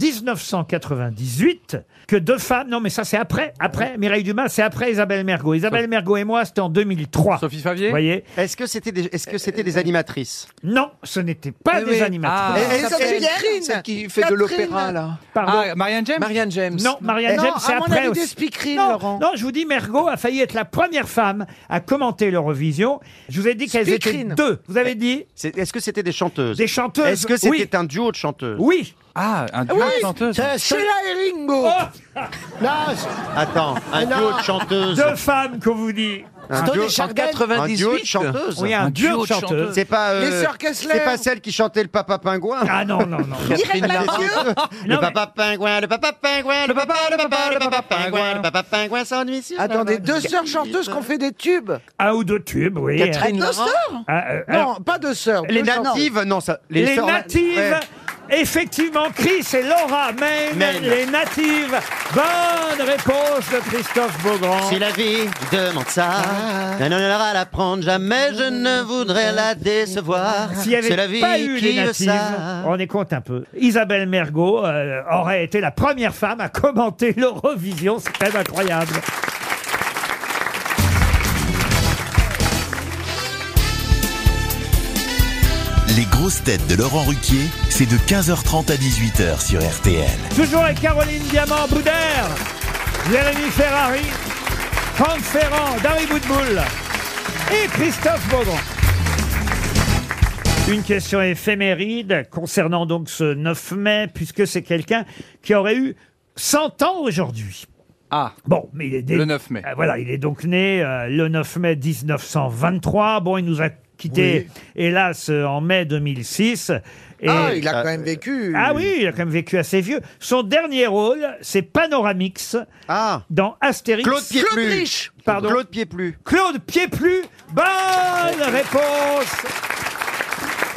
B: 1998 que deux femmes. Non, mais ça c'est après. Après Mireille Dumas, c'est après Isabelle Mergot. Isabelle Mergot et moi, c'était en 2003.
C: Sophie
B: Vous
C: Favier
B: voyez Euh,
P: Est-ce que c'était des, est-ce que c'était des animatrices
B: Non, ce n'était pas
E: Oui,
B: des
E: oui.
B: animatrices.
C: Ah.
D: Et- et
E: Ça
D: Sophie
E: s'appelle
D: Catherine.
E: celle qui fait de
D: Catherine.
E: l'opéra là.
B: Pardon.
C: Ah, Marianne James
E: Marianne James.
B: Non, Marianne
D: Non,
B: James, c'est
D: Eh, à mon
B: après
D: avis,
B: aussi.
D: des speakerines,
B: non,
D: Laurent.
B: non, je vous dis, Mergot a failli être la première femme à commenter l'Eurovision. Je vous ai dit qu'elles étaient
D: Speakerines.
B: deux. Vous avez dit
P: C'est- Eh, Est-ce que c'était des chanteuses
B: des chanteuses.
P: Est-ce que c'était
B: oui.
P: un duo de chanteuses
B: Oui.
C: Ah, un duo
D: Oui.
C: de chanteuses.
H: C'est- c'est-
D: Sheila et Ringo
B: Oh,
H: Non, c'est-
P: Attends, un
H: Non.
P: duo de chanteuses.
B: deux femmes qu'on vous dit.
P: Un
H: Stone
P: duo-
H: et Chardin.
P: un duo de
E: 98.
P: chanteuses.
B: Oui, un, duo, de chanteuses.
P: C'est pas euh,
D: Les sœurs Kessler.
P: C'est pas celle qui chantait le papa pingouin.
B: Ah non, non, non. non.
F: Irène Mathieu
P: le
B: mais-
P: papa pingouin, le papa pingouin, le papa, le papa, le papa pingouin, le papa pingouin s'ennuie sur la
D: Attendez,
P: plage.
D: deux sœurs chanteuses qui ont fait des tubes.
B: Un ou deux tubes, Ah oui.
E: Catherine
D: Nos
E: Laurent.
D: sœurs
B: Ah, euh, alors,
D: Non, pas deux sœurs.
P: Les
D: deux chanteuses.
P: natives, non, ça.
B: les
P: sœurs-
B: natives
P: Ouais.
B: Effectivement, Chris et Laura Maine,
P: Maine.
B: les natives. Bonne réponse de Christophe Beaugrand.
P: Si la vie demande ça, elle ne l'aura à la prendre jamais, je ne voudrais la décevoir.
B: S'il n'y
P: C'est la
B: avait
P: vie
B: pas eu les
P: qui veut
B: natives,
P: ça.
B: on est compte un peu. Isabelle Mergot euh, aurait été la première femme à commenter l'Eurovision. C'est quand même incroyable.
A: Les grosses têtes de Laurent Ruquier, c'est de 15h30 à 18h sur RTL.
B: Toujours avec Caroline Diamant, Boudère, Jérémy Ferrari, Franck Ferrand, Dari Boudboul et Christophe Beaugrand. Une question éphéméride concernant donc ce 9 mai, puisque c'est quelqu'un qui aurait eu 100 ans aujourd'hui. Ah. Bon, mais il est
C: Le 9 mai.
B: Euh, voilà, il est donc né euh, le 9 mai 1923. Bon, il nous a quittés, hélas, euh, en mai 2006. Et-
D: Ah, il a quand même vécu.
B: Ah oui, il a quand même vécu assez vieux. Son dernier rôle, c'est Panoramix dans Astérix.
P: Ah. Claude Pieplu. Claude Rich.
B: Pardon.
P: Claude Pieplu.
B: Claude Pieplu. Bonne réponse.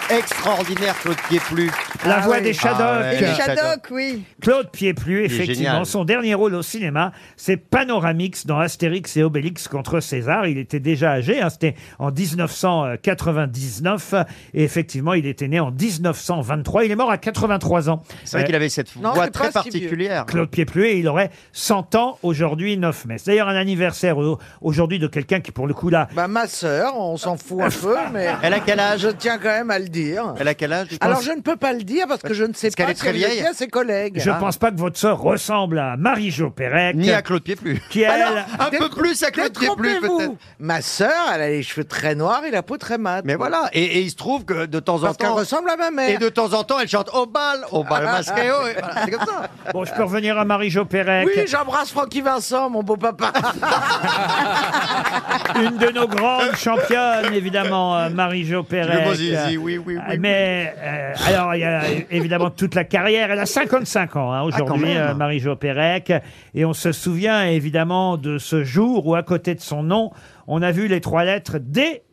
P: Extraordinaire, Claude Ah Pieplu.
B: La voix des Shadoks.
P: Shadows.
B: Des Shadoks.
F: oui.
B: Claude Pieplu,
P: Il est
B: effectivement,
P: génial.
B: son dernier rôle au cinéma, c'est Panoramix dans Astérix et Obélix contre César. Il était déjà âgé, hein, c'était en 1999, et effectivement, il était né en 1923. Il est mort à 83 ans.
P: C'est vrai qu'il avait cette Non, voix c'est très pas si vieux. particulière.
B: Claude Pieplu, et il aurait 100 ans aujourd'hui, 9 mai. C'est d'ailleurs un anniversaire au- aujourd'hui de quelqu'un qui, pour le coup, là...
D: Bah, ma sœur, on s'en fout un peu, mais.
B: Elle a quel âge
D: Je tiens quand même à le dire.
P: Elle a quel âge tu
D: Alors,
P: penses
D: je ne peux pas le dire parce que je ne sais
P: Parce qu'elle
D: pas
P: est très
D: si elle le
P: vieille.
D: dit à ses collègues.
B: Je pense pas que votre sœur ressemble à Marie-Jo Pérec.
P: Ni à Claude Ah Pieplu.
B: Qui, elle...
D: Ah. Alors,
P: un peu plus à Claude Pieplu,
D: détrompez-vous.
P: peut-être.
D: Ma sœur, elle a les cheveux très noirs et la peau très mate.
P: Mais voilà, et, et il se trouve que de temps en
D: Parce qu'elle
P: temps.
D: ressemble à ma mère.
P: Et de temps en temps, elle chante au bal, au bal masqué, oh, et voilà, c'est comme ça.
B: Bon, je peux revenir à Marie-Jo Pérec.
D: Oui, j'embrasse Francky Vincent, mon beau papa.
B: Une de nos grandes championnes, évidemment, euh, Marie-Jo Pérez.
P: Le beau zizi, oui, oui, oui,
B: Mais euh, alors, il y a euh, évidemment toute la carrière. Elle a 55 ans hein, aujourd'hui,
P: Ah, même.
B: euh, Marie-Jo Pérec. Et on se souvient évidemment de ce jour où, à côté de son nom, on a vu les trois lettres DNS.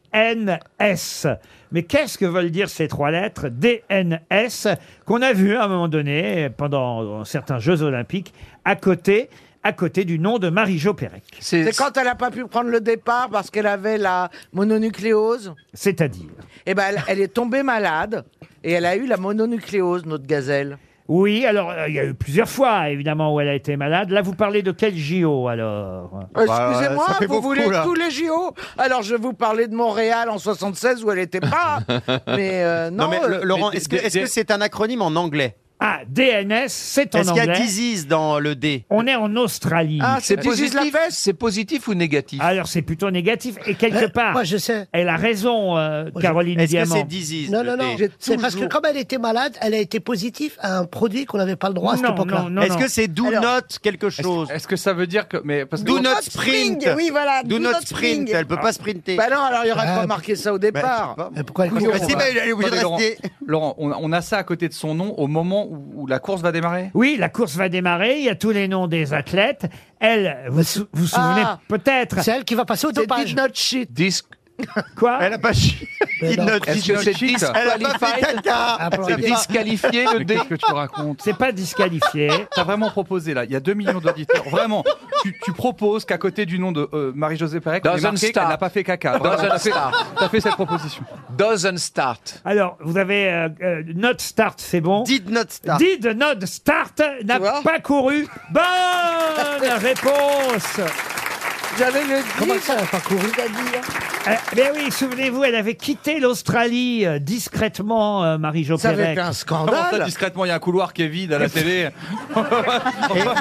B: Mais qu'est-ce que veulent dire ces trois lettres DNS qu'on a vu à un moment donné pendant euh, certains Jeux Olympiques à côté, à côté du nom de Marie-Jo Pérec
D: C'est quand elle n'a pas pu prendre le départ parce qu'elle avait la mononucléose.
B: C'est-à-dire
D: Eh ben, elle, elle est tombée malade et elle a eu la mononucléose, notre gazelle.
B: Oui, alors euh, il y a eu plusieurs fois, évidemment, où elle a été malade. Là, vous parlez de quel JO alors
D: Euh, Excusez-moi, vous voulez tous les JO Alors je vous parlais de Montréal en 76 où elle était pas. mais euh, non,
P: mais le-
D: euh,
P: Laurent, est-ce que est-ce que c'est un acronyme en anglais
B: Ah, DNS, c'est en
P: Est-ce qu'il y a
B: anglais.
P: disease dans le D
B: On est en Australie.
E: Ah, c'est positif, c'est positif ou négatif
B: Alors c'est plutôt négatif. Et quelque part,
E: moi,
H: Euh, je sais.
B: elle a raison, euh,
H: Moi, je-
B: Caroline Diamant.
H: Non, non, non. C'est parce que comme elle était malade, elle a été positive à un produit qu'on n'avait pas le droit à cette époque-là.
P: Est-ce que c'est do not quelque chose
C: Est-ce que ça veut dire que. Mais parce que-
P: Do not sprint.
D: Oui, voilà.
P: Do not sprint. Elle peut pas sprinter.
D: Bah non, alors il y aurait
C: Ah,
D: pas marqué ça au départ.
H: pourquoi
D: Ah,
C: Parce qu'on
D: bah,
C: va-
P: elle est obligée de
C: Attendez, Laurent, Laurent,
P: rester.
C: on, a- on a ça à côté de son nom au moment où, où la course va démarrer
B: Oui, la course va démarrer. Il y a tous les noms des athlètes. Elle,
H: Bah,
B: vous sou- vous souvenez
H: Ah.
B: peut-être.
H: C'est elle qui va passer au dopage.
D: not shit.
E: Disque.
B: Quoi
P: Elle a pas chi-
H: Mais
P: Did
H: non.
P: not
E: Est-ce que c'est
P: cheat. Elle Ah, a pas fait
E: disqualified
C: Ah,
P: caca.
E: C'est disqualifié le
C: Mais
E: dé
C: Qu'est-ce que tu racontes
B: C'est pas disqualifié.
C: T'as vraiment proposé là. Il y a 2 millions d'auditeurs. Vraiment, tu, tu proposes qu'à côté du nom de euh, Marie-Josée Pérec, on ait
E: Doesn't
C: marqué qu'elle
E: start.
C: n'a pas fait caca. Vraiment,
E: Doesn't
C: T'as fait,
E: start.
C: t'as fait cette proposition.
E: Doesn't start.
B: Alors, vous avez euh, euh, Not Start, c'est bon.
P: Did Not Start.
B: Did Not Start n'a pas couru. Bonne réponse
D: J'avais le
H: Comment ça, elle a pas couru
B: Euh, mais oui, souvenez-vous, elle avait quitté l'Australie euh, discrètement, euh, Marie-Jo
D: Ça avait
B: Pérec.
D: été un scandale.
C: Comment Ah, ça, discrètement, il y a un couloir qui est vide à la télé.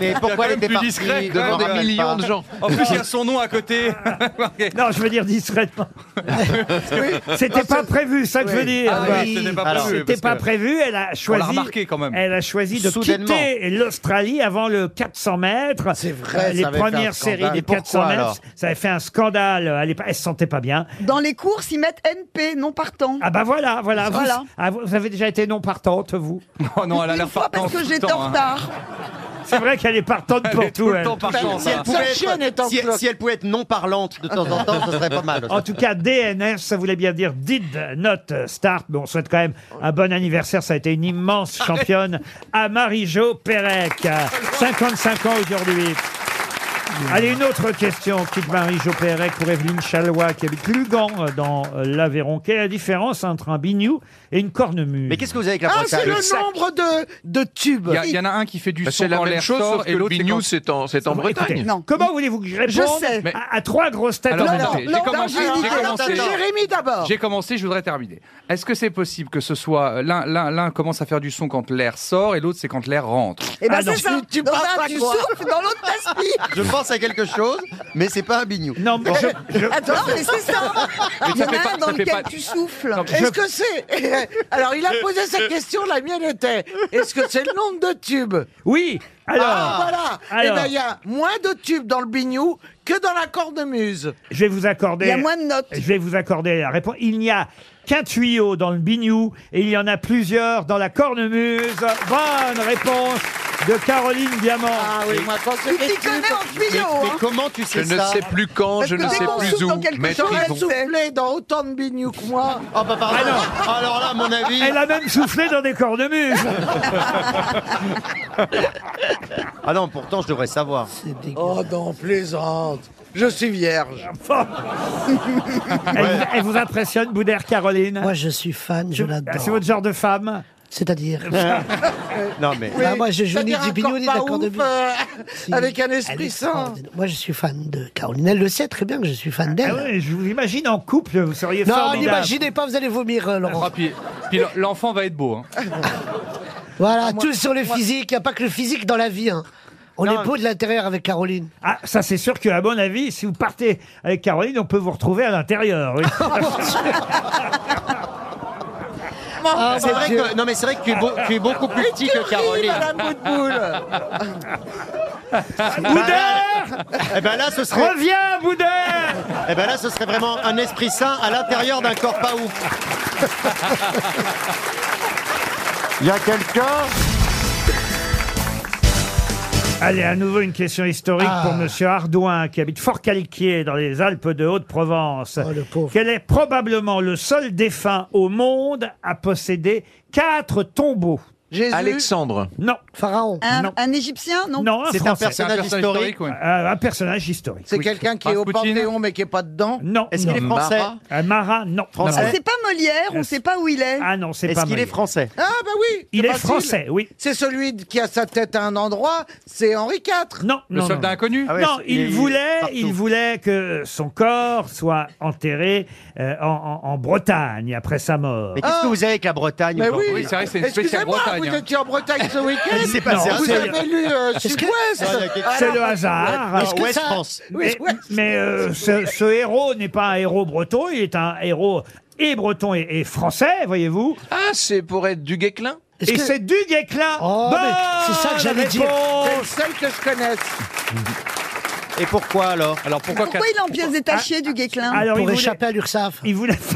P: mais pourquoi elle était
C: plus
P: partie
C: discrète
P: devant
C: quand même.
P: des millions de gens
C: En plus, il y a son nom à côté.
B: Non, je veux dire discrètement. C'était pas prévu, ça que je veux dire.
C: Ah oui, c'était pas
B: Alors,
C: prévu,
B: C'était
C: parce
B: pas
C: que
B: prévu. Elle a choisi.
C: remarqué quand même.
B: Elle a choisi de
P: Soudainement.
B: quitter l'Australie avant le 400 mètres. C'est
P: vrai,
B: Les
P: ça avait fait un
B: premières séries
P: scandale.
B: des
P: Et pourquoi,
B: 400 mètres,
P: alors
B: ça avait fait un scandale. à l'époque. Elle se sentait pas bien.
F: Dans les courses, ils mettent NP, non partant.
B: Ah bah voilà, voilà. Vous,
F: Voilà.
B: ah, vous- vous avez déjà été non partante, vous.
C: Oh non, elle a l'air
F: Pas parce
C: partante
F: que
C: tout le
F: j'étais
C: temps,
F: en
C: hein.
F: retard.
B: C'est vrai qu'elle est partante pour tout. elle.
P: Si elle, pouvait être, si- si elle pouvait être non parlante de temps en temps, ce serait pas mal.
B: En tout cas, DNF, ça voulait bien dire Did Not Start. Bon, on souhaite quand même un bon anniversaire. Ça a été une
D: Ah
B: immense championne à Marie-Jo Pérec. 55 ans aujourd'hui. Allez, une autre question, petite Marie-Jo Pérec pour Evelyne Chalois, qui habite Lugan, euh, dans euh, l'Aveyron. Quelle est la différence entre un bignou et une cornemuse Mais qu'est-ce que vous avez avec
D: Ah, c'est le nombre de, de tubes.
C: Il y a- il y en a un qui fait du
E: Bah,
C: son
E: c'est la
C: quand
E: même
C: l'air
E: chose, sauf
C: sort
E: que
C: et
E: le
C: l'autre
E: bignou,
C: quand-
E: c'est en- c'est en Bretagne.
B: Écoutez, Comment voulez-vous que je réponde
E: Je sais. Mais-
B: À, à trois grosses têtes
C: Alors,
B: en
C: non,
B: même temps
C: j'ai commencé,
D: j'ai une
C: j'ai
D: idée.
C: commencé.
D: Attends, Jérémy d'abord.
C: J'ai commencé, je voudrais terminer. Est-ce que c'est possible que ce soit euh, l'un, l'un, l'un commence à faire du son quand l'air sort et l'autre c'est quand l'air rentre
F: Eh ben,
P: Ah, non.
F: c'est ça.
P: Tu- tu
F: Dans
P: penses
F: un,
P: à
F: tu
P: quoi
F: souffles, dans l'autre, t'aspires.
P: Je pense à quelque chose,
B: Ah,
P: mais c'est pas un bignou.
B: Non, mais
F: Attends, mais c'est ça.
P: Mais
F: Il y
P: ça
F: en
P: fait
F: a
P: pas-
F: un dans
P: ça fait
F: lequel
P: pas-
F: tu souffles.
P: Non,
D: Est-ce
P: je-
D: que c'est. Alors, il a posé sa question, la mienne était. Est-ce que c'est le nombre de tubes
B: Oui, alors.
D: Ah, voilà
B: Alors.
D: Eh bien, il y a moins de tubes dans le bignou que dans la cornemuse.
B: Je vais vous accorder.
D: Il y a moins de notes.
B: Je vais vous accorder la réponse. Il n'y a qu'un tuyau dans le bignou et il y en a plusieurs dans la cornemuse. Bonne réponse de Caroline Diamant. Ah
D: oui, moi, quand
F: Tu t'y connais en tuyau. hein.
E: Je ne sais plus quand,
P: Oh,
F: Parce
E: je
F: que
E: ne
F: dès
E: sais
F: qu'on
E: plus
F: souffle
E: où.
F: dans quelque
E: Maître
D: chose, elle
E: Yvon.
D: soufflait dans autant de bignou que moi.
P: Oh,
B: Ah,
P: bah, pardon. Alors là, à mon avis.
B: Elle a même soufflé dans des cornemuses.
P: Ah non, pourtant, je devrais savoir.
D: Oh, non, plaisante. Je suis vierge.
B: Ah, Elle, vous- elle vous impressionne, Boudère Caroline Ah,
H: Moi, je suis fan, je l'adore.
B: C'est votre genre de femme Ah.
H: C'est-à-dire
P: Non, mais.
H: Bah, moi, je joue ni
D: c'est-à-dire
H: du
D: un
H: bignou
D: corps
H: ni
D: pas
H: d'accord de
D: ouf,
H: bille.
D: euh,
H: Si.
D: avec un
H: Elle est
D: esprit sain.
H: extraordinaire. Moi, je suis fan de Caroline. Elle le sait très bien que je suis fan
B: Ah
H: d'elle.
B: ouais, Je vous imagine en couple, vous seriez
H: non,
B: formidable.
H: n'imaginez pas, vous allez vomir, euh, Laurent.
C: Ah, puis, puis l'enfant va être beau. hein.
B: Ah,
H: Voilà, tout sur le physique. Il n'y a pas que le physique dans la vie. hein. On
B: Non.
H: est beau de l'intérieur avec Caroline.
B: Ah, ça c'est sûr que à mon avis, si vous partez avec Caroline, on peut vous retrouver à l'intérieur. oui.
P: Ah, c'est vrai que, non, mais c'est vrai que tu es, beau- tu es beaucoup plus petit que Caroline.
B: Boudère
P: Eh ben Bah là, ce serait.
B: Reviens, Boudère
P: Eh ben là, ce serait vraiment un esprit sain à l'intérieur d'un corps pas ouf.
B: Il y a quelqu'un Allez, à nouveau une question historique
P: Ah.
B: pour Monsieur Ardouin, qui habite Fort-Caliquier, dans les Alpes de Haute-Provence.
P: Oh,
B: Quel est probablement le seul défunt au monde à posséder quatre tombeaux
E: Alexandre.
B: Non.
H: Pharaon.
F: Un,
B: Non.
F: un Égyptien, non
B: Non,
P: C'est un
B: Français.
P: personnage C'est un personnage historique, historique, ouais.
B: Euh, un personnage historique.
D: C'est quelqu'un qui est au Panthéon mais qui n'est pas dedans.
B: Non.
P: Est-ce qu'il est
B: non.
P: français
B: Euh, Marat, non.
F: Ah, c'est pas Molière, on sait pas où il est.
B: Ah non, c'est pas
P: Est-ce qu'il est
B: Molière.
P: français
D: Ah bah oui
B: Il
D: c'est
B: est
D: facile.
B: français, oui.
D: C'est celui qui a sa tête à un endroit, c'est Henri IV.
B: Non,
C: Le
B: non,
C: soldat
B: non.
C: inconnu
P: Ah ouais,
B: non,
P: c'est-
B: il,
P: il est-
B: voulait,
P: partout.
B: il voulait que son corps soit enterré euh, en, en- en Bretagne après sa mort.
P: Mais qu'est-ce que vous avez avec la
B: Ah,
P: Bretagne
D: Mais
P: aujourd'hui
C: Oui, c'est vrai, c'est une spéciale
D: Excusez-moi,
C: Bretagne.
D: vous
C: hein.
D: étiez en Bretagne ce
P: Il s'est
D: week-end
P: passé un
D: Vous
P: seul-
D: avez lu euh,
H: Est-ce que-
D: Sud-Ouest
C: Ah,
B: C'est
D: Alors,
B: le hasard.
P: Est-ce que Ouest ça- France.
B: Mais, mais, euh, ce, ce héros n'est pas un héros breton, il est un héros et breton et, et français, voyez-vous.
E: Ah, c'est pour être du Guéclin
H: Est-ce
B: Et
H: que-
B: c'est du Guesclin.
H: Oh, mais c'est ça que j'allais dire.
D: C'est le seul que je connaisse.
P: Et pourquoi alors
C: Alors pourquoi,
F: Pourquoi il est en pièces détachées
H: Ah,
F: du Guéclin
B: Alors,
H: Pour
B: il voulait-
H: échapper à l'URSSAF.
B: Il voulait, il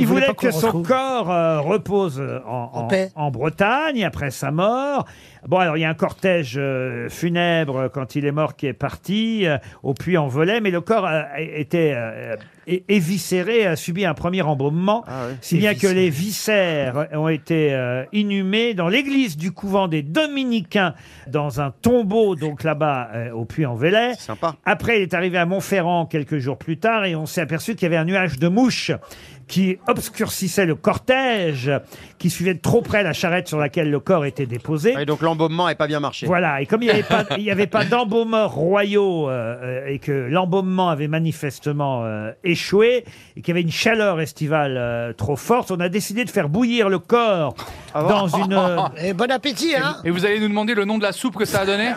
H: Il voulait
B: voulait
H: pas
B: que
H: qu'on
B: son
H: retrouve.
B: corps euh, repose en, en-
H: paix.
B: en Bretagne après sa mort. Bon, alors il y a un cortège euh, funèbre quand il est mort qui est parti euh, au Puy-en-Velay, mais le corps euh, a- était euh, é- éviscéré, a subi un premier embaumement,
P: Ah
B: si bien que les viscères ont été euh, inhumés dans l'église du couvent des Dominicains, dans un tombeau, donc là-bas euh, au Puy-en-Velay.
P: C'est sympa.
B: Après, il est arrivé à Montferrand quelques jours plus tard et on s'est aperçu qu'il y avait un nuage de mouches qui obscurcissait le cortège, qui suivait de trop près la charrette sur laquelle le corps était déposé.
P: Et donc l'embaumement n'a pas bien marché.
B: Voilà, et comme il n'y avait pas, il y avait pas d'embaumeurs royaux euh, euh, et que l'embaumement avait manifestement euh, échoué et qu'il y avait une chaleur estivale euh, trop forte, on a décidé de faire bouillir le corps
O: Ah
B: dans une... euh,
H: Et bon appétit, hein
C: Et vous allez nous demander le nom de la soupe que ça a donné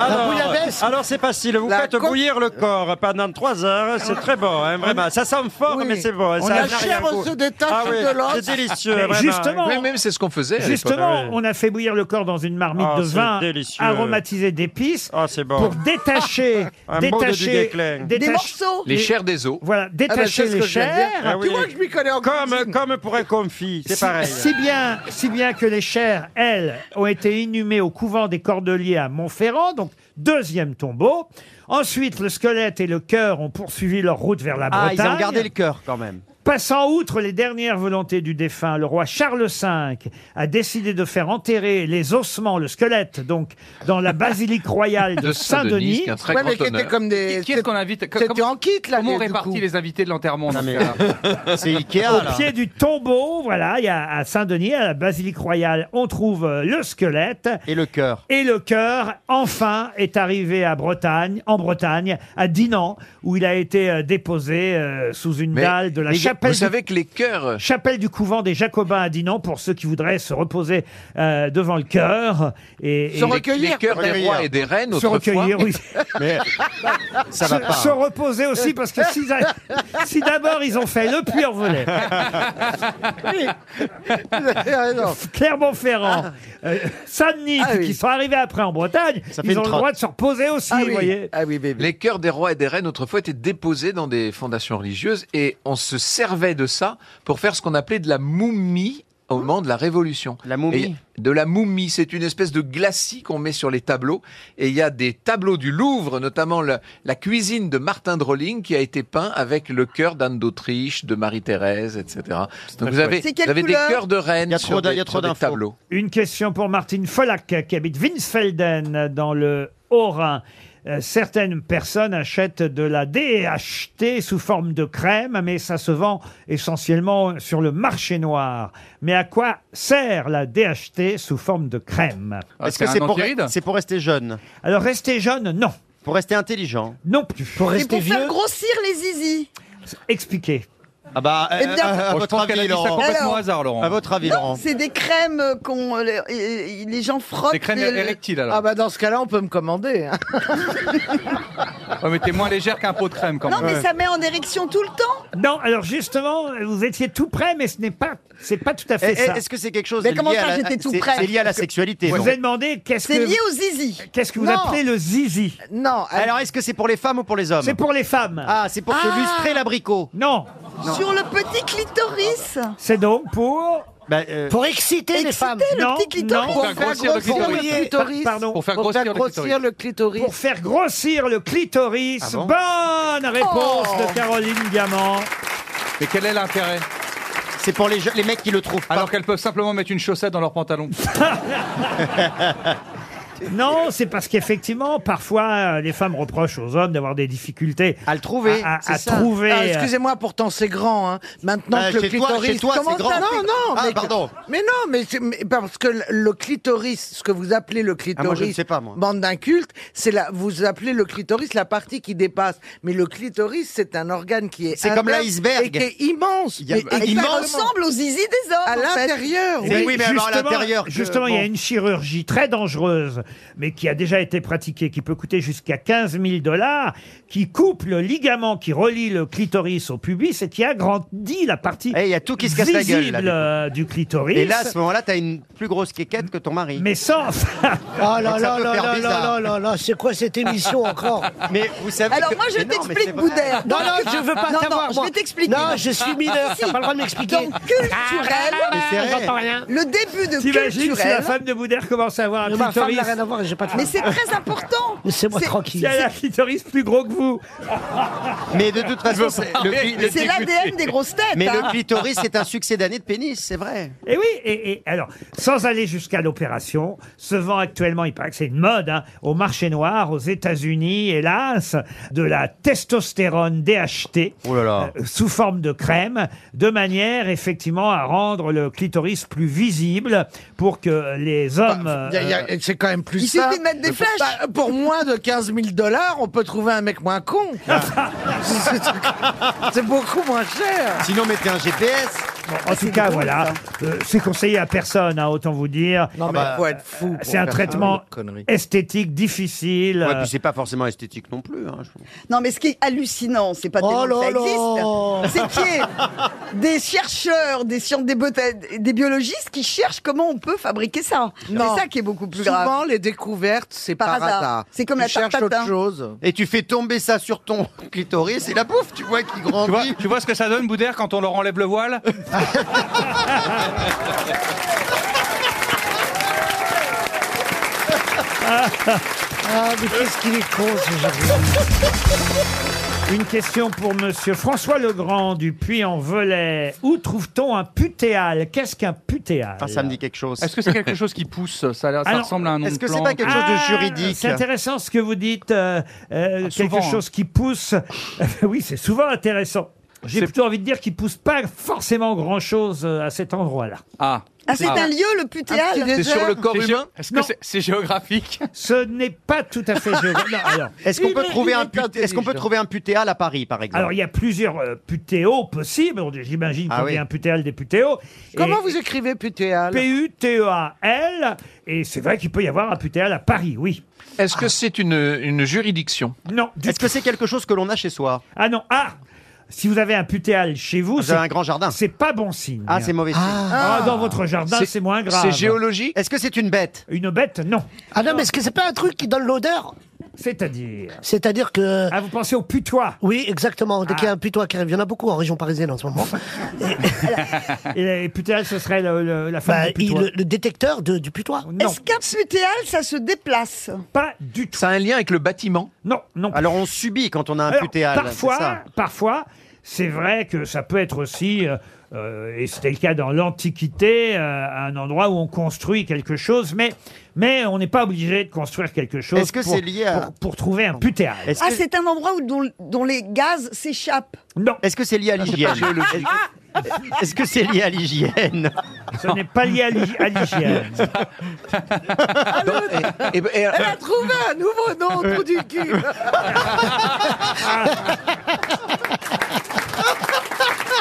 P: Ah,
H: La bouillabaisse
G: Alors
O: c'est facile. Vous
G: La
O: faites
G: co-
O: bouillir le corps pendant 3 heures. C'est très bon, hein, vraiment. Ça sent fort,
G: Oui.
O: mais c'est bon. hein,
G: On
O: ça
G: a
O: n'a
G: cher
O: rien
G: au
O: goût.
G: se détache
O: Ah oui,
G: de l'os.
O: C'est délicieux,
B: Mais
O: vraiment. hein.
B: justement,
E: Oui, mais c'est ce qu'on faisait. à
B: Justement,
E: l'époque.
B: on a fait bouillir le corps dans une marmite
O: Ah,
B: de
O: c'est
B: vin
O: délicieux. Ah,
B: aromatisé d'épices
O: bon.
B: pour détacher,
O: Un mot de
B: détacher,
O: Duguay-Clin.
B: détacher-
E: Les chairs des os.
G: Ah,
B: Voilà, détacher les chairs.
O: Tu vois que je m'y connais en comme, comme pour un confit, c'est
B: Si-
O: pareil.
B: Si bien, si bien que les chairs, elles, ont été inhumées au couvent des Cordeliers à Montferrand, donc deuxième tombeau. Ensuite, le squelette et le cœur ont poursuivi leur route vers la
P: Ah,
B: Bretagne.
P: ils ont gardé le cœur quand même.
B: Passant outre les dernières volontés du défunt, le roi Charles V a décidé de faire enterrer les ossements, le squelette, donc, dans la basilique royale de,
E: De Saint-Denis,
B: Saint-Denis.
E: qui est un très Ouais, grand mais qui était honneur. comme
B: des.
C: Qui est-ce qu'on invite
B: C'était
C: en kit, là. Comment on répartit les invités de l'enterrement dans ce cas-là
P: euh, C'est Ikea,
B: Au pied du tombeau, voilà, il y a à Saint-Denis, à la basilique royale, on trouve euh, le squelette.
P: Et le cœur.
B: Et le cœur, enfin, est arrivé à Bretagne, en Bretagne, à Dinan, où il a été euh, déposé euh, sous une
E: Mais-
B: dalle de la
E: mais
B: chapelle.
E: Vous
B: du-
E: savez que les cœurs.
B: Chapelle du couvent des Jacobins à Dinan, pour ceux qui voudraient se reposer euh, devant le cœur. Et, et-
E: Se recueillir. Les cœurs des rois et des reines,
B: Se
E: autrefois.
B: recueillir, oui.
P: Mais ça
B: se,
P: va pas.
I: hein.
E: hein.
B: se reposer aussi, parce que si, si d'abord ils ont fait le Puy-en-Velay, Clermont-Ferrand, euh, Saint-Denis, qui sont arrivés après en Bretagne,
E: fait
B: ils
E: une
B: ont le
E: trotte. Ah
B: droit de se reposer aussi, vous voyez.
E: Les cœurs des rois et des reines autrefois étaient déposés dans des fondations religieuses et on se servait de ça pour faire ce qu'on appelait de la moumie au moment de la Révolution. La
P: moumie
E: De la moumie, c'est une espèce de glacis qu'on met sur les tableaux. Et il y a des tableaux du Louvre, notamment le- la cuisine de Martin Drolling qui a été peint avec le cœur d'Anne d'Autriche, de Marie-Thérèse, etc. Donc
P: très
E: vous avez,
B: chouette. C'est quelle
E: vous avez des
B: couleur
E: cœurs de
B: Il y
E: reines
B: a trop
E: sur
B: d'in-
E: des,
B: il y a trop
E: sur des
B: d'infos.
E: tableaux.
B: Une question pour Martine Folac, qui habite Winsfelden, dans le Haut-Rhin. Euh, certaines personnes achètent de la DHT sous forme de crème, mais ça se vend essentiellement sur le marché noir. Mais à quoi sert la DHT sous forme de crème
G: Ah,
P: Est-ce que c'est pour, c'est pour rester jeune
B: Alors, rester jeune, non.
P: Pour rester intelligent
B: Non plus. Pour
F: Et pour faire grossir les zizi.
B: Expliquez.
P: Ah bah, euh,
F: Eh bien-
P: euh, à
F: Moi, je
P: votre
F: pense qu'elle a
P: avis,
F: dit ça
P: Laurent.
F: complètement au hasard,
P: À votre avis,
F: Non,
P: Laurent.
F: c'est des crèmes euh, qu'on euh, les, euh, les gens frottent.
C: Des crèmes
F: et-
C: érectiles, alors.
D: Ah bah dans ce cas-là, on peut me commander. hein.
C: Ouais, mais t'es moins légère qu'un pot de crème quand
F: Non,
C: même.
F: mais ça met en érection tout le temps.
B: Non, alors justement, vous étiez tout près, mais ce n'est pas, c'est pas tout à fait
P: Eh, eh,
B: ça.
P: est-ce que c'est quelque chose Mais de comment lié ça, à la- j'étais tout c'est- près c'est lié à la sexualité,
B: Je vous
P: donc.
B: ai demandé qu'est-ce que
F: C'est lié aux zizi.
B: Qu'est-ce que vous
P: Non.
B: appelez le zizi
F: Non.
P: Alors, est-ce que c'est pour les femmes ou pour les hommes
B: C'est pour les femmes.
P: Ah, c'est pour
F: Ah.
P: se lustrer l'abricot
B: Non.
F: Sur le petit clitoris.
B: C'est donc pour.
P: Bah, euh,
H: Pour exciter les femmes.
F: le
B: non,
F: petit clitoris.
B: non.
F: Pour faire Pour faire grossir le grossir le clitoris. clitoris.
B: Pa- Pardon.
F: Pour faire Pour faire grossir le grossir clitoris. le clitoris.
B: Pour faire grossir le clitoris.
C: Ah bon
B: Bonne réponse
C: Oh.
B: de Caroline Diamant.
C: Mais quel est l'intérêt
P: C'est pour les, les mecs qui le trouvent
C: Alors qu'elles peuvent simplement mettre une chaussette dans leur pantalon.
B: Non, c'est parce qu'effectivement, parfois, euh, les femmes reprochent aux hommes d'avoir des difficultés à le
D: trouver,
B: à,
D: c'est
B: à
D: ça.
B: trouver.
D: Ah,
B: euh,
D: Excusez-moi, pourtant c'est grand. hein. Maintenant
B: Euh,
D: que le
B: chez toi-
D: clitoris,
B: chez toi, c'est
D: Comment
B: grand.
D: ça Non, non.
P: Ah,
D: mais-
P: pardon.
D: Mais non, mais, c'est- mais parce que le clitoris, ce que vous appelez le
P: ne
D: clitoris,
P: sais pas, moi.
D: bande d'incultes, c'est la. Vous appelez le clitoris la partie qui dépasse. Mais le clitoris, c'est un organe qui est.
P: C'est comme
D: interne
P: l'iceberg.
D: Et qui est immense.
P: Il y a-
D: mais
P: Ah,
F: Et ça
D: extrêmement-
F: ressemble aux zizi des hommes.
D: À
F: en fait.
D: l'intérieur.
B: Mais justement- Justement, il y a une chirurgie très dangereuse, mais qui a déjà été pratiquée, qui peut coûter jusqu'à 15 000 dollars, qui coupe le ligament qui relie le clitoris au pubis et qui agrandit la partie
P: Eh, il y a tout qui se casse la gueule, là,
B: visible,
P: du coup.
B: euh, du clitoris.
P: Et là, à ce moment-là, t'as une plus grosse quéquette que ton mari.
B: mais sans...
H: Oh là
P: Donc, ça
H: là
P: peut
H: là
P: faire
H: là
P: bizarre.
H: là là là là, c'est quoi cette émission encore
P: Mais vous savez
F: Alors
P: que-
F: moi je
P: Mais non, mais c'est
F: t'explique
P: vrai.
F: Boudère.
H: Non, Oh non, je veux pas
F: non,
H: savoir,
F: Non, je
H: moi.
F: vais t'expliquer. Ah,
H: Non, je suis mineur, t'as pas le droit de m'expliquer.
F: Donc culturel.
H: Mais c'est vrai. J'entends rien.
F: Le début de
B: T'imagines si la
F: culturel.
B: femme de Boudère commence à avoir un
H: Ma femme
B: clitoris
H: n'a rien à voir, j'ai pas de femme.
F: Mais c'est très important.
H: Laissez-moi
F: C'est-
H: tranquille.
B: si elle a un clitoris plus gros que vous.
P: Mais de toute façon, c'est le cli- le
F: C'est
P: cli-
F: l'ADN des grosses têtes.
P: Mais
F: hein.
P: le clitoris, c'est un succès d'année de pénis, c'est vrai.
B: Et Eh oui, et, et alors, sans aller jusqu'à l'opération, se vend actuellement, il paraît que c'est une mode, hein, au marché noir, aux États-Unis, hélas, de la testostérone DHT
P: Oh là là.
B: euh, sous forme de crème, de manière effectivement à rendre le clitoris plus visible pour que les hommes.
D: Bah, Y a- y a-
B: euh,
D: C'est quand même plus
F: Il
D: simple.
F: suffit de mettre des flèches.
D: Bah, pour moins de 15 000 dollars, on peut trouver un mec moins con. C'est- c'est beaucoup moins cher.
P: Sinon, mettez un GPS.
B: En tout cas, voilà, Euh, c'est conseillé à personne, hein, autant vous dire.
P: Non, mais faut être fou
B: Euh,
P: pour
B: C'est un
P: faire
B: traitement
P: une connerie.
B: esthétique difficile.
P: Ouais,
B: euh,
P: puis c'est pas forcément esthétique non plus. hein, je trouve.
F: Non, mais ce qui est hallucinant, c'est pas
D: Oh
F: tellement
P: là
F: que ça existe, c'est qu'il y a des chercheurs, des sciences, des, bota- des biologistes qui cherchent comment on peut fabriquer ça. C'est ça qui est beaucoup plus grave.
D: Souvent, les découvertes, c'est
F: Par
D: par,
F: hasard.
D: hasard.
F: C'est comme
D: tu
F: la tarte
D: cherches autre
F: tatin.
D: chose.
P: Et tu fais tomber ça sur ton clitoris et la pouf, tu vois qu'il
C: Tu vois,
P: grandit.
C: tu vois ce que ça donne, Boudère, quand on leur enlève le voile
H: Ah, mais qu'est-ce qu'il est con, ce
B: Une question pour Monsieur François Legrand du Puy-en-Velay. Où trouve-t-on un putéal Qu'est-ce qu'un putéal
P: Ah, ça me dit quelque chose.
C: Est-ce que c'est quelque chose qui pousse Ça, ça
B: Alors,
C: ressemble à un nom de plante.
B: Ah, C'est intéressant ce que vous dites. euh, euh,
C: Ah,
B: quelque
C: souvent, hein.
B: chose qui pousse. oui, c'est souvent intéressant. J'ai plutôt envie de dire qu'il pousse pas forcément grand-chose euh, à cet endroit-là.
C: Ah.
F: Ah, c'est un lieu, le putéal
C: C'est gé- Est-ce que c'est c'est géographique
B: Ce n'est pas tout à fait géographique. Non, alors,
P: Est-ce qu'on
B: il
P: peut,
B: est-
P: trouver
B: il
P: un
B: est
P: put- est-ce qu'on peut
B: intelligent.
P: trouver un putéal à Paris, par exemple
B: Alors, il y a plusieurs euh, putéos possibles. On- J'imagine
P: Ah
B: qu'on
P: oui.
B: dit un putéal des putéos.
D: Comment
B: Et-
D: vous écrivez putéal
B: P-U-T-E-A-L. Et c'est vrai qu'il peut y avoir un putéal à Paris, oui.
E: Est-ce que c'est une, une juridiction
B: Non.
P: Est-ce que c'est quelque chose que l'on a chez soi
B: Ah non, ah Si vous avez un putéal chez vous,
P: Vous avez
B: c'est-
P: un grand jardin.
B: C'est pas bon signe.
P: Ah, c'est mauvais signe.
B: Ah, dans votre jardin,
P: C'est-
B: c'est moins grave.
P: c'est
B: géologique
P: Est-ce que c'est une bête
B: Une bête, non.
H: Ah non, mais est-ce que c'est pas un truc qui donne l'odeur
B: C'est-à-dire
H: C'est-à-dire que.
B: Ah, vous pensez au putois Ah.
H: Oui, exactement. Dès qu'il y a un putois qui arrive, il y en a beaucoup en région parisienne en ce moment.
B: Et les putéales, ce serait le- le- la femme
H: Bah,
B: du
H: il-
B: putois.
H: le, le détecteur de- du putois.
F: Est-ce qu'un putéal, ça se déplace
B: Pas du tout.
E: Ça a un lien avec le bâtiment
B: Non, non.
P: Alors on subit quand on a un
B: Alors,
P: putéal.
B: Parfois,
P: c'est ça
B: parfois, c'est vrai que ça peut être aussi, euh, euh, et c'était le cas dans l'Antiquité, euh, un endroit où on construit quelque chose, mais, mais on n'est pas obligé de construire quelque chose
P: Est-ce que
B: pour,
P: c'est lié à-
B: pour, pour trouver un putéal.
P: Est-ce
F: Ah,
P: que-
F: c'est un endroit où, dont, dont les gaz s'échappent.
B: Non,
P: Est-ce que c'est lié à
D: Ah,
P: l'hygiène Est-ce que c'est lié à l'hygiène
B: ce n'est pas lié à l'hy- à l'hygiène.
E: Et- et- et-
D: Ah, Elle a trouvé un nouveau nom au trou du cul.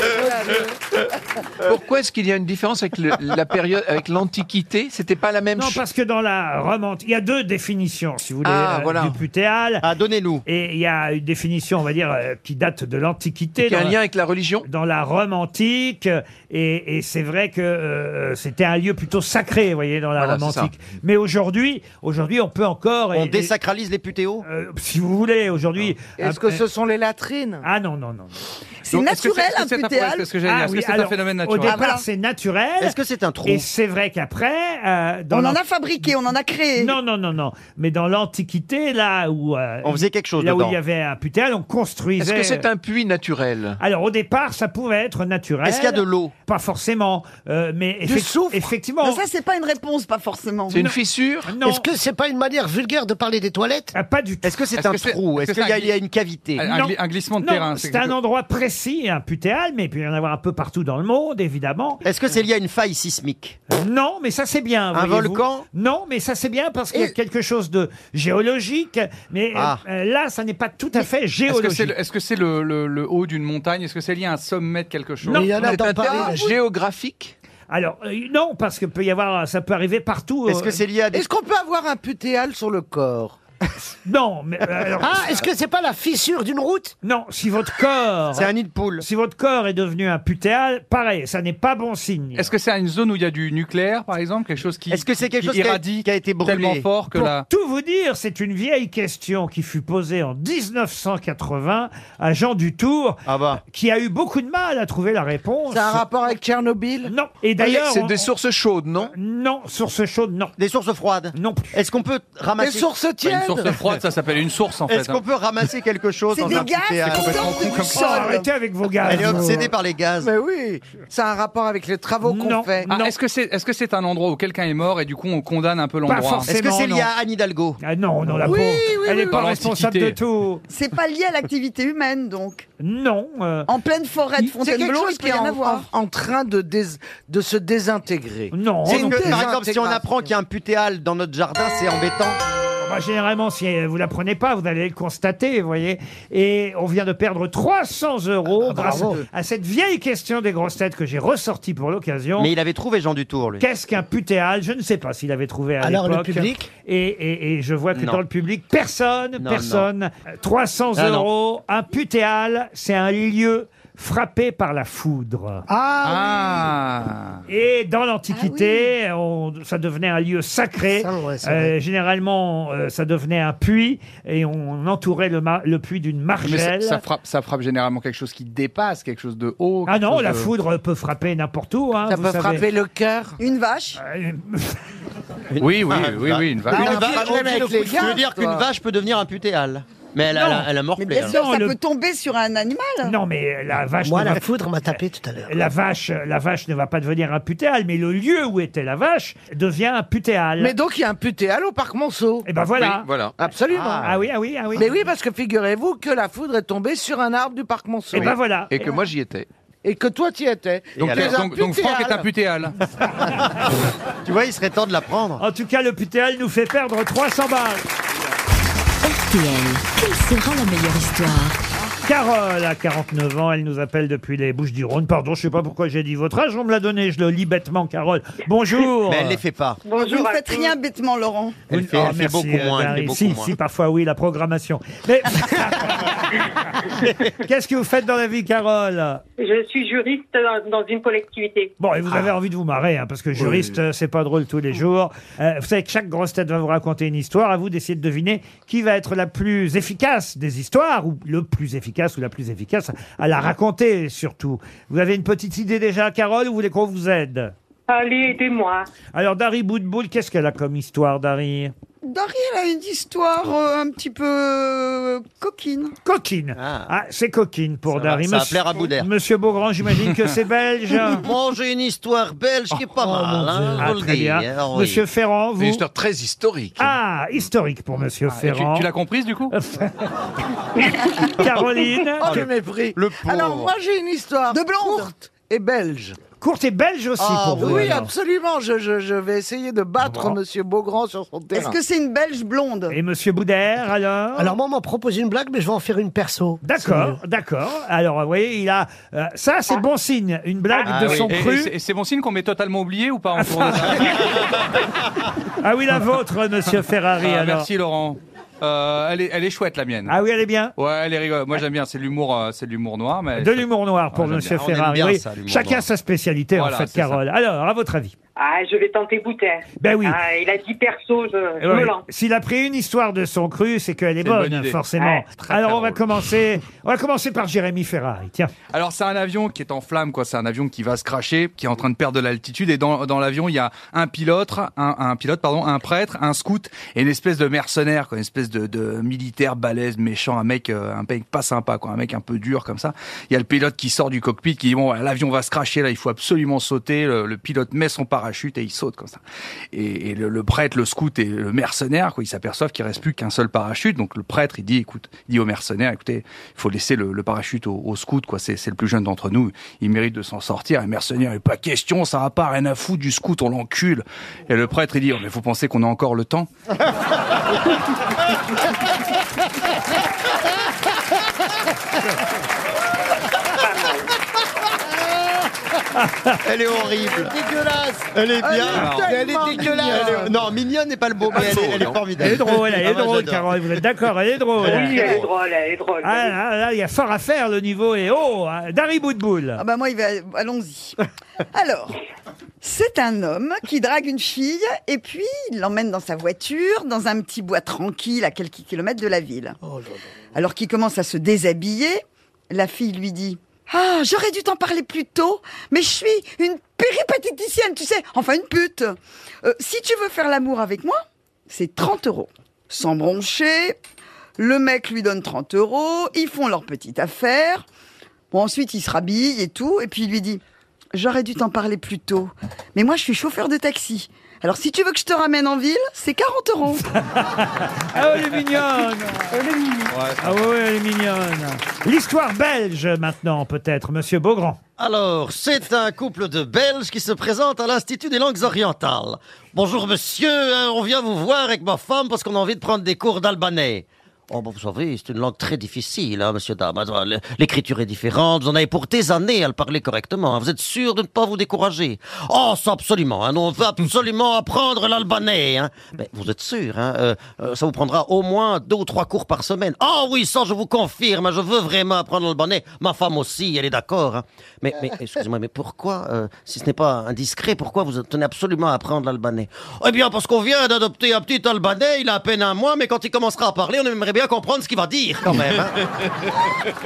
B: Euh,
E: Pourquoi est-ce qu'il y a une différence avec le- la période, avec l'Antiquité C'était pas la même
B: Non,
E: chose.
B: parce que dans la romante, il y a deux définitions, si vous voulez,
E: Ah,
B: euh,
E: voilà.
B: du putéal.
P: Ah, donnez-nous.
B: Et il y a une définition, on va dire, euh, qui date de l'Antiquité.
E: Il y a
B: dans
E: un
B: la-
E: lien avec la religion
B: dans la Rome antique, euh, et, et c'est vrai que euh, c'était un lieu plutôt sacré, vous voyez, dans la
E: Voilà,
B: Rome
E: c'est
B: antique. Mais aujourd'hui, aujourd'hui, on peut encore,
P: On
B: et-
P: désacralise les putéos
B: et, euh, si vous voulez, aujourd'hui.
D: Est-ce
B: ah,
D: que
B: euh,
D: ce sont les latrines
B: ah non non non. non.
F: C'est naturel, un putéal.
C: Est-ce que j'allais dire
B: Ah
C: Est-ce
B: oui,
C: que c'est un
B: alors,
C: phénomène
B: Au
C: naturel
D: Ah,
B: départ,
F: voilà.
B: c'est naturel.
P: Est-ce que c'est un trou
B: Et c'est vrai qu'après, euh, dans
F: On en
B: l'an-
F: a fabriqué, on en a créé.
B: non non non non. Mais dans l'Antiquité, là où euh,
P: On faisait quelque chose
B: là
P: dedans.
B: où il y avait un putéal, on construisait.
E: Est-ce que c'est un puits naturel
B: Alors au départ, ça pouvait être naturel.
P: Est-ce qu'il y a de l'eau
B: Pas forcément, euh, mais
H: Du
B: effec-
H: soufre
B: effectivement.
F: Ça, c'est pas une réponse, pas forcément.
E: C'est une fissure
B: Non.
H: Est-ce que c'est pas une manière vulgaire de parler des toilettes
B: Ah, pas du tout.
P: Est-ce que c'est
C: Est-ce
P: un
C: que c'est-
P: trou
C: est-ce
P: Est-ce
C: que
P: qu'il y, a-
C: c'est un
P: il y a une cavité
C: Euh, Un,
B: Non.
C: gli- un glissement de
B: Non,
C: terrain.
B: c'est
C: quelque-
B: un endroit précis, un putéal, mais il peut y en avoir un peu partout dans le monde, évidemment. Euh,
P: Est-ce que c'est lié à une faille sismique
B: Non, mais ça c'est bien.
P: Un
B: voyez-vous.
P: volcan
B: Non, mais ça c'est bien parce qu'il y a
P: Et-
B: quelque chose de géologique. Mais
P: Ah.
B: euh, là, ça n'est pas tout à
C: Est-ce
B: fait
C: que
B: géologique.
C: c'est le, est-ce que c'est le- le- le haut d'une montagne Est-ce que c'est lié à un sommet de quelque chose
H: Mais il y en a
E: C'est
H: dans
E: un
H: Paris.
E: terrain
H: là, je-
E: géographique
B: Alors euh, non, parce que peut y avoir, ça peut arriver partout.
P: Est-ce
B: euh,
P: que c'est lié à des...
D: Est-ce qu'on peut avoir un putéal sur le corps
B: Non, mais euh, alors,
H: Ah, est-ce que c'est pas la fissure d'une route
B: non. Si votre corps,
P: C'est un nid de poule.
B: si votre corps est devenu un putéal, pareil, ça n'est pas bon signe.
C: Est-ce que c'est une zone où il y a du nucléaire, par exemple Quelque chose qui,
P: Est-ce que c'est quelque chose qui a-
C: irradie
P: qui a été brûlé
C: tellement fort que
B: Pour
C: la...
B: tout vous dire, c'est une vieille question qui fut posée en 1980 à Jean Dutour,
P: Ah bah.
B: qui a eu beaucoup de mal à trouver la réponse.
D: C'est un rapport avec Tchernobyl
B: Non.
P: Ah
B: Et d'ailleurs,
E: C'est
B: on-
E: des sources chaudes, non
B: non, source chaude, non,
P: Des sources froides
B: non plus.
P: Est-ce qu'on peut
D: Les
P: ramasser...
D: sources
C: Bah, une
D: tièdes
C: source froide, ça s'appelle une source en fait. hein.
P: Est-ce qu'on peut ramasser quelque chose
F: C'est
P: dans
F: des
P: un
F: gaz
P: putéal
F: qui sortent du
B: Oh,
F: sol.
B: arrêtez avec vos gars.
P: Elle est obsédée par les gaz.
D: Mais oui, c'est un rapport avec les travaux
B: Non.
D: qu'on fait.
C: Ah,
B: Non.
C: est-ce que c'est est-ce que c'est un endroit où quelqu'un est mort et du coup on condamne un peu l'endroit
B: forcément.
P: Est-ce que c'est
B: non.
P: lié à Anne Hidalgo
B: Ah non, non, la pauvre. Elle n'est
C: oui,
B: pas
C: oui.
B: responsable de
C: L'Antiquité.
B: tout.
F: C'est pas lié à l'activité humaine, donc.
B: Non. euh,
F: En pleine forêt de
D: C'est quelque
F: Fontainebleau,
D: chose
F: il peut
D: qui
F: y
D: est
F: en
D: en,
F: avoir.
D: en- en train de, dés- de se désintégrer.
B: Non.
P: C'est
B: non
P: que,
B: plus.
P: Par exemple, si on apprend qu'il y a un putéal dans notre jardin, c'est embêtant.
B: moi, Ah bah, généralement, si euh, vous l'apprenez pas, vous allez le constater, vous voyez. Et on vient de perdre 300 euros grâce
R: Ah, bravo.
B: à cette vieille question des grosses têtes que j'ai ressortie pour l'occasion.
R: Mais il avait trouvé Jean Dutour, lui.
B: Qu'est-ce qu'un putéal Je ne sais pas s'il avait trouvé à
R: Alors, le
B: l'époque.
R: public
B: et, et- et je vois que
R: Non.
B: dans le public, personne,
R: Non,
B: personne.
R: non.
B: 300
R: Ah, non.
B: euros. Un putéal, c'est un lieu frappé par la foudre.
C: Ah.
B: Et dans l'Antiquité, on- ça devenait un lieu sacré.
H: c'est
B: Euh,
H: vrai.
B: généralement, euh, ça devenait un puits et on entourait le, ma- le puits d'une
C: Mais ça,
B: margelle.
C: ça frappe, ça frappe généralement quelque chose qui dépasse, quelque chose de haut.
B: Ah
C: quelque
B: non,
C: chose
B: la
C: de-
B: foudre peut frapper n'importe où. hein,
C: Ça
B: vous
C: peut
B: savez. Euh,
C: frapper
D: le cœur.
F: Une vache
C: Oui, oui, oui, oui, une vache.
P: Une
C: Ah, on
P: vache,
C: dit- on dit
P: même avec
C: le coup
P: les
C: de
P: gars,
C: feu,
P: tu veux dire
C: toi.
P: qu'une vache peut devenir un putéal. Mais elle, a- elle a- elle a morflé.
F: Mais bien sûr,
P: alors.
F: ça peut tomber sur un animal.
B: Non, mais la vache.
H: Moi,
B: ne
H: la
B: va-
H: foudre m'a tapé tout à l'heure.
B: La vache, la vache ne va pas devenir un putéal, mais le lieu où était la vache devient un putéal.
D: Mais donc, il y a un putéal au parc Monceau.
B: Et ben voilà.
D: Oui, Absolument.
B: Ah, oui, ah oui, ah oui.
D: Mais oui, parce que figurez-vous que la foudre est tombée sur un arbre du parc Monceau.
B: Eh
E: Et
B: ben,
E: Et que moi j'y étais.
D: Et que toi, tu y étais.
E: Donc,
D: tu es
E: alors,
D: un
E: donc- donc Franck
D: putéal.
E: est un
C: putéal.
B: tu vois, il serait temps de la prendre. En tout cas, le putéal nous fait perdre 300 balles.
M: RTL, quelle sera la meilleure histoire
B: Carole a 49 ans, elle nous appelle depuis les Bouches du Rhône. Pardon, je sais pas pourquoi j'ai dit votre âge, on me l'a donné, je le lis bêtement, Carole. Bonjour.
P: Mais elle les fait pas.
F: vous ne faites rien bêtement, Laurent.
P: Elle fait,
B: Oh,
P: elle fait
B: merci,
P: beaucoup
B: euh,
P: moins. Elle
B: Dari.
P: fait beaucoup
B: si,
P: moins.
B: si, parfois oui, la programmation. Mais qu'est-ce que vous faites dans la vie, Carole
S: Je suis juriste dans- dans une collectivité. Ah.
B: Bon, et vous
P: Ah.
B: avez envie de vous marrer, hein, parce que juriste, euh, c'est pas drôle tous
P: Oh.
B: les jours. Euh, vous savez que chaque grosse tête va vous raconter une histoire. À vous d'essayer de deviner qui va être la plus efficace des histoires, ou le plus efficace, ou la plus efficace à la raconter, surtout. Vous avez une petite idée déjà, Carole, ou vous voulez qu'on vous aide
S: Allez, aidez-moi.
B: Alors, Dari Boudboul, qu'est-ce qu'elle a comme histoire, Dari
F: Dari, elle a une histoire euh, un petit peu euh, coquine.
B: Coquine. Ah, c'est coquine pour
P: Ça va,
B: Dari.
P: ça va
B: Monsieur-
P: plaire à Boudère.
B: Monsieur Beaugrand, j'imagine que c'est belge.
P: Bon, j'ai une histoire belge qui est pas mal. Hein,
B: Ah,
P: on le
B: très
P: dit,
B: bien.
P: hein, oui.
B: Monsieur Ferrand, vous.
E: Une histoire très historique.
B: Ah, historique pour Monsieur
C: Ah,
E: et tu-
B: Ferrand.
E: tu l'as
C: comprise du coup
B: Caroline.
D: Oh, le mépris.
B: Le
D: Alors, moi, j'ai une histoire. De blonde. Courte et belge.
B: Courte et belge aussi
D: Ah,
B: pour vous.
D: Oui,
B: alors.
D: absolument. Je, je- je vais essayer de battre
B: Bon.
D: Monsieur Beaugrand sur son terrain.
F: une belge blonde
B: Et Monsieur Boudère, alors
H: Alors, moi, on m'a proposé une blague, mais je vais en faire une perso.
B: D'accord, d'accord. Alors, vous voyez, il a. euh, ça,
D: Ah.
B: c'est bon signe. Une blague de son
C: Ah Et- et
B: cru.
C: c'est- Et c'est bon signe qu'on m'ait totalement oublié ou pas en tournant ça
B: Ah oui, la vôtre, Monsieur Ferrari.
C: Ah,
B: alors.
C: Merci Laurent. Euh, elle, est, elle est chouette la mienne.
B: Ah oui, elle est bien.
C: Ouais, elle est rigole. Moi j'aime bien. C'est de l'humour, euh, c'est de l'humour noir, mais
B: De l'humour noir pour
C: Ah, j'aime
B: Monsieur
C: bien. On aime
B: Ferrari.
C: bien
B: Oui,
C: ça, l'humour
B: Chacun
C: noir.
B: sa spécialité,
C: Voilà,
B: en fait,
C: c'est ça.
B: Carole. Alors, à votre avis
S: Ah, je vais tenter Boutère.
B: Ben oui.
S: Ah, il a dit perso, je, je
B: Eh Ouais.
S: me lance.
B: S'il a pris une histoire de son cru, c'est qu'elle est
C: C'est une bonne
B: bonne,
C: idée.
B: forcément.
C: Ouais, très, très
B: Alors on va commencer. On va commencer par Jérémy Ferrari. Tiens.
C: Alors c'est un avion qui est en flamme, quoi. C'est un avion qui va se cracher, qui est en train de perdre de l'altitude. Et dans, dans l'avion, il y a un pilote, un, un pilote, pardon, un prêtre, un scout et une espèce de mercenaire, quoi, une espèce de, de militaire balèze, méchant, un mec, euh, un mec pas sympa, quoi, un mec un peu dur comme ça. Il y a le pilote qui sort du cockpit, qui dit bon, l'avion va se cracher là, il faut absolument sauter. Le, le pilote met son parachute et il saute comme ça. Et, et le, le prêtre, le scout et le mercenaire, quoi, ils s'aperçoivent qu'il reste plus qu'un seul parachute. Donc le prêtre, il dit, écoute, il dit au mercenaire, écoutez, il faut laisser le, le parachute au, au scout, quoi. C'est c'est le plus jeune d'entre nous, il mérite de s'en sortir. Et le mercenaire, il dit, pas question, ça va pas, rien à foutre du scout, on l'encule. Et le prêtre, il dit, oh, mais vous pensez qu'on a encore le temps
P: Elle est horrible.
I: dégueulasse.
P: Elle est bien.
I: Elle est dégueulasse.
P: Elle est- Non, mignonne n'est pas le beau, mais elle est, elle est formidable.
B: Elle est drôle, elle
P: Ah,
B: est
P: moi,
B: drôle,
P: j'adore.
B: Carole. Vous êtes d'accord Elle est drôle.
S: Oui, elle est drôle, elle est drôle.
B: Ah là, là, il y a fort à faire, le niveau est haut. hein. Dari Boudboul.
F: Ah bah moi, il va... allons-y. Alors, c'est un homme qui drague une fille et puis il l'emmène dans sa voiture, dans un petit bois tranquille à quelques kilomètres de la ville.
H: Oh
F: Alors qu'il commence à se déshabiller, la fille lui dit Ah, j'aurais dû t'en parler plus tôt, mais je suis une péripatéticienne, tu sais, enfin une pute. Euh, si tu veux faire l'amour avec moi, c'est 30 euros. Sans broncher, le mec lui donne 30 euros, ils font leur petite affaire. Bon, ensuite, il se rhabille et tout, et puis il lui dit J'aurais dû t'en parler plus tôt, mais moi je suis chauffeur de taxi. Alors, si tu veux que je te ramène en ville, c'est 40 euros.
B: Ah, elle est mignonne Ah oui, elle est mignonne. L'histoire belge maintenant, peut-être, Monsieur Beaugrand.
R: Alors, c'est un couple de Belges qui se présente à l'Institut des langues orientales. Bonjour monsieur, hein, on vient vous voir avec ma femme parce qu'on a envie de prendre des cours d'albanais. Oh, bon, vous savez, c'est une langue très difficile, hein, monsieur dame. Attends, l- L'écriture est différente, vous en avez pour des années à le parler correctement. hein. Vous êtes sûr de ne pas vous décourager Oh, ça absolument, hein, on veut absolument apprendre l'albanais. hein. Mais vous êtes sûr, hein, euh, euh, ça vous prendra au moins deux ou trois cours par semaine. Oh oui, ça je vous confirme, hein, je veux vraiment apprendre l'albanais. Ma femme aussi, elle est d'accord. hein. Mais, mais excusez-moi, mais pourquoi, euh, si ce n'est pas indiscret, pourquoi vous tenez absolument à apprendre l'albanais Eh bien, parce qu'on vient d'adopter un petit albanais, il a à peine un mois, mais quand il commencera à parler, on aimerait bien comprendre ce qu'il va dire quand même. hein.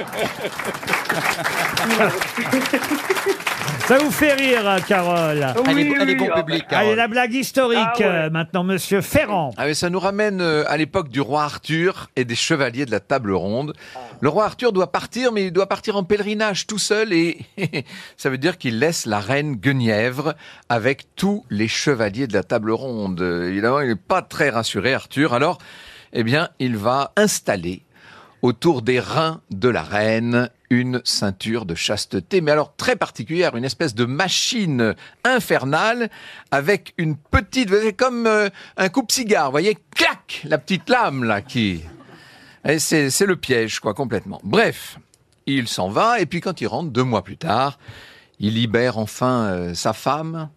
B: Ça vous fait rire, hein, Carole.
E: Elle est- Oui, elle est oui, bon ah public, bah. Carole.
B: Allez, la blague historique
E: Ah ouais.
B: euh, maintenant, Monsieur Ferrand.
E: Ah oui, ça nous ramène euh, à l'époque du roi Arthur et des chevaliers de la table ronde. Le roi Arthur doit partir, mais il doit partir en pèlerinage tout seul et ça veut dire qu'il laisse la reine Guenièvre avec tous les chevaliers de la table ronde. Euh, Évidemment, il n'est pas très rassuré, Arthur. Alors, eh bien, il va installer autour des reins de la reine une ceinture de chasteté, mais alors très particulière, une espèce de machine infernale avec une petite, vous savez, comme euh, un coupe-cigare, vous voyez, clac, la petite lame là qui... Et c'est c'est le piège, quoi, complètement. Bref, il s'en va, et puis quand il rentre, deux mois plus tard, il libère enfin euh, sa femme,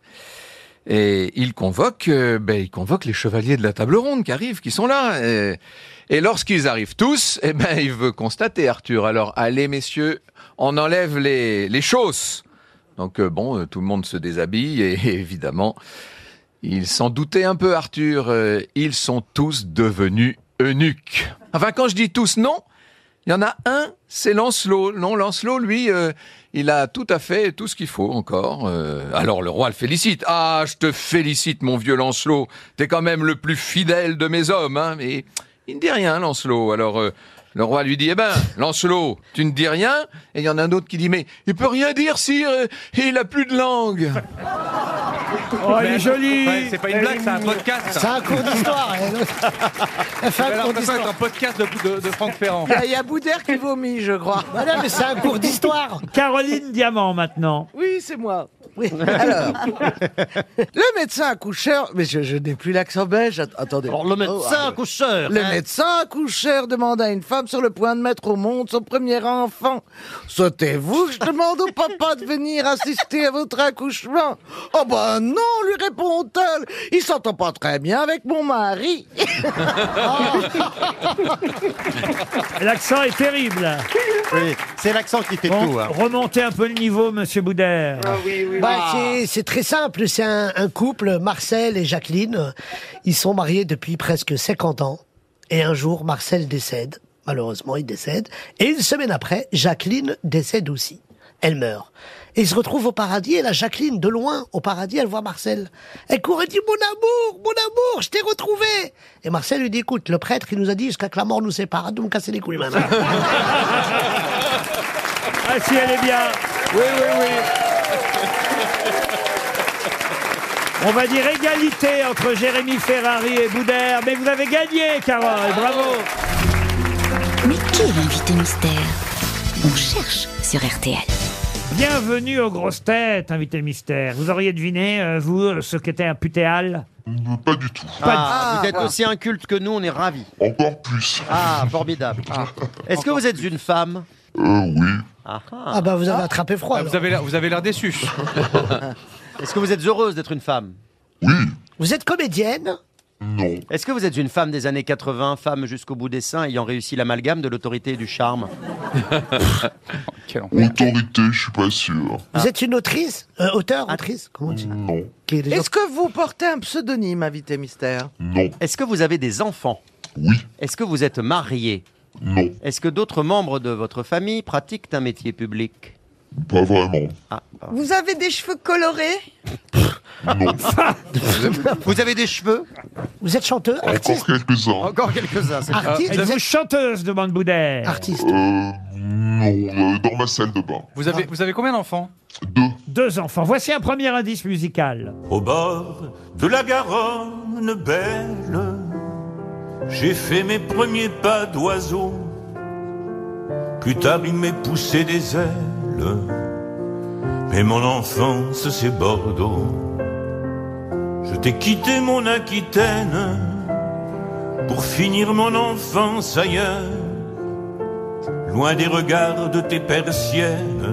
E: et il convoque, euh, ben, il convoque les chevaliers de la table ronde qui arrivent, qui sont là. Et, et lorsqu'ils arrivent tous, eh ben, il veut constater, Arthur. Alors, allez, messieurs, on enlève les, les chausses. Donc, euh, bon, euh, tout le monde se déshabille et, évidemment, il s'en doutait un peu, Arthur. Euh, ils sont tous devenus eunuques. Enfin, quand je dis tous, non. Il y en a un, c'est Lancelot. Non, Lancelot, lui, euh, il a tout à fait tout ce qu'il faut encore. Euh, alors le roi le félicite. Ah, je te félicite, mon vieux Lancelot. T'es quand même le plus fidèle de mes hommes. Hein. Mais il ne dit rien, Lancelot. Alors euh, le roi lui dit, eh ben, Lancelot, tu ne dis rien. Et il y en a un autre qui dit, mais il peut rien dire, sire. euh, Il a plus de langue.
B: Oh, elle est jolie.
E: Ouais, c'est pas une blague, c'est un podcast, ça. C'est un cours d'histoire,
H: Elle fait un
C: J'ai
H: cours
C: l'impression d'être
H: d'histoire.
C: un podcast de, de- de Franck Ferrand.
D: Il y a- il y a Boudère qui vomit, je crois.
H: Madame, mais c'est un cours d'histoire.
B: Caroline Diamant maintenant.
D: Oui, c'est moi. Oui. Alors, le médecin accoucheur, mais je, je n'ai plus l'accent belge. att- Attendez.
C: Oh,
D: Oh,
R: le médecin accoucheur,
D: Le
R: hein.
D: médecin accoucheur demanda à une femme sur le point de mettre au monde son premier enfant. Sautez-vous, que je demande au papa de venir assister à votre accouchement. Oh ben non, lui répond-elle. Il s'entend pas très bien avec mon mari.
B: L'accent est terrible.
P: Oui, c'est l'accent qui fait tout. hein.
B: Remontez un peu le niveau, Monsieur Boudère. Ah.
H: Bah, c'est- C'est très simple, c'est un, un couple, Marcel et Jacqueline. Ils sont mariés depuis presque 50 ans. Et un jour, Marcel décède. Malheureusement, il décède. Et une semaine après, Jacqueline décède aussi. Elle meurt. Et ils se retrouvent au paradis. Et la Jacqueline, de loin, au paradis, elle voit Marcel. Elle court et dit, mon amour, mon amour, je t'ai retrouvé. Et Marcel lui dit, écoute, le prêtre, il nous a dit, jusqu'à que la mort nous sépare, arrête de me casser les couilles, maintenant.
B: Ah si, elle est bien. Oui, oui, oui. On va dire égalité entre Jérémy Ferrari et Boudère, mais vous avez gagné, Carole. Bravo.
M: Mais qui est l'invité mystère On cherche sur RTL.
B: Bienvenue aux grosses têtes, invité mystère. Vous auriez deviné, euh, vous, euh, ce qu'était un putéal Pas du tout.
P: Ah, vous êtes aussi inculte que nous, on est ravis. Encore plus. Ah, formidable. Ah. Est-ce que vous êtes une femme
H: oui.
P: Ah, ah.
H: Ah bah, vous avez attrapé froid.
C: Ah, vous avez l'air- vous avez l'air déçu.
P: Est-ce que vous êtes heureuse d'être une femme
H: Vous êtes comédienne
P: Non. Est-ce que vous êtes une femme des années 80, femme jusqu'au bout des seins, ayant réussi l'amalgame de l'autorité et du charme
T: Autorité, je suis pas sûr.
H: Vous êtes une autrice euh, Auteur
D: Ah.
H: Autrice Comment on dit Qui est déjà-
D: Est-ce que vous portez un pseudonyme, invité mystère
P: Non. Est-ce que vous avez des enfants Oui. Est-ce que vous êtes marié Non. Est-ce que d'autres membres de votre famille pratiquent un métier public
T: Pas vraiment.
P: Ah, pardon.
F: Vous avez des cheveux colorés
T: Non.
R: bah, Vous avez des cheveux
H: Vous êtes chanteur
T: Encore quelques-uns.
R: Encore quelques-uns, c'est bien.
B: Artiste, Ah, euh, vous êtes chanteuse, demande Boudère.
H: Artiste.
T: Non, euh, dans ma salle de bain.
C: Vous avez, vous avez combien d'enfants
B: Ah. Deux enfants. Voici un premier indice musical.
U: Au bord de la Garonne belle, j'ai fait mes premiers pas d'oiseau. Plus tard, il m'est poussé des ailes, mais mon enfance, c'est Bordeaux. Je t'ai quitté mon Aquitaine pour finir mon enfance ailleurs, loin des regards de tes persiennes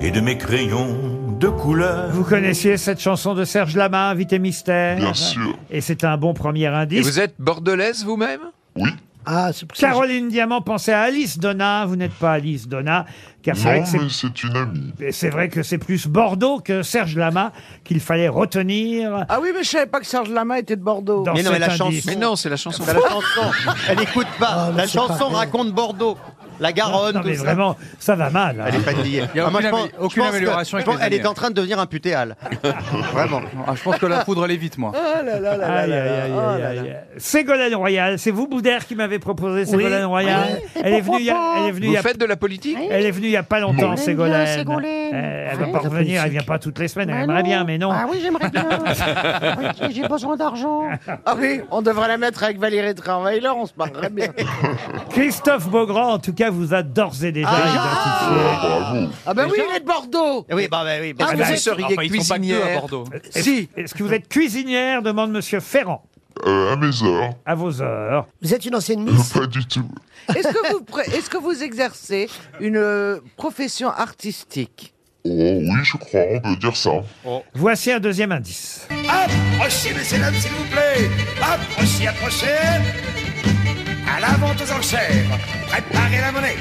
U: et de mes crayons de couleur.
B: Vous connaissiez cette chanson de Serge Lama, Invité Mystère
T: Bien sûr.
B: Et c'est un bon premier indice.
E: Et vous êtes bordelaise vous-même
B: Ah, c'est Caroline Diamant, pensez à Alice Donna. Vous n'êtes pas Alice Donna, car c'est vrai
T: Non,
B: que c'est
T: mais c'est une amie.
B: Et c'est vrai que c'est plus Bordeaux que Serge Lama qu'il fallait retenir.
D: Ah oui, mais je savais pas que Serge Lama était de Bordeaux.
B: Dans Mais non, cet mais la indice. chanson-
E: Mais non, c'est la chanson.
R: la chanson, elle n'écoute pas.
B: Ah, mais
R: la
B: c'est pas
R: chanson
B: vrai.
R: raconte Bordeaux, la Garonne,
B: Non,
R: tout
B: mais
R: ça.
B: vraiment, ça va mal. hein.
R: Elle est fatiguée.
C: Il y a
R: Ah, moi,
C: aucune
R: je pense-
C: amé-
R: je
C: aucune
R: pense que-
C: amélioration
R: je
C: avec
R: pense-
C: les
R: Elle est
C: années.
R: en train de devenir un putéal. Vraiment.
C: Ah, Je pense que la poudre allait vite, moi.
D: Ah là là là là
B: Aïe,
D: là
B: aïe,
D: là.
B: aïe,
D: Oh
B: aïe,
D: là
B: aïe.
D: là.
B: Ségolène Royal, c'est vous, Boudère, qui m'avez proposé Ségolène Royal.
D: Oui, et
B: elle, est venue,
D: pourquoi
B: il y a- elle est venue il
E: Vous
B: y a-
E: faites de la politique
B: elle est venue il n'y a pas
E: On aime
B: longtemps,
E: bien
B: Ségolène.
V: Ségolène.
B: Euh, elle
V: Ouais,
B: va pas
V: la
B: revenir, elle
V: politique.
B: vient pas toutes les semaines, elle
V: Ah
B: aimerait
V: non.
B: bien, mais non.
V: Ah oui, j'aimerais bien. Oui, J'ai besoin d'argent.
D: Ah oui, on devrait la mettre avec Valérie Travailer, on se marrerait bien.
B: Christophe Beaugrand, en tout cas, vous a d'ores et déjà identifié.
D: Ah ben oui, il est de Bordeaux
R: Oui, bah, bah, oui. bah,
B: Ah,
R: bah,
B: vous
R: oui.
B: êtes-
E: seriez
C: Enfin, ils sont pas que deux à
E: cuisinière.
C: Bordeaux.
B: Est-ce- Est-ce que vous êtes cuisinière demande Monsieur Ferrand.
T: Euh, à mes heures.
B: À vos heures.
H: Vous êtes une ancienne Miss
T: Pas du tout.
D: Est-ce que, vous pré- est-ce que vous exercez une euh, profession artistique
T: Oh oui, je crois, on peut dire ça.
B: Voici un deuxième indice.
W: Approchez, messieurs dames, s'il vous plaît. Approchez, approchez. À la vente aux enchères. Préparez la monnaie.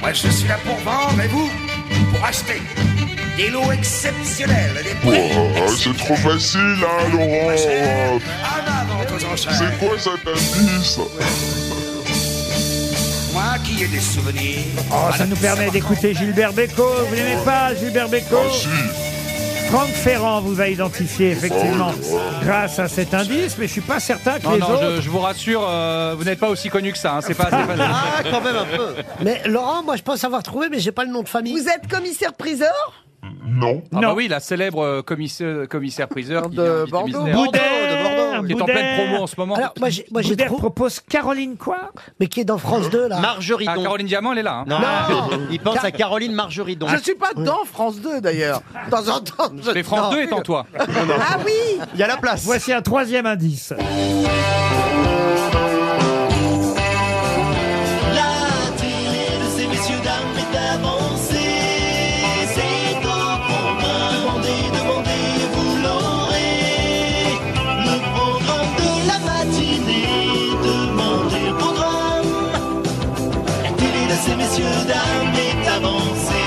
W: Moi, je suis là pour vendre et vous, pour acheter. Des lots exceptionnels, des prix.
T: Ouah, c'est trop facile, hein, Laurent.
W: À la vente aux enchères.
T: C'est quoi cet indice
W: Moi qui ai des souvenirs.
B: Oh, ça nous permet d'écouter Gilbert Bécaud. Vous n'aimez pas Gilbert Bécaud
T: Ah,
B: Franck Ferrand vous a identifié, effectivement,
T: Oh,
B: grâce à cet indice, mais je suis pas certain que
C: Non,
B: les
C: non,
B: autres...
C: je, je vous rassure, euh, vous n'êtes pas aussi connu que ça. hein, c'est pas, c'est pas-
R: Ah, quand même un peu.
H: Mais Laurent, moi je pense avoir trouvé, mais j'ai pas le nom de famille.
F: Vous êtes commissaire-priseur
T: Non.
C: Ah bah oui, la célèbre euh, commissaire, commissaire priseur qui
D: De
C: invite
D: Bordeaux.
C: Mystère.
B: Boudère,
C: qui est en
B: Ah, Boudère.
C: pleine promo en ce moment.
H: Alors, moi j'ai moi, j'ai
B: Boudère
H: trouvé.
B: propose Caroline quoi
H: Mais qui est dans France 2 là
R: Margeridon.
C: Ah, Caroline Diamant, elle est là. hein.
R: Non, il pense à Caroline Margeridon.
D: Je suis pas dans France 2 d'ailleurs. De temps en temps, je...
C: Mais France 2 est en toi.
F: Ah oui
R: Il y a la place.
B: Voici un troisième indice.
I: La tirée de ces messieurs dames est avancée. C'est temps pour moi. Demandez, demandez, vous l'aurez. Le programme de la matinée. Demandez le programme. La télé de ces messieurs dames est avancée.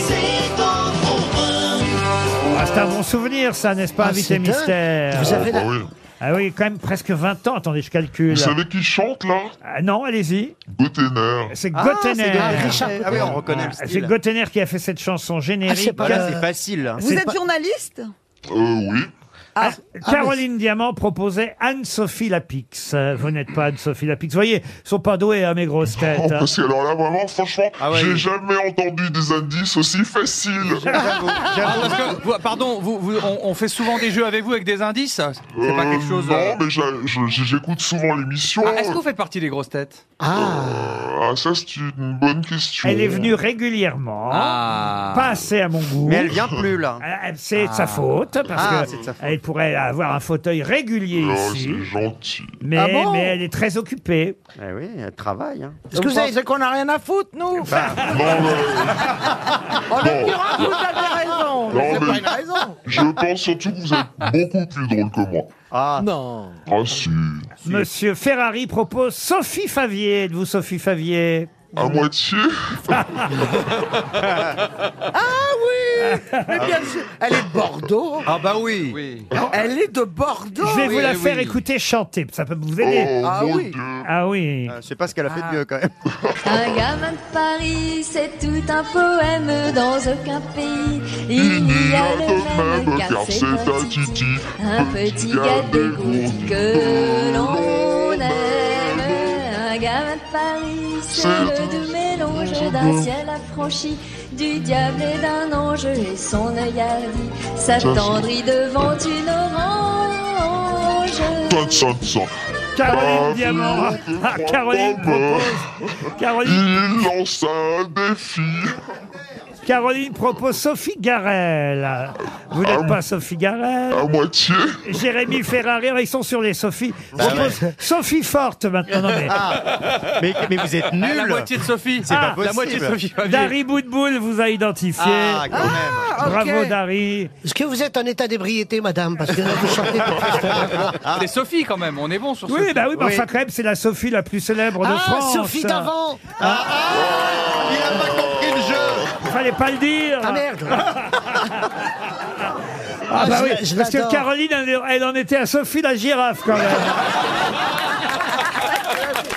I: C'est temps pour moi.
B: Ah, c'est un bon souvenir, ça, n'est-ce pas,
H: Ah,
B: invité
H: c'est dingue.
B: mystère
H: Vous avez
T: Ah
H: la-
T: oui.
B: Ah oui, quand même presque 20 ans, attendez, je calcule.
T: Vous savez qui chante, là
B: Ah non, allez-y.
T: Gotenner.
B: C'est
R: Ah,
B: Gotener.
R: c'est bien.
H: Richard
R: Ah oui, on
H: Gotenner.
R: reconnaît le
B: C'est
R: style.
B: Gotener qui a fait cette chanson
H: Ah,
B: générique.
H: c'est pas
R: Voilà,
H: Euh,
R: c'est facile. hein.
F: Vous
H: C'est
F: êtes
H: pas-
F: journaliste
T: Euh, oui.
B: Ah,
H: ah,
B: Caroline Diamant proposait Anne-Sophie Lapix. Euh, Vous n'êtes pas Anne-Sophie Lapix. Vous voyez, ils sont pas doués, hein, mes grosses
T: Oh,
B: têtes. hein.
T: parce que alors là, vraiment, franchement,
R: Ah ouais,
T: j'ai
R: oui.
T: jamais entendu des indices aussi faciles.
R: J'avoue,
C: Ah,
R: j'avoue.
C: parce que, vous- pardon, vous- vous- on, on fait souvent des jeux avec vous avec des indices. C'est pas
T: Euh,
C: quelque chose.
T: Non,
C: euh,
T: mais j'a- je- j'écoute souvent l'émission. Euh,
C: Ah, Est-ce que vous faites partie des grosses têtes
H: Ah
T: Ah, ça, c'est une bonne question.
B: Elle est venue régulièrement.
C: Ah.
B: Pas assez à mon goût.
R: Mais elle vient plus là.
B: Ah, C'est de sa faute, parce
R: Ah,
B: que
R: c'est de sa faute.
B: elle pourrait avoir un fauteuil régulier
T: Ah,
B: ici.
T: c'est gentil.
B: Mais,
D: Ah bon
B: mais elle est très occupée.
R: Eh oui, elle travaille. hein.
H: Est-ce que vous avez.
D: pensez qu'on n'a rien à foutre, nous
T: Ah, Non, mais
D: En l'occurrence, Ah, vous avez raison. Mais
T: Non,
D: c'est
T: mais-
D: pas une raison.
T: je pense surtout que vous êtes beaucoup plus drôle que moi.
R: Ah,
D: Non.
T: Ah, si.
B: Monsieur Ferrari propose Sophie Favier. Êtes-vous Sophie Favier
T: À moitié
D: Ah oui Mais bien sûr Elle est de Bordeaux
E: Ah bah oui, oui.
D: Elle est de Bordeaux
B: Je vais vous la faire écouter chanter, ça peut vous aider.
D: Oh, Ah mon oui.
B: Ah oui.
G: je sais pas ce qu'elle a fait de mieux quand même.
J: Un gamin de Paris, c'est tout un poème dans aucun pays. Il n'y a de même car c'est un titi, un petit gars dégourdi que l'on aime. Un gamin de Paris, c'est le doux mélange d'un ciel affranchi. Du diable et d'un ange et son œil hardi s'attendrit devant une orange.
B: Caroline Diamant Ah, Caroline propose Caroline
T: Il lance un défi
B: Caroline propose Sophie Garel. Vous n'êtes pas Sophie Garel.
T: À moitié.
B: Jérémy Ferrari, ils sont sur les Sophies. Propose Sophie Forte maintenant. Non, mais...
I: Ah.
B: Ah.
C: Mais- mais vous êtes nuls. La moitié de Sophie. C'est pas possible.
B: Dari Boudboul vous a identifié.
H: Ah, quand même.
B: Bravo
H: ok.
B: Dari.
H: Est-ce que vous êtes en état d'ébriété, madame Parce que là, vous chantez pour faire
C: C'est Sophie quand même, on est bon sur
B: Oui,
C: Sophie.
B: bah oui, mais enfin quand même, c'est la Sophie la plus célèbre de
H: Ah,
B: France. Ah.
H: Sophie d'avant
B: Il n'a pas compris le jeu. Fallait pas le dire.
H: Ah merde
B: Ah bah
H: je
B: oui,
H: l'a- je
B: parce que
H: l'adore.
B: Caroline, elle, elle en était à Sophie la girafe quand même.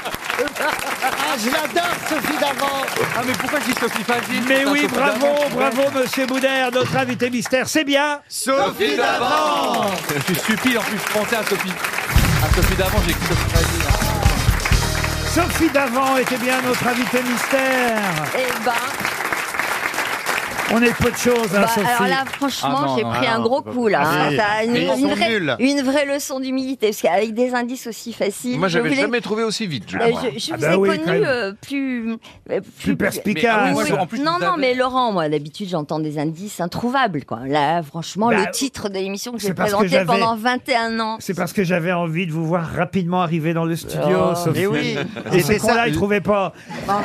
H: Ah, je l'adore, Sophie d'avant
C: Ah, mais pourquoi je dis Sophie facile
B: Mais
C: putain,
B: oui,
C: Sophie
B: bravo,
C: d'avant, je
B: bravo Monsieur Boudère, notre invité mystère, c'est bien
C: Sophie d'avant Je suis stupide en plus, je pensais à Sophie. À Sophie d'avant, j'ai écrit Sophie facile.
B: Sophie Davant était bien notre invité mystère.
J: Eh ben,
B: On est peu de choses, hein,
J: bah,
B: Sophie.
J: alors là,
E: Ah
J: franchement, j'ai pris un gros coup là. hein.
B: Ah,
J: T'as une,
B: mais ils
J: une
B: sont nuls.
J: vraie, une vraie leçon d'humilité, parce qu'avec des indices aussi faciles.
E: Moi,
J: je
E: j'avais
J: voulais-
E: jamais trouvé aussi vite.
J: Euh, je, je
E: Ah
J: vous
E: bah
J: ai
E: oui, quand
J: connu
E: même.
J: euh, plus, euh,
E: Plus perspicace.
J: Oui,
E: Mais
J: oui.
E: moi, en plus,
J: non,
E: vous
J: non,
E: avez-
J: mais Laurent, moi, d'habitude, j'entends des indices introuvables. Quoi. Là, franchement,
B: Bah,
J: le titre de l'émission que
B: c'est
J: j'ai
B: parce que
J: présenté
B: j'avais-
J: pendant 21 ans.
B: C'est parce que j'avais envie de vous voir rapidement arriver dans le studio,
J: Oh.
B: Sophie.
J: Mais oui.
B: Et
D: C'était
B: ces cons-là,
D: ça.
B: ils trouvaient pas.
R: Ah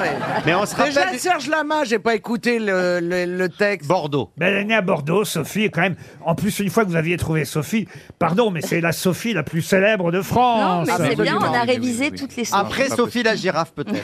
B: Mais on se
D: Déjà,
B: rappelle-
D: Serge Lama, j'ai pas écouté le, le- le texte.
B: Bordeaux. Ben, elle est née à Bordeaux, Sophie, et quand même. En plus, une fois que vous aviez trouvé Sophie, pardon, mais c'est la Sophie la plus célèbre de
J: Non,
R: Ah,
B: France.
J: mais
R: bah
J: c'est bien, on a révisé toutes les semaines.
B: Après Sophie
R: la girafe, peut-être.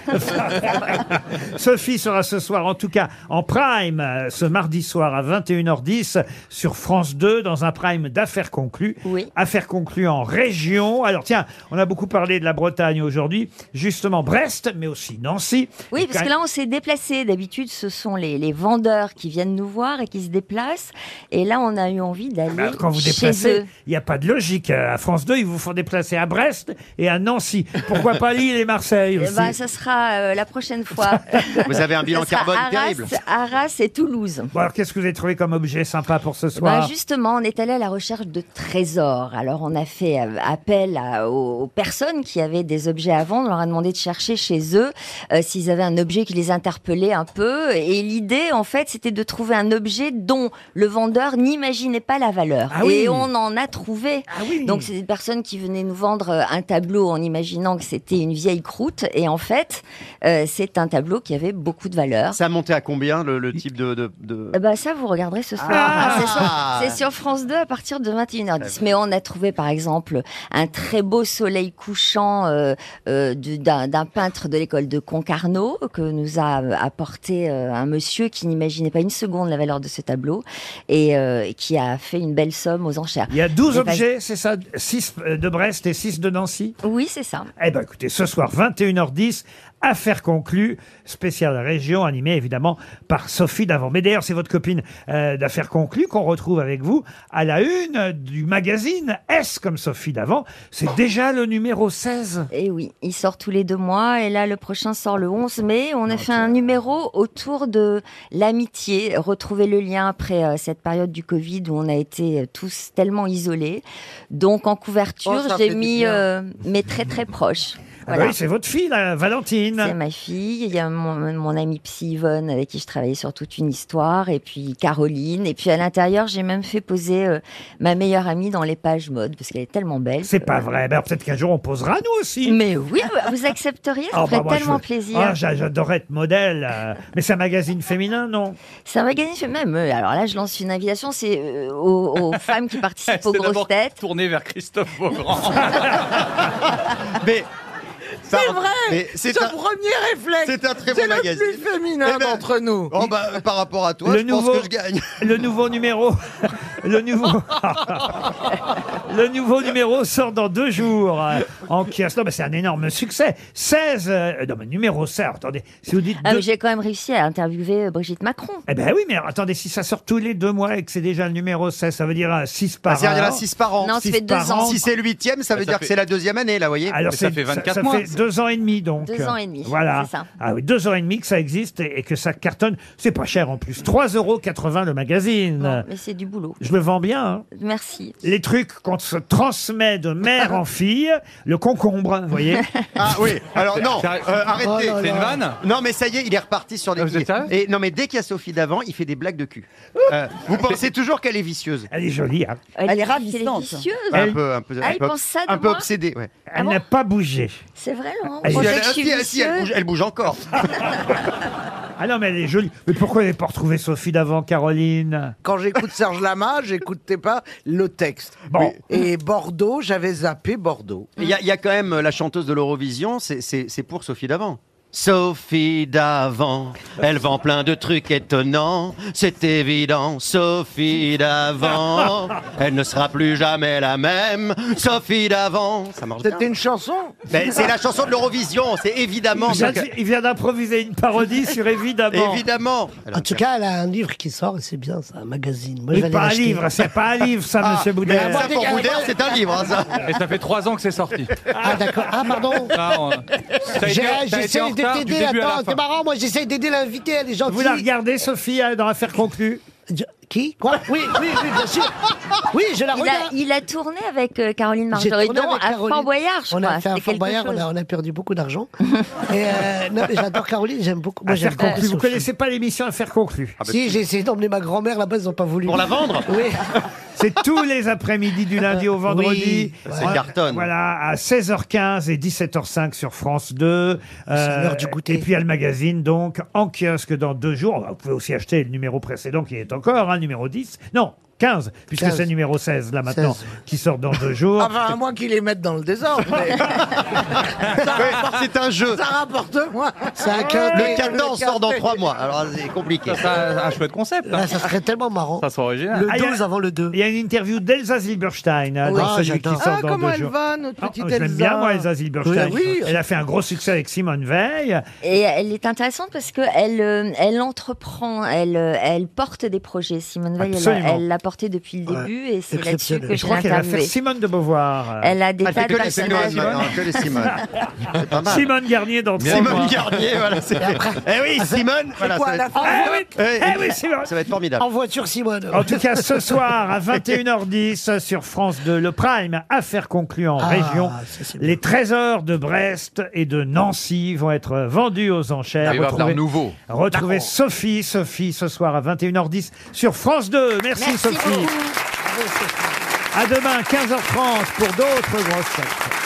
B: Sophie sera ce soir, en tout cas en prime, euh, ce mardi soir à 21h10 sur France 2 dans un prime d'affaires conclues. Affaires conclues en région. Alors tiens, on a beaucoup parlé de la Bretagne aujourd'hui, justement Brest, mais aussi Nancy.
J: Oui,
B: Et
J: parce
B: quand-
J: que là, on s'est déplacé. D'habitude, ce sont les, les vendeurs qui viennent nous voir et qui se déplacent. Et là, on a eu envie d'aller
B: Ah, quand vous
J: chez
B: déplacez,
J: eux.
B: il n'y a pas de logique. À France 2, ils vous font déplacer à Brest et à Nancy. Pourquoi pas Lille et Marseille
J: Eh
B: aussi
J: ben, ça sera euh, la prochaine fois.
B: Vous avez un bilan
J: Ça sera
B: carbone
J: Arras,
B: terrible.
J: Arras et Toulouse.
B: Bon, alors qu'est-ce que vous avez trouvé comme objet sympa pour ce
J: Ben,
B: soir
J: justement, on est allé à la recherche de trésors. Alors, on a fait euh, appel à- aux, aux personnes qui avaient des objets à vendre. On leur a demandé de chercher chez eux euh, s'ils avaient un objet qui les interpellait un peu. Et l'idée, en fait, c'était de trouver un objet dont le vendeur n'imaginait pas la valeur.
K: Ah oui. Ah
J: Et on en a trouvé. Donc, c'est des personnes qui venaient nous vendre euh, un tableau en imaginant que c'était une vieille croûte. Et en fait, euh, c'est un tableau qui avait beaucoup de valeur.
R: Ça montait à combien le, le type de. de- de-
J: Eh ben, ça, vous regarderez ce soir. Hein,
R: Ah.
J: C'est sur- c'est sur, France 2 à partir de 21h10. Mais on a trouvé, par exemple, un très beau soleil couchant euh, euh, du- d'un d'un peintre de l'école de Concarneau que nous a apporté euh, un monsieur qui n'imaginait pas une seconde la valeur de ce tableau et euh, qui a fait une belle somme aux enchères.
B: Il y a 12
J: J'ai pas-
B: objets, c'est ça 6 de Brest et 6 de Nancy
J: Oui, c'est ça.
B: Eh bien, écoutez, ce soir, 21h10, affaire conclue, spéciale région, animée évidemment par Sophie Davant. Mais d'ailleurs, c'est votre copine euh, d'affaires conclues qu'on retrouve avec vous à la une euh, du magazine S comme Sophie Davant. C'est déjà le numéro 16.
J: Et Eh oui, il sort tous les deux mois et là le prochain sort le 11 mai. On a fait un numéro autour de l'amitié, retrouver le lien après euh, cette période du Covid où on a été euh, tous tellement isolés. Donc en couverture,
B: Oh, ça fait
J: j'ai
B: du
J: mis
B: bien.
J: euh, mes très très proches.
B: Ah bah oui, c'est votre fille, là, Valentine.
J: C'est ma fille, il y a mon, mon amie psy Yvonne avec qui je travaillais sur toute une histoire, et puis Caroline, et puis à l'intérieur j'ai même fait poser euh, ma meilleure amie dans les pages mode, parce qu'elle est tellement belle.
B: C'est pas vrai. Ben, peut-être qu'un jour on posera nous aussi.
J: Mais oui, vous accepteriez, ça
B: Ah,
J: me ferait
B: bah, moi, je
J: tellement
B: veux-
J: plaisir.
B: Ah, j'a- J'adorerais être modèle. euh, Mais c'est un magazine féminin, non
J: Ça va gagner je- même. euh, Alors là, je lance une invitation, c'est euh, aux, aux femmes qui participent aux
C: C'est
J: grosses
C: d'abord
H: Ah,
J: têtes.
C: tourné vers Christophe Beaugrand.
R: Mais
D: C'est vrai
G: Mais
D: C'est un premier réflexe
G: C'est un très
D: C'est
G: bon
D: le
G: magazine.
D: plus féminin
G: Eh ben,
D: d'entre nous
G: oh bah, par rapport à toi,
B: le
G: je
B: nouveau,
G: pense que je gagne.
B: Le nouveau numéro. Le nouveau. le nouveau numéro sort dans deux jours euh, en kiosque. Non, mais c'est un énorme succès. 16. euh, non, mais numéro 16. Attendez, si vous dites.
K: Ah,
B: deux-
K: mais j'ai quand même réussi à interviewer euh, Brigitte Macron.
B: Eh ben oui, mais attendez, si ça sort tous les deux mois et que c'est déjà le numéro 16, ça veut dire 6 par an.
P: Ah, C'est-à-dire, il y en a 6 par an.
K: Non, ça
P: Six
K: fait deux
P: par
K: ans.
P: Si c'est le huitième, ça veut
B: Ah, Ça fait-
P: dire que c'est la deuxième année, là, vous voyez
B: Alors c'est- ça, ça fait deux ans et demi donc.
K: Deux ans et demi,
B: Voilà.
K: c'est ça.
B: Ah oui, deux ans et demi que ça existe et, et que ça cartonne. C'est pas cher en plus. 3,80 euros le magazine.
K: Mais c'est du boulot.
B: Je le vends bien. hein.
K: Merci.
B: Les trucs qu'on se transmet de mère en fille, le concombre, vous voyez.
P: Ah oui, alors non,
B: Ça-
P: euh, arrêtez.
B: Oh là Ah, là.
P: Non, mais ça y est, il est reparti sur les pieds. Et non, mais dès qu'il y a Sophie d'avant, il fait des blagues de cul. Euh, vous pensez toujours qu'elle est vicieuse
B: Elle est jolie, hein.
K: Elle, est
F: ravissante.
K: Elle est vicieuse.
P: Un peu, un peu,
K: Ah,
P: un
K: il
P: peu-
K: pense ça de
P: un peu
K: moi
P: obsédée, ouais.
K: Ah
B: Elle
K: bon
B: n'a pas bougé.
K: C'est vrai, Laurent
B: Elle-
K: Vous pensez
B: elle-
K: que je suis
P: si, elle- si, elle
K: vicieuse
P: bouge- elle bouge encore.
B: Ah non, mais elle est jolie. Mais pourquoi elle n'est pas retrouvée Sophie d'avant, Caroline
D: Quand j'écoute Serge Lama, j'écoutais pas le texte.
B: Bon.
D: Et Bordeaux, j'avais zappé Bordeaux.
P: Il y, a- il y a quand même euh, la chanteuse de l'Eurovision, c'est- c'est c'est pour Sophie d'avant. Sophie d'avant, elle vend plein de trucs étonnants, c'est évident. Sophie d'avant, elle ne sera plus jamais la même. Sophie d'avant, ça marche bien.
D: C'était une chanson
P: Ben, c'est la chanson de l'Eurovision, c'est évidemment.
B: Il vient,
P: Donc,
B: il vient d'improviser une parodie sur Évidemment.
P: Évidemment.
H: En tout cas, elle a un livre qui sort et c'est bien, c'est un magazine. Moi,
B: Oui,
H: je vais aller
B: pas un
H: l'acheter. Ah.
B: livre, c'est pas un livre, ça, monsieur Boudet.
H: mais
C: Ah,
H: ça, pour Boudère,
P: c'est un livre, hein, ça.
C: Et ça fait trois ans que c'est sorti.
H: Ah, d'accord. Ah, pardon.
C: Ça, on- ça a
H: J'ai-
C: été- ça a été en retard
H: J'essaie de
C: du début
H: t'aider.
C: à la
H: Attends,
C: fin.
H: c'est marrant. Moi, j'essaie d'aider l'invité. Elle est gentille.
B: Vous la regardez, Sophie, euh, dans l'affaire conclue
H: Qui Quoi Oui, oui, oui, bien sûr. Oui, je la
K: il a,
H: regarde.
K: il a tourné avec euh, Caroline
H: J'ai tourné
K: Marjoridon
H: avec
K: à
H: Caroline.
K: Fort Boyard, je
H: on
K: crois.
H: a fait un
K: C'était
H: Fort
K: quelque
H: Boyard, on
K: chose.
H: a, on a perdu beaucoup d'argent. et euh, non, mais j'adore Caroline, j'aime beaucoup. Moi, j'aime
B: Affaire
H: beaucoup.
B: conclue. Vous
H: Sophie.
B: connaissez pas l'émission Affaire conclue
C: Ah, bah,
H: Si, j'ai essayé d'emmener ma grand-mère là-bas, ils n'ont pas voulu.
P: Pour la vendre
H: Oui.
B: C'est tous les après-midi du lundi au vendredi.
H: Oui,
P: ça cartonne.
B: Voilà, à 16h15 et 17h05 sur France 2. Euh,
H: l'heure du goûter.
B: Et puis il y a le magazine, donc, en kiosque dans deux jours. Bah, Vous pouvez aussi acheter le numéro précédent qui est encore, hein, numéro 10. Non, 15, puisque
H: 15.
B: c'est numéro 16 là maintenant,
H: 16.
B: qui sort dans deux jours.
D: Enfin, à moins qu'ils les mettent dans le désordre. mais
P: C'est un jeu.
D: ça rapporte moins.
H: Ça a
P: Le
H: quinté.
P: 14 sort dans trois mois, alors c'est compliqué.
C: Ça sera un chouette concept. hein.
H: Là, ça serait tellement marrant.
C: Ça sera original.
H: Le
B: Ah, il y a-
H: 12 avant le 2.
B: Il y a une interview d'Elsa Silberstein hein,
H: Oui.
B: dans
H: Ah,
B: celui qui
H: j'adore.
B: sort
D: Ah,
B: dans
D: comment
B: deux
D: elle
B: jours.
D: va, notre
B: Ah,
D: petite
B: je l'aime
D: Elsa
B: bien, moi, Elsa Silberstein.
D: Oui, oui.
B: Elle a fait un gros succès avec Simone Veil.
K: Et elle est intéressante parce que elle, euh, elle entreprend, elle, euh, elle porte des projets. Simone Veil, elle-
B: Absolument.
K: elle l'a porté depuis le
H: Ouais.
K: début et c'est là-dessus
H: Exceptionnel.
K: que
H: Et
B: Je
K: je l'ai
B: crois qu'elle va faire
K: interviewée.
B: Simone de Beauvoir. Ah,
K: Elle a des
P: Elle
K: tas
P: fait
K: de
P: que les Simone,
K: personnages.
P: maintenant, que les Simone. C'est pas mal.
B: Simone Garnier dans trois mois.
P: Simone Garnier, voilà. c'est- Eh oui, Simone. Voilà,
D: quoi,
P: ça, va
D: la
P: être...
D: fin
B: Ah oui,
P: Eh,
B: ah oui, Simone.
P: ça va être formidable.
H: En voiture, Simone.
B: En tout cas, ce soir à 21h10 sur France 2, le Prime, affaire conclue en
H: Ah,
B: région.
H: ça, c'est bien.
B: Les trésors de Brest et de Nancy vont être vendus aux enchères.
E: Il va y avoir un nouveau.
B: retrouvez Sophie, Sophie, ce soir à 21h10 sur France 2. Merci,
K: Merci
B: Sophie.
K: beaucoup.
B: À demain, 15h30 pour d'autres grosses têtes.